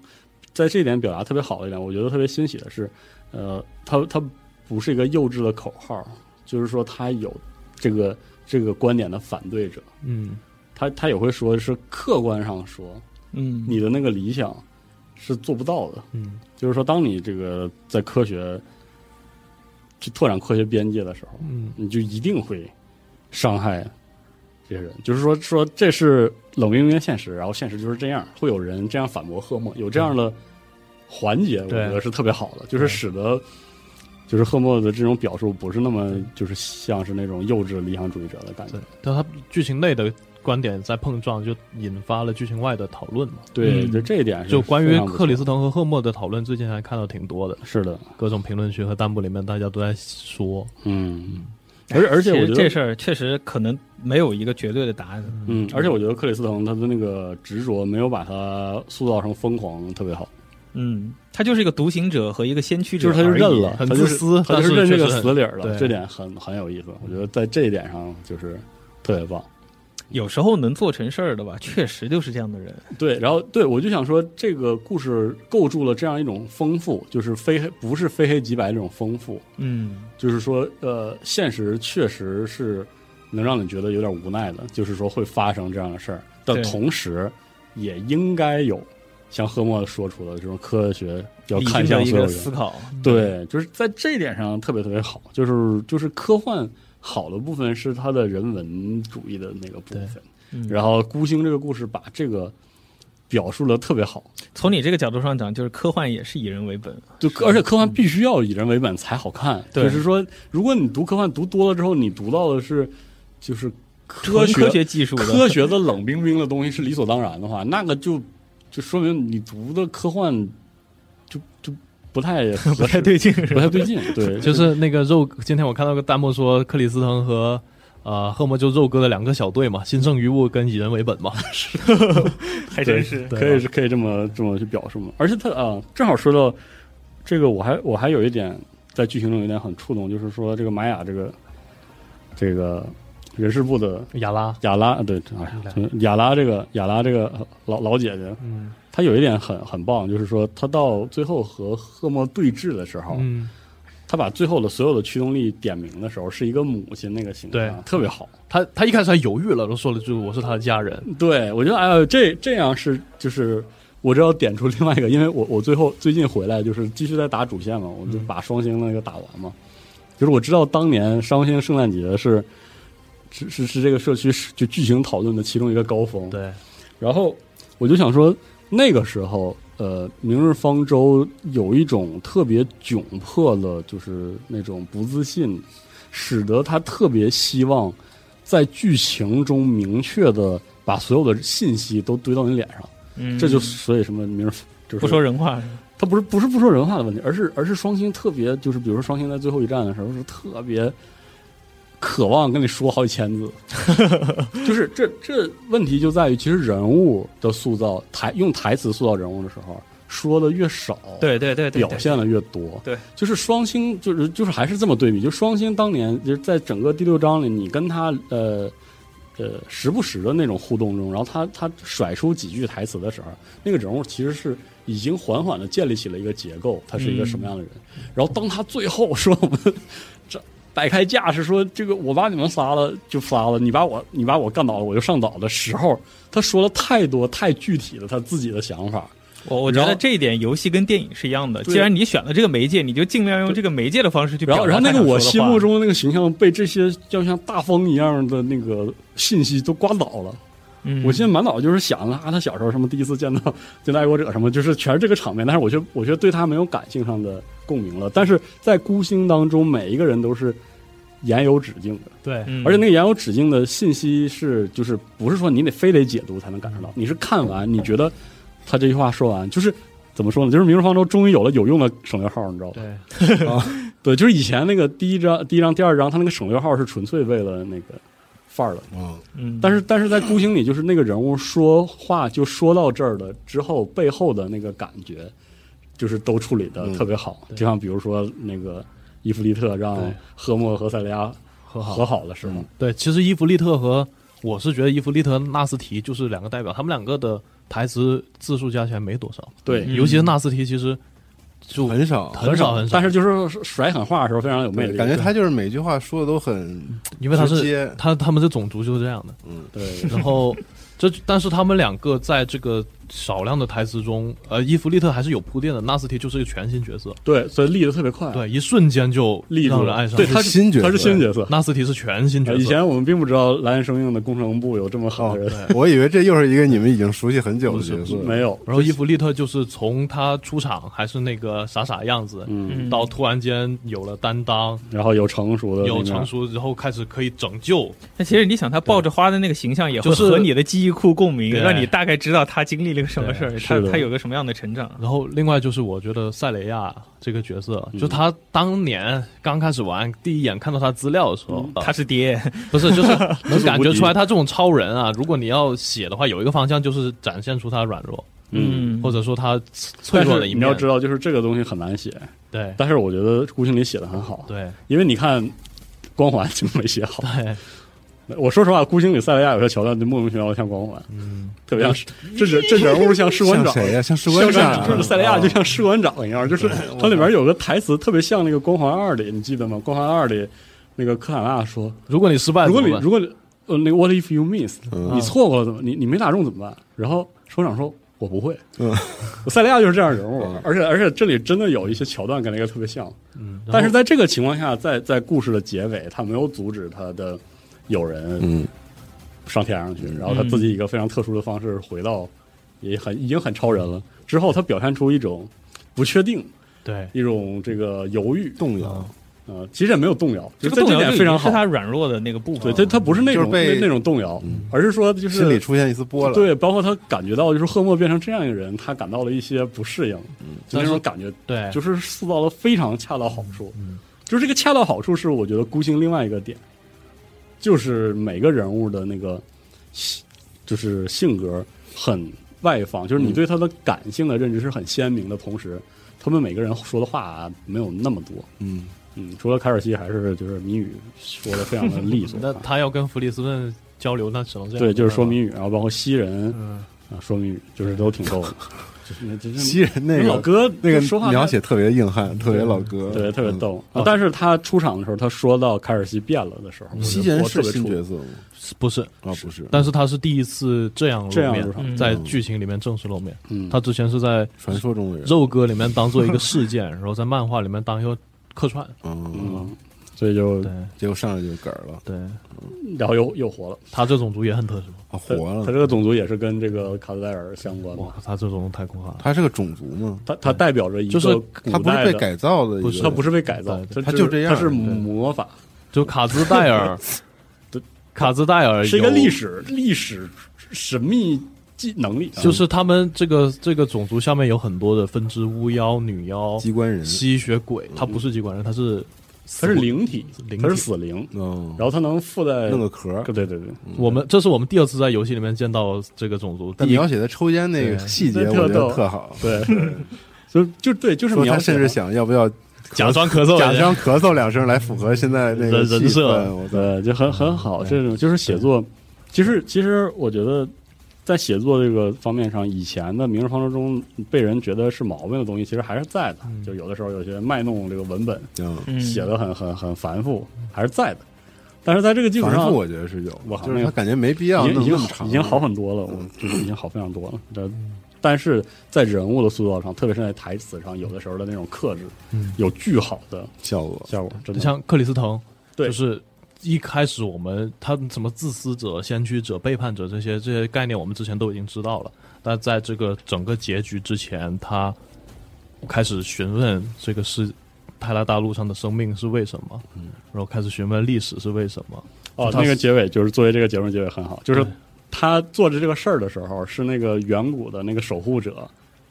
Speaker 2: 在这一点表达特别好的一点，我觉得特别欣喜的是，呃，它它不是一个幼稚的口号，就是说它有这个这个观点的反对者，
Speaker 3: 嗯
Speaker 2: 他他也会说是客观上说
Speaker 5: 嗯，
Speaker 2: 你的那个理想是做不到的，
Speaker 3: 嗯
Speaker 2: 就是说当你这个在科学去拓展科学边界的时候，
Speaker 3: 嗯
Speaker 2: 你就一定会伤害这些人。就是说，说这是冷冰冰的现实，然后现实就是这样，会有人这样反驳赫默，有这样的环节，我
Speaker 3: 对
Speaker 2: 觉得是特别好的，就是使得就是赫默的这种表述不是那么就是像是那种幼稚理想主义者的感觉
Speaker 3: 对。，但他剧情内的观点在碰撞，就引发了剧情外的讨论嘛。
Speaker 2: 对，
Speaker 5: 嗯
Speaker 2: 就这一点是
Speaker 3: 就关
Speaker 2: 非
Speaker 3: 于
Speaker 2: 常不错嗯
Speaker 3: 克里斯滕和赫默的讨论，最近还看到挺多的，
Speaker 2: 是的，
Speaker 3: 各种评论区和弹幕里面大家都在说，
Speaker 2: 嗯，而而且
Speaker 5: 其
Speaker 2: 我
Speaker 5: 实
Speaker 2: 觉得
Speaker 5: 这事儿确实可能没有一个绝对的答案。
Speaker 2: 嗯，而且我觉得克里斯滕他的那个执着没有把他塑造成疯狂，特别好。
Speaker 5: 嗯，他就是一个独行者和一个先驱者
Speaker 2: 就是
Speaker 5: 而
Speaker 2: 他
Speaker 5: 已，
Speaker 2: 就认了，
Speaker 3: 很
Speaker 2: 他就
Speaker 3: 自私
Speaker 2: 他就
Speaker 3: 但是
Speaker 2: 是认这
Speaker 3: 确实
Speaker 2: 个
Speaker 3: 很
Speaker 2: 死理儿了，
Speaker 3: 对
Speaker 2: 这点很很有意思。我觉得在这一点上就是特别棒。
Speaker 5: 有时候能做成事儿的吧，确实就是这样的人。
Speaker 2: 对，然后对我就想说，这个故事构筑了这样一种丰富，就是非黑不是非黑即白这种丰富，
Speaker 5: 嗯，
Speaker 2: 就是说，呃，现实确实是能让你觉得有点无奈的，就是说会发生这样的事儿，但
Speaker 5: 对
Speaker 2: 同时也应该有像赫默说出的这种科学要
Speaker 5: 理
Speaker 2: 看
Speaker 5: 性
Speaker 2: 向
Speaker 5: 的一
Speaker 2: 所有
Speaker 5: 个
Speaker 2: 人
Speaker 5: 思考，
Speaker 2: 对，就是在这一点上特别特别好，就是就是科幻好的部分是它的人文主义的那个部分，
Speaker 5: 嗯
Speaker 2: 然后《孤星》这个故事把这个表述的特别好，
Speaker 5: 从你这个角度上讲，就是科幻也是以人为本。
Speaker 2: 就而且科幻必须要以人为本才好看，
Speaker 5: 对
Speaker 2: 就是说，如果你读科幻读多了之后，你读到的是就是科
Speaker 5: 纯
Speaker 2: 学
Speaker 5: 科学技术的
Speaker 2: 科学的冷冰冰的东西是理所当然的话，那个就就说明你读的科幻就就不
Speaker 5: <laughs>
Speaker 2: 太不
Speaker 5: 不太对劲。
Speaker 2: 不太对劲，
Speaker 5: <laughs>
Speaker 2: 对，
Speaker 3: 就是那个肉。今天我看到个弹幕说，克里斯滕和呃赫默就肉哥的两个小队嘛，心胜于物跟以人
Speaker 2: <laughs>
Speaker 3: 为本嘛。
Speaker 5: 还
Speaker 2: 对
Speaker 5: 真是
Speaker 3: 对
Speaker 2: 可以是可以这么这么去表述嘛。而且他啊、正好说到这个，我还我还有一点在剧情中有点很触动，就是说这个玛雅这个这个人事部的
Speaker 3: 雅拉，
Speaker 2: 雅拉，对，哎呀雅拉这个雅拉这个呃老老姐姐，
Speaker 3: 嗯
Speaker 2: 她有一点很很棒，就是说她到最后和赫默对峙的时候，
Speaker 3: 嗯，
Speaker 2: 她把最后的所有的驱动力点明的时候，是一个母亲那个形
Speaker 3: 对
Speaker 2: 象，特别好。
Speaker 3: 他他一开始还犹豫了，都说了句我是他的家人。
Speaker 2: 对，我觉得哎呦，这这样是就是我这要点出另外一个，因为我我最后最近回来就是继续在打主线嘛，我就把双星那个打完嘛。就是我知道当年双星圣诞节是是是是这个社区是就剧情讨论的其中一个高峰，
Speaker 3: 对，
Speaker 2: 然后我就想说，那个时候，呃，明日方舟有一种特别窘迫的，就是那种不自信，使得他特别希望在剧情中明确的把所有的信息都堆到你脸上。
Speaker 5: 嗯
Speaker 2: 这就所以什么明日就是
Speaker 5: 不说人话。
Speaker 2: 他不是不是不说人话的问题，而是而是双星特别就是，比如说双星在最后一战的时候是特别渴望跟你说好几千
Speaker 5: <laughs>
Speaker 2: 字，就是这这问题就在于，其实人物的塑造台用台词塑造人物的时候，说的越少，，
Speaker 5: 对对对对，对
Speaker 2: 表现的越多，
Speaker 5: 对，
Speaker 2: 就是双星就是就是还是这么对比，就双星当年就是在整个第六章里，你跟他呃。呃，时不时的那种互动中，然后他他甩出几句台词的时候，那个人物其实是已经缓缓的建立起了一个结构，他是一个什么样的人。然后当他最后说我们这摆开架势说这个我把你们杀了就杀了，你把我你把我干倒了我就上岛的时候，他说了太多太具体的他自己的想法，
Speaker 5: 我我觉
Speaker 2: 然
Speaker 5: 得
Speaker 2: 后
Speaker 5: 这一点游戏跟电影是一样的。
Speaker 2: 对
Speaker 5: 既然你选了这个媒介，你就尽量用这个媒介的方式去
Speaker 2: 然后，
Speaker 5: 表达
Speaker 2: 然后那
Speaker 5: 他
Speaker 2: 个我
Speaker 5: 想说的
Speaker 2: 心
Speaker 5: 话
Speaker 2: 目中的那个形象被这些要像大风一样的那个信息都刮倒了，
Speaker 5: 嗯，
Speaker 2: 我现在满脑就是想啊，他小时候什么第一次见到 <laughs> 见到爱国者什么，就是全是这个场面。但是我却我却对他没有感性上的共鸣了。但是在孤星当中，每一个人都是言有止境的，
Speaker 6: 对，
Speaker 5: 嗯
Speaker 2: 而且那个言有止境的信息是，就是不是说你得非得解读才能感受到，你是看完你觉得他这句话说完，就是怎么说呢？就是《明日方舟》终于有了有用的省略号，你知道吧？
Speaker 6: 对，
Speaker 2: <laughs> 对，就是以前那个第一章、第一章、第二章，他那个省略号是纯粹为了那个范儿的。
Speaker 4: 嗯，
Speaker 6: 嗯，
Speaker 2: 但是但是在孤星里，就是那个人物说话就说到这儿了之后，背后的那个感觉，就是都处理的
Speaker 4: 嗯
Speaker 2: 特别好。
Speaker 6: 对
Speaker 2: 就像比如说那个伊芙利特让
Speaker 3: 对
Speaker 2: 赫默和塞利亚
Speaker 3: 和好
Speaker 2: 和好的时候，
Speaker 3: 对，其实伊芙利特和我是觉得伊芙利特、纳斯提就是两个代表，他们两个的台词字数加起来没多少，
Speaker 2: 对，
Speaker 5: 嗯
Speaker 3: 尤其是纳斯提，其实就
Speaker 4: 很少，
Speaker 3: 很少很少，
Speaker 2: 但是就是甩狠话的时候非常有魅力，
Speaker 4: 感觉
Speaker 2: 对
Speaker 4: 他就是每句话说的都很
Speaker 3: 因为他
Speaker 4: 直
Speaker 3: 是
Speaker 4: 接，
Speaker 3: 他他们这种族就是这
Speaker 2: <laughs>
Speaker 3: 样的，
Speaker 4: 嗯，
Speaker 2: 对
Speaker 3: 然后这但是他们两个在这个少量的台词中，呃，伊芙利特还是有铺垫的，纳斯提就是一个全新角色，
Speaker 2: 对，所以立的特别快，
Speaker 3: 对，一瞬间就
Speaker 2: 立住
Speaker 3: 让人
Speaker 2: 了
Speaker 3: 爱，上
Speaker 2: 对，
Speaker 3: 了。
Speaker 2: 他
Speaker 4: 是新角色
Speaker 2: 他是新角色。哎
Speaker 3: 纳斯提是全新角色，
Speaker 2: 以前我们并不知道蓝焰生命的工程部有这么好的人，
Speaker 4: 哦我以为这又是一个你们已经熟悉很久的角色，
Speaker 2: <laughs> 没有。
Speaker 3: 然后伊芙利特就是从他出场还是那个傻傻样子，
Speaker 2: 嗯，
Speaker 3: 到突然间有了担当，
Speaker 2: 然后有成熟的，
Speaker 3: 有成。熟，然后开始可以拯救，
Speaker 5: 那其实你想，他抱着花的那个形象也会
Speaker 3: 就是
Speaker 5: 和你的记忆库共鸣，
Speaker 3: 对
Speaker 5: 让你大概知道他经历了个什么事儿，他
Speaker 2: 是的
Speaker 5: 他有个什么样的成长。
Speaker 3: 然后另外就是我觉得塞雷亚这个角色，
Speaker 2: 嗯
Speaker 3: 就他当年刚开始玩第一眼看到他资料的时候，
Speaker 2: 嗯
Speaker 3: 啊
Speaker 5: 他是爹，
Speaker 3: 不是
Speaker 2: <laughs>
Speaker 3: 就是能感觉
Speaker 2: 无敌
Speaker 3: 出来他这种超人啊，如果你要写的话，有一个方向就是展现出他的软弱，
Speaker 2: 嗯，
Speaker 3: 或者说他脆
Speaker 2: 但
Speaker 3: 弱的
Speaker 2: 是
Speaker 3: 一
Speaker 2: 你要
Speaker 3: 面
Speaker 2: 知。道，就是这个东西很难写。
Speaker 3: 对
Speaker 2: 但是我觉得孤星里写的很好，
Speaker 3: 对
Speaker 2: 因为你看光环就没写好。
Speaker 3: 对，
Speaker 2: 我说实话，孤星里塞维亚有些桥段就莫名其妙地像光环，
Speaker 3: 嗯，
Speaker 2: 特别像这人这人物像士官
Speaker 4: 像
Speaker 2: 长，
Speaker 4: 谁呀？像士
Speaker 2: 像
Speaker 4: 官啊哦
Speaker 2: 士
Speaker 4: 长，
Speaker 2: 就是塞维亚就像士官长一样，就是它里面有个台词特别像那个《光环二》里，你记得吗？《光环二》里那个科卡纳说
Speaker 3: 如果你失败：“
Speaker 5: 啊
Speaker 3: 了
Speaker 2: 如果
Speaker 3: 怎么
Speaker 2: 你
Speaker 3: 办，
Speaker 2: 如果你呃那个 What if you miss？
Speaker 4: 嗯
Speaker 2: 你错过了怎么？你你没打中怎么办？”然后首长说。我不会，
Speaker 4: 嗯，
Speaker 2: <laughs> 塞利亚就是这样的人物，而且而且这里真的有一些桥段跟那个特别像，
Speaker 3: 嗯，然后
Speaker 2: 但是在这个情况下，在在故事的结尾，他没有阻止他的友人
Speaker 4: 嗯，
Speaker 2: 上天上去，然后他
Speaker 5: 嗯
Speaker 2: 自己以一个非常特殊的方式回到，也很已经很超人了。之后他表现出一种不确定，
Speaker 3: 对
Speaker 2: 一种这个犹豫，
Speaker 4: 动摇，
Speaker 2: 呃，其实也没有动摇，
Speaker 5: 这
Speaker 2: 就
Speaker 5: 个
Speaker 2: 在
Speaker 5: 动
Speaker 2: 这
Speaker 5: 摇
Speaker 2: 点
Speaker 5: 就
Speaker 2: 非常
Speaker 5: 已经
Speaker 2: 好。
Speaker 5: 是他软弱的那个部
Speaker 2: 对
Speaker 5: 分。
Speaker 2: 他，他不是那种
Speaker 4: 就是
Speaker 2: 那
Speaker 4: 被
Speaker 2: 那种动摇
Speaker 4: 嗯，
Speaker 2: 而是说就
Speaker 4: 心里
Speaker 2: 是
Speaker 4: 出现一丝波澜，，
Speaker 2: 对，包括他感觉到就是赫默变成这样一个人，他感到了一些不适应，
Speaker 4: 嗯
Speaker 2: 就那
Speaker 3: 但
Speaker 2: 种
Speaker 3: 是
Speaker 2: 感觉
Speaker 3: 对，嗯
Speaker 2: 就是塑造的非常恰到好处。就是这个恰到好处是我觉得孤星另外一个点，就是每个人物的那个性就是性格很外放，就是你
Speaker 4: 嗯
Speaker 2: 对他的感性的认知是很鲜明的，同时他们每个人说的话没有那么多。
Speaker 4: 嗯，
Speaker 2: 嗯，除了凯尔西还是就是谜语说的非常的利索啊
Speaker 3: <laughs>。那他要跟弗里斯顿交流，那只能这样。
Speaker 2: 对，就是说谜语，然啊后包括西人
Speaker 3: 嗯，
Speaker 2: 啊，说谜语就是都挺逗的。就是那就是
Speaker 4: 西人那个
Speaker 2: 嗯老哥
Speaker 4: 那个
Speaker 2: 说话
Speaker 4: 描写特别硬汉，特别老哥，
Speaker 2: 对，特别
Speaker 4: 嗯。
Speaker 2: 逗。啊但是他出场的时候，他说到凯尔西变了的时候，
Speaker 4: 西人
Speaker 2: 我觉
Speaker 4: 是
Speaker 2: 得我特别
Speaker 4: 新
Speaker 2: 触
Speaker 4: 角
Speaker 2: 动，
Speaker 4: 色吗？
Speaker 3: 不是，
Speaker 4: 啊，不是，
Speaker 3: 但是他是第一次这样
Speaker 2: 这样
Speaker 3: 露
Speaker 2: 出
Speaker 3: 面，
Speaker 2: 场，
Speaker 5: 嗯
Speaker 3: 在剧情里面正式露面。
Speaker 2: 嗯，
Speaker 3: 他之前是在
Speaker 4: 传说中的人，
Speaker 3: 肉鸽里面当做一个事件， <laughs> 然后在漫画里面当一个客串。
Speaker 4: 嗯，
Speaker 2: 嗯，所以就
Speaker 3: 对
Speaker 4: 结果上来就嗝儿了，
Speaker 3: 对，
Speaker 2: 然后又又活了，
Speaker 3: 他这种族也很特殊。
Speaker 4: 啊，
Speaker 2: 他
Speaker 4: 活
Speaker 2: 他
Speaker 4: 了。
Speaker 2: 这个种族也是跟这个卡斯戴尔相关
Speaker 3: 哇
Speaker 2: 嘛，，
Speaker 3: 他这种太空化了。
Speaker 4: 他是个种族吗？
Speaker 2: 他他代表着一
Speaker 3: 就
Speaker 2: 个
Speaker 3: 是
Speaker 4: 他
Speaker 2: 古
Speaker 4: 不是
Speaker 2: 代
Speaker 4: 被
Speaker 2: 的，
Speaker 4: 改造的一个，
Speaker 3: 不是
Speaker 2: 他不是被改造
Speaker 3: 对，对
Speaker 2: 他
Speaker 4: 他
Speaker 2: 只
Speaker 4: 就这样
Speaker 2: 他是
Speaker 4: 对
Speaker 2: 魔法，
Speaker 3: 就卡兹戴尔
Speaker 2: <laughs> 对，
Speaker 3: 卡兹戴尔
Speaker 2: 是一个
Speaker 3: 有
Speaker 2: 历，史历史神秘技能力，啊
Speaker 3: 就是他们这个这个种族下面有很多的分支，巫妖、女妖、
Speaker 4: 机关人，
Speaker 3: 吸血鬼，
Speaker 2: 嗯
Speaker 3: 他不是机关人，他是
Speaker 2: 他是灵体
Speaker 3: 灵，体
Speaker 2: 他是死灵，
Speaker 4: 嗯，
Speaker 2: 然后他能附在
Speaker 4: 弄个壳儿。
Speaker 2: 对对对，
Speaker 3: 我们这是我们第二次在游戏里面见到这个种族，
Speaker 4: 但
Speaker 3: 第一
Speaker 4: 描写他抽烟那个
Speaker 3: 对
Speaker 4: 细节，
Speaker 2: 那
Speaker 4: 我
Speaker 2: 特
Speaker 4: 觉得
Speaker 2: 逗
Speaker 4: 特好。
Speaker 2: 对， <laughs> 就就对，就是
Speaker 4: <laughs> 说
Speaker 2: 描
Speaker 4: 他
Speaker 2: 写
Speaker 4: 甚至想要不要
Speaker 3: 假装咳嗽一下，
Speaker 4: 假装咳嗽两声来符合现在那个
Speaker 3: 人人
Speaker 4: 气
Speaker 3: 设
Speaker 4: 氛我操，
Speaker 2: 对，
Speaker 4: 嗯
Speaker 2: 就很很好。
Speaker 3: 对
Speaker 2: 这种就是写作，其实其实我觉得，在写作这个方面上，以前的《明日方舟》中被人觉得是毛病的东西，其实还是在的。就有的时候有些卖弄这个文本，
Speaker 4: 嗯，
Speaker 5: 嗯
Speaker 2: 写的很很很繁复，还是在的。但是在这个基础
Speaker 4: 反
Speaker 2: 上
Speaker 4: 复，我觉得是有
Speaker 2: 我，靠
Speaker 4: 就
Speaker 2: 那
Speaker 4: 是
Speaker 2: 个
Speaker 4: 他感觉没必要
Speaker 2: 已经
Speaker 4: 弄
Speaker 2: 已
Speaker 4: 那
Speaker 2: 经
Speaker 4: 么
Speaker 2: 好
Speaker 4: 长，嗯
Speaker 2: 已经好很多了，我就是已经好非常多了。这但是在人物的塑造上，特别是在台词上，有的时候
Speaker 4: 嗯
Speaker 2: 的那种克制，有巨好的
Speaker 4: 效果。
Speaker 2: 嗯效果，真的
Speaker 3: 像克里斯滕，
Speaker 2: 对
Speaker 3: 就是一开始我们他什么自私者、先驱者、背叛者这些这些概念，我们之前都已经知道了。但在这个整个结局之前，他开始询问这个是泰拉大陆上的生命是为什么，然后开始询问历史是为什么。
Speaker 2: 哦，
Speaker 3: 他
Speaker 2: 那个结尾就是作为这个节目结尾很好，就是他做着这个事儿的时候，是那个远古的那个守护者，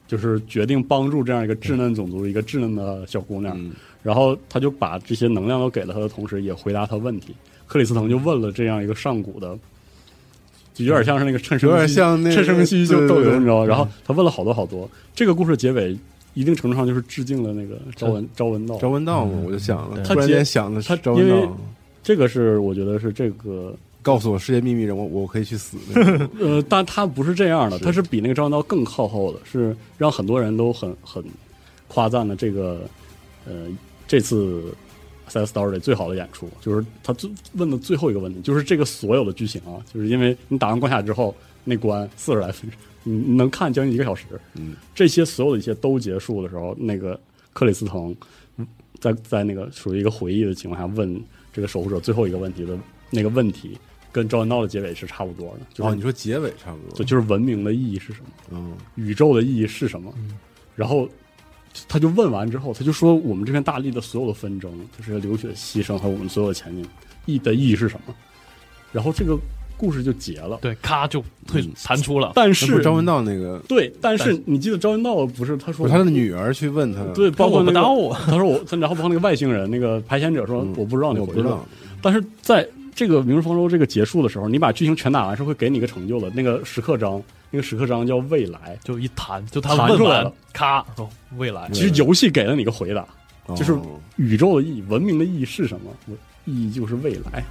Speaker 2: 就是决定帮助这样一个稚嫩种族、一个稚嫩的小姑娘，
Speaker 4: 嗯
Speaker 2: 然后他就把这些能量都给了她的同时，也回答她问题。克里斯滕就问了这样一个上古的，就有点像是那个趁生
Speaker 4: 有点像那个
Speaker 2: 趁生息就斗
Speaker 4: 对对嗯
Speaker 2: 牛，你
Speaker 4: 对
Speaker 2: 知道吗？然后他问了好多好多。这个故事结尾一定程度上就是致敬了那个朝闻朝闻道，
Speaker 4: 赵文道嘛，我就想了，
Speaker 3: 对
Speaker 4: 突然间想的是
Speaker 2: 他
Speaker 4: 赵文
Speaker 2: 因为
Speaker 4: 道，
Speaker 2: 这个是我觉得是这个
Speaker 4: 告诉我世界秘密人物，我可以去死
Speaker 2: <laughs>
Speaker 4: 那种。
Speaker 2: 呃，但它不是这样的，
Speaker 4: 是
Speaker 2: 它是比那个《张刀》更靠后的，是让很多人都很很夸赞的这个呃这次《Sad Story》最好的演出，就是他最问的最后一个问题，就是这个所有的剧情啊，就是因为你打完关卡之后那关四十来分钟，你你能看将近一个小时，
Speaker 4: 嗯，
Speaker 2: 这些所有的一切都结束的时候，那个克里斯滕在在那个属于一个回忆的情况下问这个守护者最后一个问题的那个问题。跟《赵文道》的结尾是差不多的，就是
Speaker 4: 哦，你说结尾差不
Speaker 2: 对，
Speaker 4: 多，
Speaker 2: 就是文明的意义是什么，
Speaker 4: 嗯，
Speaker 2: 宇宙的意义是什么。然后他就问完之后，他就说我们这片大地的所有的纷争，就是流血牺牲和我们所有的前进意的意义是什么。然后这个故事就结了。
Speaker 3: 对，咔就退弹出了。
Speaker 2: 但
Speaker 4: 那不
Speaker 2: 是
Speaker 4: 赵文道那个，
Speaker 2: 对，但
Speaker 3: 但
Speaker 2: 是
Speaker 3: 是
Speaker 2: 你记得赵文道不是他
Speaker 4: 不
Speaker 2: 说
Speaker 4: 是他的女儿去问他，
Speaker 2: 对，包括
Speaker 5: 我不啊
Speaker 2: 那个
Speaker 5: 耽误
Speaker 2: 他说我，然后包括那个外星人那个排险者说
Speaker 4: 嗯
Speaker 2: 我不知道你
Speaker 4: 我
Speaker 2: 回
Speaker 4: 不
Speaker 2: 去
Speaker 4: 知
Speaker 2: 了
Speaker 4: 道，
Speaker 2: 但是在这个《明日方舟》这个结束的时候，你把剧情全打完是会给你一个成就的。那个时刻章，那个时刻章叫未来，
Speaker 3: 就一弹，就他
Speaker 2: 弹
Speaker 3: 问
Speaker 2: 出来
Speaker 3: 完
Speaker 2: 了，
Speaker 3: 咔，说未来
Speaker 2: 其实游戏给了你个回答，
Speaker 4: 哦
Speaker 2: 就是宇宙的意义、文明的意义是什么？我意义就是未来，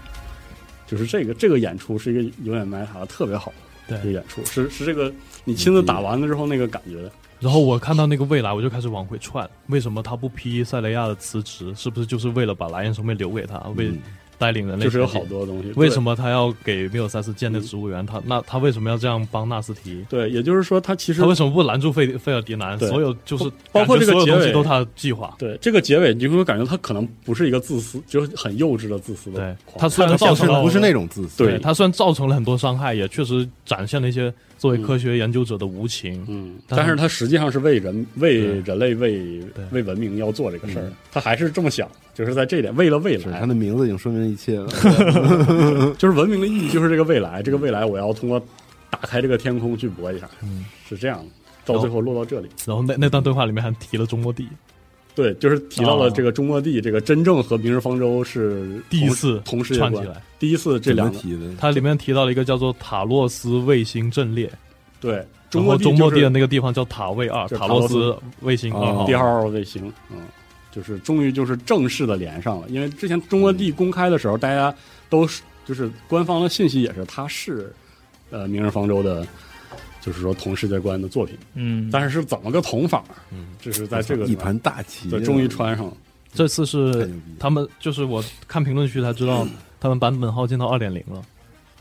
Speaker 2: 就是这个这个演出是一个有点埋塔的特别好的
Speaker 3: 对
Speaker 2: 一个演出，是是这个你亲自打完了之后那个感觉，
Speaker 3: 然后我看到那个未来，我就开始往回窜。为什么他不批塞雷亚的辞职？是不是就是为了把蓝焰生命留给他，为带领人类
Speaker 2: 就
Speaker 3: 前进？
Speaker 2: 是有好多东西。
Speaker 3: 为什
Speaker 2: 么？
Speaker 3: 么他要给缪尔塞斯建立植物园？他那他为什么要这样帮纳斯提？
Speaker 2: 对，也就是说，它其实
Speaker 3: 他为什么不拦住费费尔迪南？
Speaker 2: 对
Speaker 3: 所有就是
Speaker 2: 包包括
Speaker 3: 感觉
Speaker 2: 这个
Speaker 3: 所有东
Speaker 2: 结
Speaker 3: 西
Speaker 2: 尾
Speaker 3: 都他的计划。
Speaker 2: 对这个结尾，你就会感觉他可能不是一个自私，就是很幼稚的自私的
Speaker 3: 对
Speaker 2: 狂。
Speaker 3: 他虽然
Speaker 2: 它
Speaker 3: 造
Speaker 4: 不
Speaker 3: 成
Speaker 4: 是
Speaker 3: 了
Speaker 4: 不是那种自私，
Speaker 2: 对
Speaker 3: 他虽然造成了很多伤害，也确实展现了一些作为科学研究者的无情。
Speaker 2: 嗯，
Speaker 3: 但
Speaker 2: 但是他实际上是为人、为
Speaker 3: 对
Speaker 2: 人类、为
Speaker 3: 对嗯
Speaker 2: 为文明要做这个事儿，他还是这么想，就是在这一点，为了未
Speaker 4: 是
Speaker 2: 来
Speaker 4: 他，的名字已经说明一切了。
Speaker 2: 就是文明的意义就是这个未来，这个未来我要通过打开这个天空去搏一下，
Speaker 3: 嗯
Speaker 2: 是这样的，到最后落到这里。
Speaker 3: 然后那那段对话里面还提了中国地，
Speaker 2: 对，就是提到了
Speaker 3: 哦
Speaker 2: 这个中国地，这个真正和《明日方舟》是
Speaker 3: 第一
Speaker 2: 同
Speaker 3: 次
Speaker 2: 同世界
Speaker 3: 串起
Speaker 2: 观，
Speaker 3: 来。
Speaker 2: 第一次 <laughs> 这
Speaker 4: 怎么
Speaker 2: 两个
Speaker 4: 提的，
Speaker 3: 它里面提到了一个叫做塔洛斯卫星阵列，
Speaker 2: 对
Speaker 3: 然
Speaker 2: 中
Speaker 3: 后
Speaker 2: 国地
Speaker 3: 中国
Speaker 2: 就是
Speaker 3: 地的那个地方叫塔卫二，
Speaker 2: 就是
Speaker 3: 塔
Speaker 2: 塔洛
Speaker 3: 洛
Speaker 2: 斯啊
Speaker 3: 斯卫星二号
Speaker 4: 哦
Speaker 2: 第二号卫
Speaker 3: 啊
Speaker 2: 星，嗯，就是终于就是正式的连上了。因为之前中国地公开的时候，大家都是就是官方的信息也是它是呃《明日方舟》的，就是说同世界观的作品，
Speaker 5: 嗯，
Speaker 2: 但是是怎么个同法？
Speaker 3: 嗯，
Speaker 2: 这是在这个
Speaker 4: 一盘大棋，
Speaker 2: 对终于穿上了。
Speaker 3: 这次
Speaker 4: 太
Speaker 3: 是
Speaker 4: 牛逼了
Speaker 3: 他们，就是我看评论区才知道，他们版本号进到二点零了。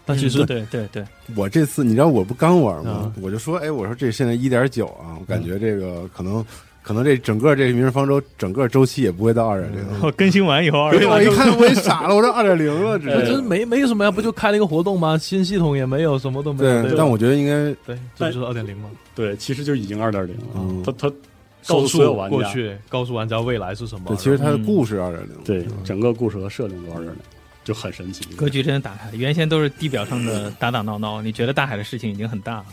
Speaker 3: 但其实
Speaker 5: 嗯对对对，
Speaker 4: 我这次你知道我不刚玩
Speaker 2: 啊
Speaker 4: 吗？我就说，哎，我说这现在一点九啊，我感觉这个可能，可能这整个这《明日方舟》整个周期也不会到二点
Speaker 2: 嗯
Speaker 4: 零。
Speaker 5: 我更新完以后二
Speaker 4: 对，我一
Speaker 5: 零
Speaker 4: 看我也傻了，我说二点零了，直
Speaker 3: 这真
Speaker 4: 接。
Speaker 3: 没没什么呀，不就开了一个活动吗？新系统也没有，什么都没有。
Speaker 4: 对，但我觉得应该，
Speaker 3: 对，这不就是二点零吗？
Speaker 2: 对，其实就已经二点零了
Speaker 4: 嗯。
Speaker 2: 它它告
Speaker 3: 告
Speaker 2: 诉
Speaker 3: 诉
Speaker 2: 所有玩
Speaker 3: 过
Speaker 2: 家，
Speaker 3: 去，告诉玩家未来是什么。
Speaker 4: 对，其实
Speaker 3: 然后
Speaker 4: 它的故事二点零，
Speaker 2: 嗯对整个故事和设定都二点零，就很神奇。
Speaker 5: 格局真的打开，原先都是地表上的打打闹闹，你觉得大海的事情已经很大了，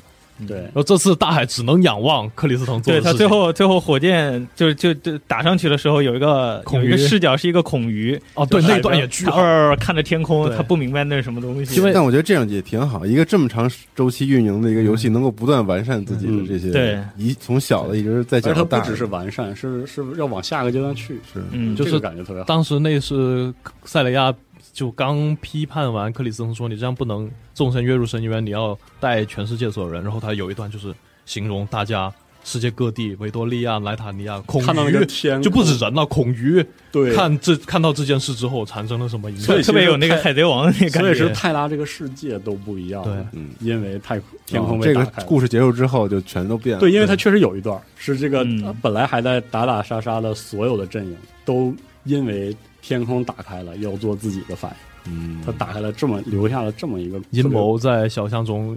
Speaker 2: 对
Speaker 4: 嗯
Speaker 3: 然，后这次大海只能仰望克里斯滕做
Speaker 5: 对
Speaker 3: 的
Speaker 5: 他
Speaker 3: 事
Speaker 5: 最
Speaker 3: 情。
Speaker 5: 后最后火箭就就就打上去的时候，有一个
Speaker 3: 孔
Speaker 5: 有
Speaker 3: 鱼
Speaker 5: 一个视角是一个孔鱼，
Speaker 3: 哦，对，
Speaker 5: 就是
Speaker 3: 那段
Speaker 5: 海
Speaker 3: 也
Speaker 5: 边
Speaker 3: 巨
Speaker 5: 他
Speaker 3: 好
Speaker 5: 偶。尔看着天空，
Speaker 3: 对
Speaker 5: 他不明白那是什么东西，
Speaker 3: 因为
Speaker 4: 但我觉得这样也挺好，一个这么长周期运营的一个游
Speaker 2: 嗯
Speaker 4: 戏，能够不断完善自己的这些，
Speaker 5: 嗯对
Speaker 4: 一从小的一直在
Speaker 2: 而
Speaker 4: 讲
Speaker 2: 它
Speaker 4: 到
Speaker 2: 不
Speaker 4: 大，
Speaker 2: 只是完善，是是要往下个阶段去，
Speaker 4: 是
Speaker 5: 嗯，
Speaker 3: 就
Speaker 2: 这
Speaker 3: 是呃
Speaker 2: 个感觉特别好。
Speaker 3: 当时那是塞雷亚就刚批判完克里斯滕说你这样不能纵身跃入深渊，你要带全世界所有人。然后他有一段就是形容大家世界各地维多利亚、莱塔尼亚恐
Speaker 2: 看到那个
Speaker 3: 鱼。
Speaker 2: 天空，
Speaker 3: 就不止人了，恐鱼
Speaker 2: 对
Speaker 3: 看这看到这件事之后产生了什么影响
Speaker 2: 所以？
Speaker 5: 特别有那个海贼王的那个感
Speaker 2: 所以
Speaker 5: 觉，
Speaker 2: 是泰拉这个世界都不一样了，
Speaker 4: 嗯，
Speaker 2: 因为太空天空
Speaker 4: 哦这
Speaker 2: 被打
Speaker 4: 个
Speaker 2: 开了。
Speaker 4: 故事结束之后就全都变了，
Speaker 2: 对，因为它确实有一段是这个、
Speaker 5: 嗯
Speaker 2: 呃本来还在打打杀杀的所有的阵营，都因为天空打开了，要做自己的反应。
Speaker 4: 嗯
Speaker 2: 他打下来这么留下了这么一个
Speaker 3: 阴谋在小巷中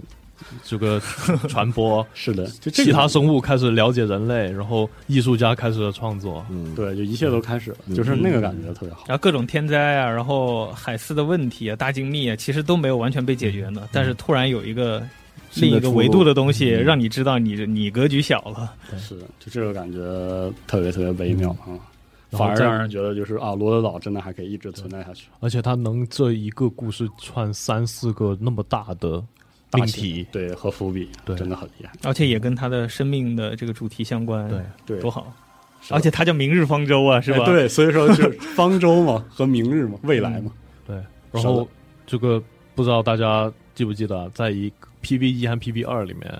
Speaker 3: 这个传 <laughs> 播，
Speaker 2: 是的，就这
Speaker 3: 其
Speaker 2: 个
Speaker 3: 他生物开始了解人类，然后艺术家开始了创作。
Speaker 4: 嗯，
Speaker 2: 对，就一切都开始了，就是那个感觉特别好。
Speaker 5: 然后各种天灾啊，然后海丝的问题啊、大精密啊，其实都没有完全被解决呢。但是突然有一个
Speaker 4: 新的
Speaker 5: 另一个维度的东西，
Speaker 4: 出路嗯
Speaker 5: 让你知道你你格局小了。
Speaker 2: 是的，就这个感觉特别特别微妙啊，
Speaker 3: 然后
Speaker 2: 反而
Speaker 3: 再
Speaker 2: 让人觉得就是啊，罗德岛真的还可以一直存在下去。
Speaker 3: 而且他能这一个故事串三四个那么大的
Speaker 2: 大
Speaker 3: 命
Speaker 2: 气
Speaker 3: 题，
Speaker 2: 对和伏笔，
Speaker 3: 对
Speaker 2: 真的很厉害。
Speaker 5: 而且也跟他的生命的这个主题相关，
Speaker 3: 对，
Speaker 2: 对，
Speaker 5: 多好！
Speaker 2: 是的
Speaker 5: 而且它叫明日方舟啊，是吧？
Speaker 2: 哎，对，所以说就是方舟嘛和明日嘛，未来嘛，
Speaker 3: 对，然
Speaker 2: 是
Speaker 3: 后
Speaker 2: 的
Speaker 3: 这个不知道大家记不记得，在一个 PV 一和 PV 二里面，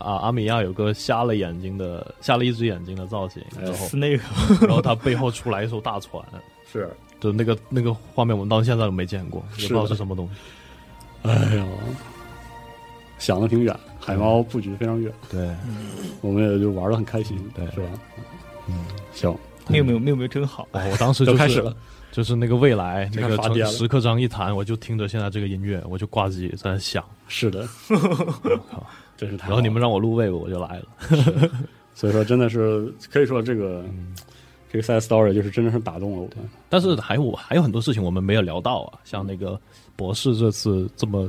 Speaker 3: 啊，阿米亚有个瞎了眼睛的、瞎了一只眼睛的造型，
Speaker 2: 哎
Speaker 3: 然后
Speaker 5: 是那个，
Speaker 3: <laughs> 然后他背后出来一艘大船，
Speaker 2: 是。
Speaker 3: 就那个那个画面，我们到现在都没见过，也不知道
Speaker 2: 是的
Speaker 3: 是什么东西。
Speaker 2: 哎呦，想的挺远，海猫布局非常远，
Speaker 3: 对，
Speaker 2: 我们也就玩的很开心，
Speaker 3: 对
Speaker 2: 是吧？嗯，行，
Speaker 5: 缪缪缪缪真好，
Speaker 3: 我当时
Speaker 2: 就
Speaker 3: 就是
Speaker 2: 哎开始了，
Speaker 3: 就是那个未来
Speaker 2: 就
Speaker 3: 那
Speaker 2: 开始
Speaker 3: 个
Speaker 2: 发癫
Speaker 3: 程
Speaker 2: 了
Speaker 3: 石刻章一弹，我就听着现在这个音乐，我就挂机在那想，
Speaker 2: 是的，真是 <laughs> 太好了。
Speaker 3: 然后你们让我录位，我就来了。
Speaker 2: 所以说真的是可以说这个、这个 side story 就是真的是打动了我们。
Speaker 3: 但是还有还有很多事情我们没有聊到啊，像那个博士这次这么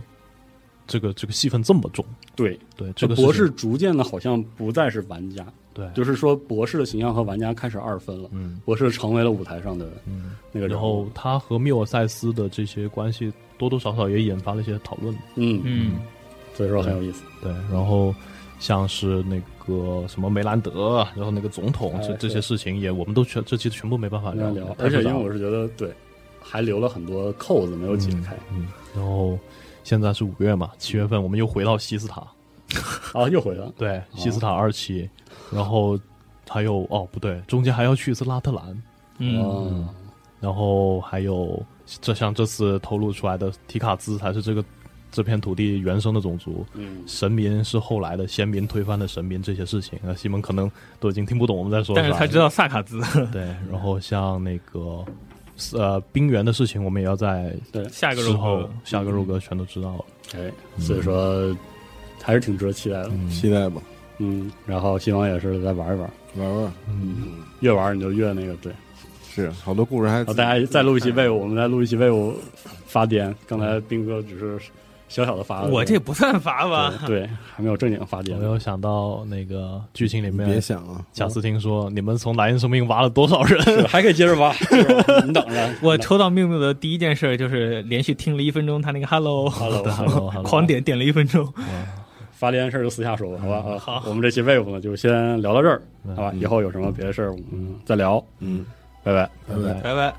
Speaker 3: 这个这个戏份这么重，
Speaker 2: 对，
Speaker 3: 对这个
Speaker 2: 博
Speaker 3: 事
Speaker 2: 士
Speaker 3: 情
Speaker 2: 逐渐的好像不再是玩家，
Speaker 3: 对，
Speaker 2: 就是说博士的形象和玩家开始二分了，
Speaker 3: 嗯
Speaker 2: 博士成为了舞台上的
Speaker 3: 嗯，
Speaker 2: 那个人
Speaker 3: 然
Speaker 2: 物
Speaker 3: 后，他和缪尔塞斯的这些关系多多少少也引发了一些讨论，
Speaker 2: 嗯，
Speaker 5: 嗯，
Speaker 2: 所以说很有意思。
Speaker 3: 对，然后像是那个什么梅兰德啊，然后那个总统
Speaker 2: 哎
Speaker 3: 这
Speaker 2: 是
Speaker 3: 这些事情也我们都全这期全部没办法
Speaker 2: 没法
Speaker 3: 聊，
Speaker 2: 聊，
Speaker 3: 太
Speaker 2: 而且
Speaker 3: 复
Speaker 2: 因
Speaker 3: 杂
Speaker 2: 为
Speaker 3: 了
Speaker 2: 我是觉得对，还留了很多扣子没有解开
Speaker 3: 嗯，然后现在是五月嘛，七月份我们又回到西斯塔，
Speaker 2: 啊，又回来了。
Speaker 3: 对，西斯塔二期，然后还有哦不对，中间还要去一次拉特兰，
Speaker 5: 嗯，
Speaker 2: 啊，
Speaker 3: 然后还有这像这次透露出来的提卡兹才是这个这片土地原生的种族，
Speaker 2: 嗯，
Speaker 3: 神民是后来的先民推翻的神民这些事情，那西蒙可能都已经听不懂我们在说啥
Speaker 5: 但
Speaker 3: 了，
Speaker 5: 是他知道萨卡兹， <laughs>
Speaker 3: 对，然后像那个呃冰原的事情，我们也要在
Speaker 2: 对，
Speaker 5: 下一个
Speaker 3: 之
Speaker 5: 人
Speaker 3: 后
Speaker 5: 物
Speaker 3: 下个肉格全都知道了，
Speaker 2: 哎，所以说还是挺值得期待的。
Speaker 4: 期待吧，
Speaker 2: 嗯，然后希望也是再玩一玩，
Speaker 4: 玩玩
Speaker 3: 嗯，
Speaker 2: 越玩你就越那个对。
Speaker 4: 是好多故事还
Speaker 2: 然后大家再录一期魏武，我们再录一期魏武发癫。刚才斌哥只是小小的发了，
Speaker 5: 我这不算罚吧？
Speaker 2: 对对，还没有正经发
Speaker 3: 我
Speaker 2: 癫
Speaker 3: 没。有想到那个剧情里
Speaker 4: 别
Speaker 3: 面。
Speaker 4: 想啊，
Speaker 3: 贾斯汀说：“你们从莱茵生命挖了多少人？
Speaker 2: 是还可以接着挖，接着挖你等着。
Speaker 5: 我抽到缪缪的第一件事就是连续听了一分钟他那个 Hello，
Speaker 2: Hello，
Speaker 5: 狂点点了一分钟。
Speaker 2: 发癫事儿就私下说吧，好吧？啊，好，我们这期魏武呢就先聊到这儿，好吧？以后有什么别的事儿我们再聊，
Speaker 4: 嗯，
Speaker 2: 拜拜。
Speaker 4: 拜拜。
Speaker 5: 拜拜。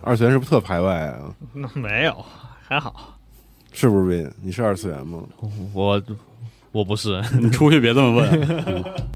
Speaker 4: 二次元是不是特排外啊？
Speaker 5: 那 <laughs> 没有，还好。
Speaker 4: 是不是 Win？你是二次元吗？
Speaker 3: 我我不是，
Speaker 2: 你出去别这么问。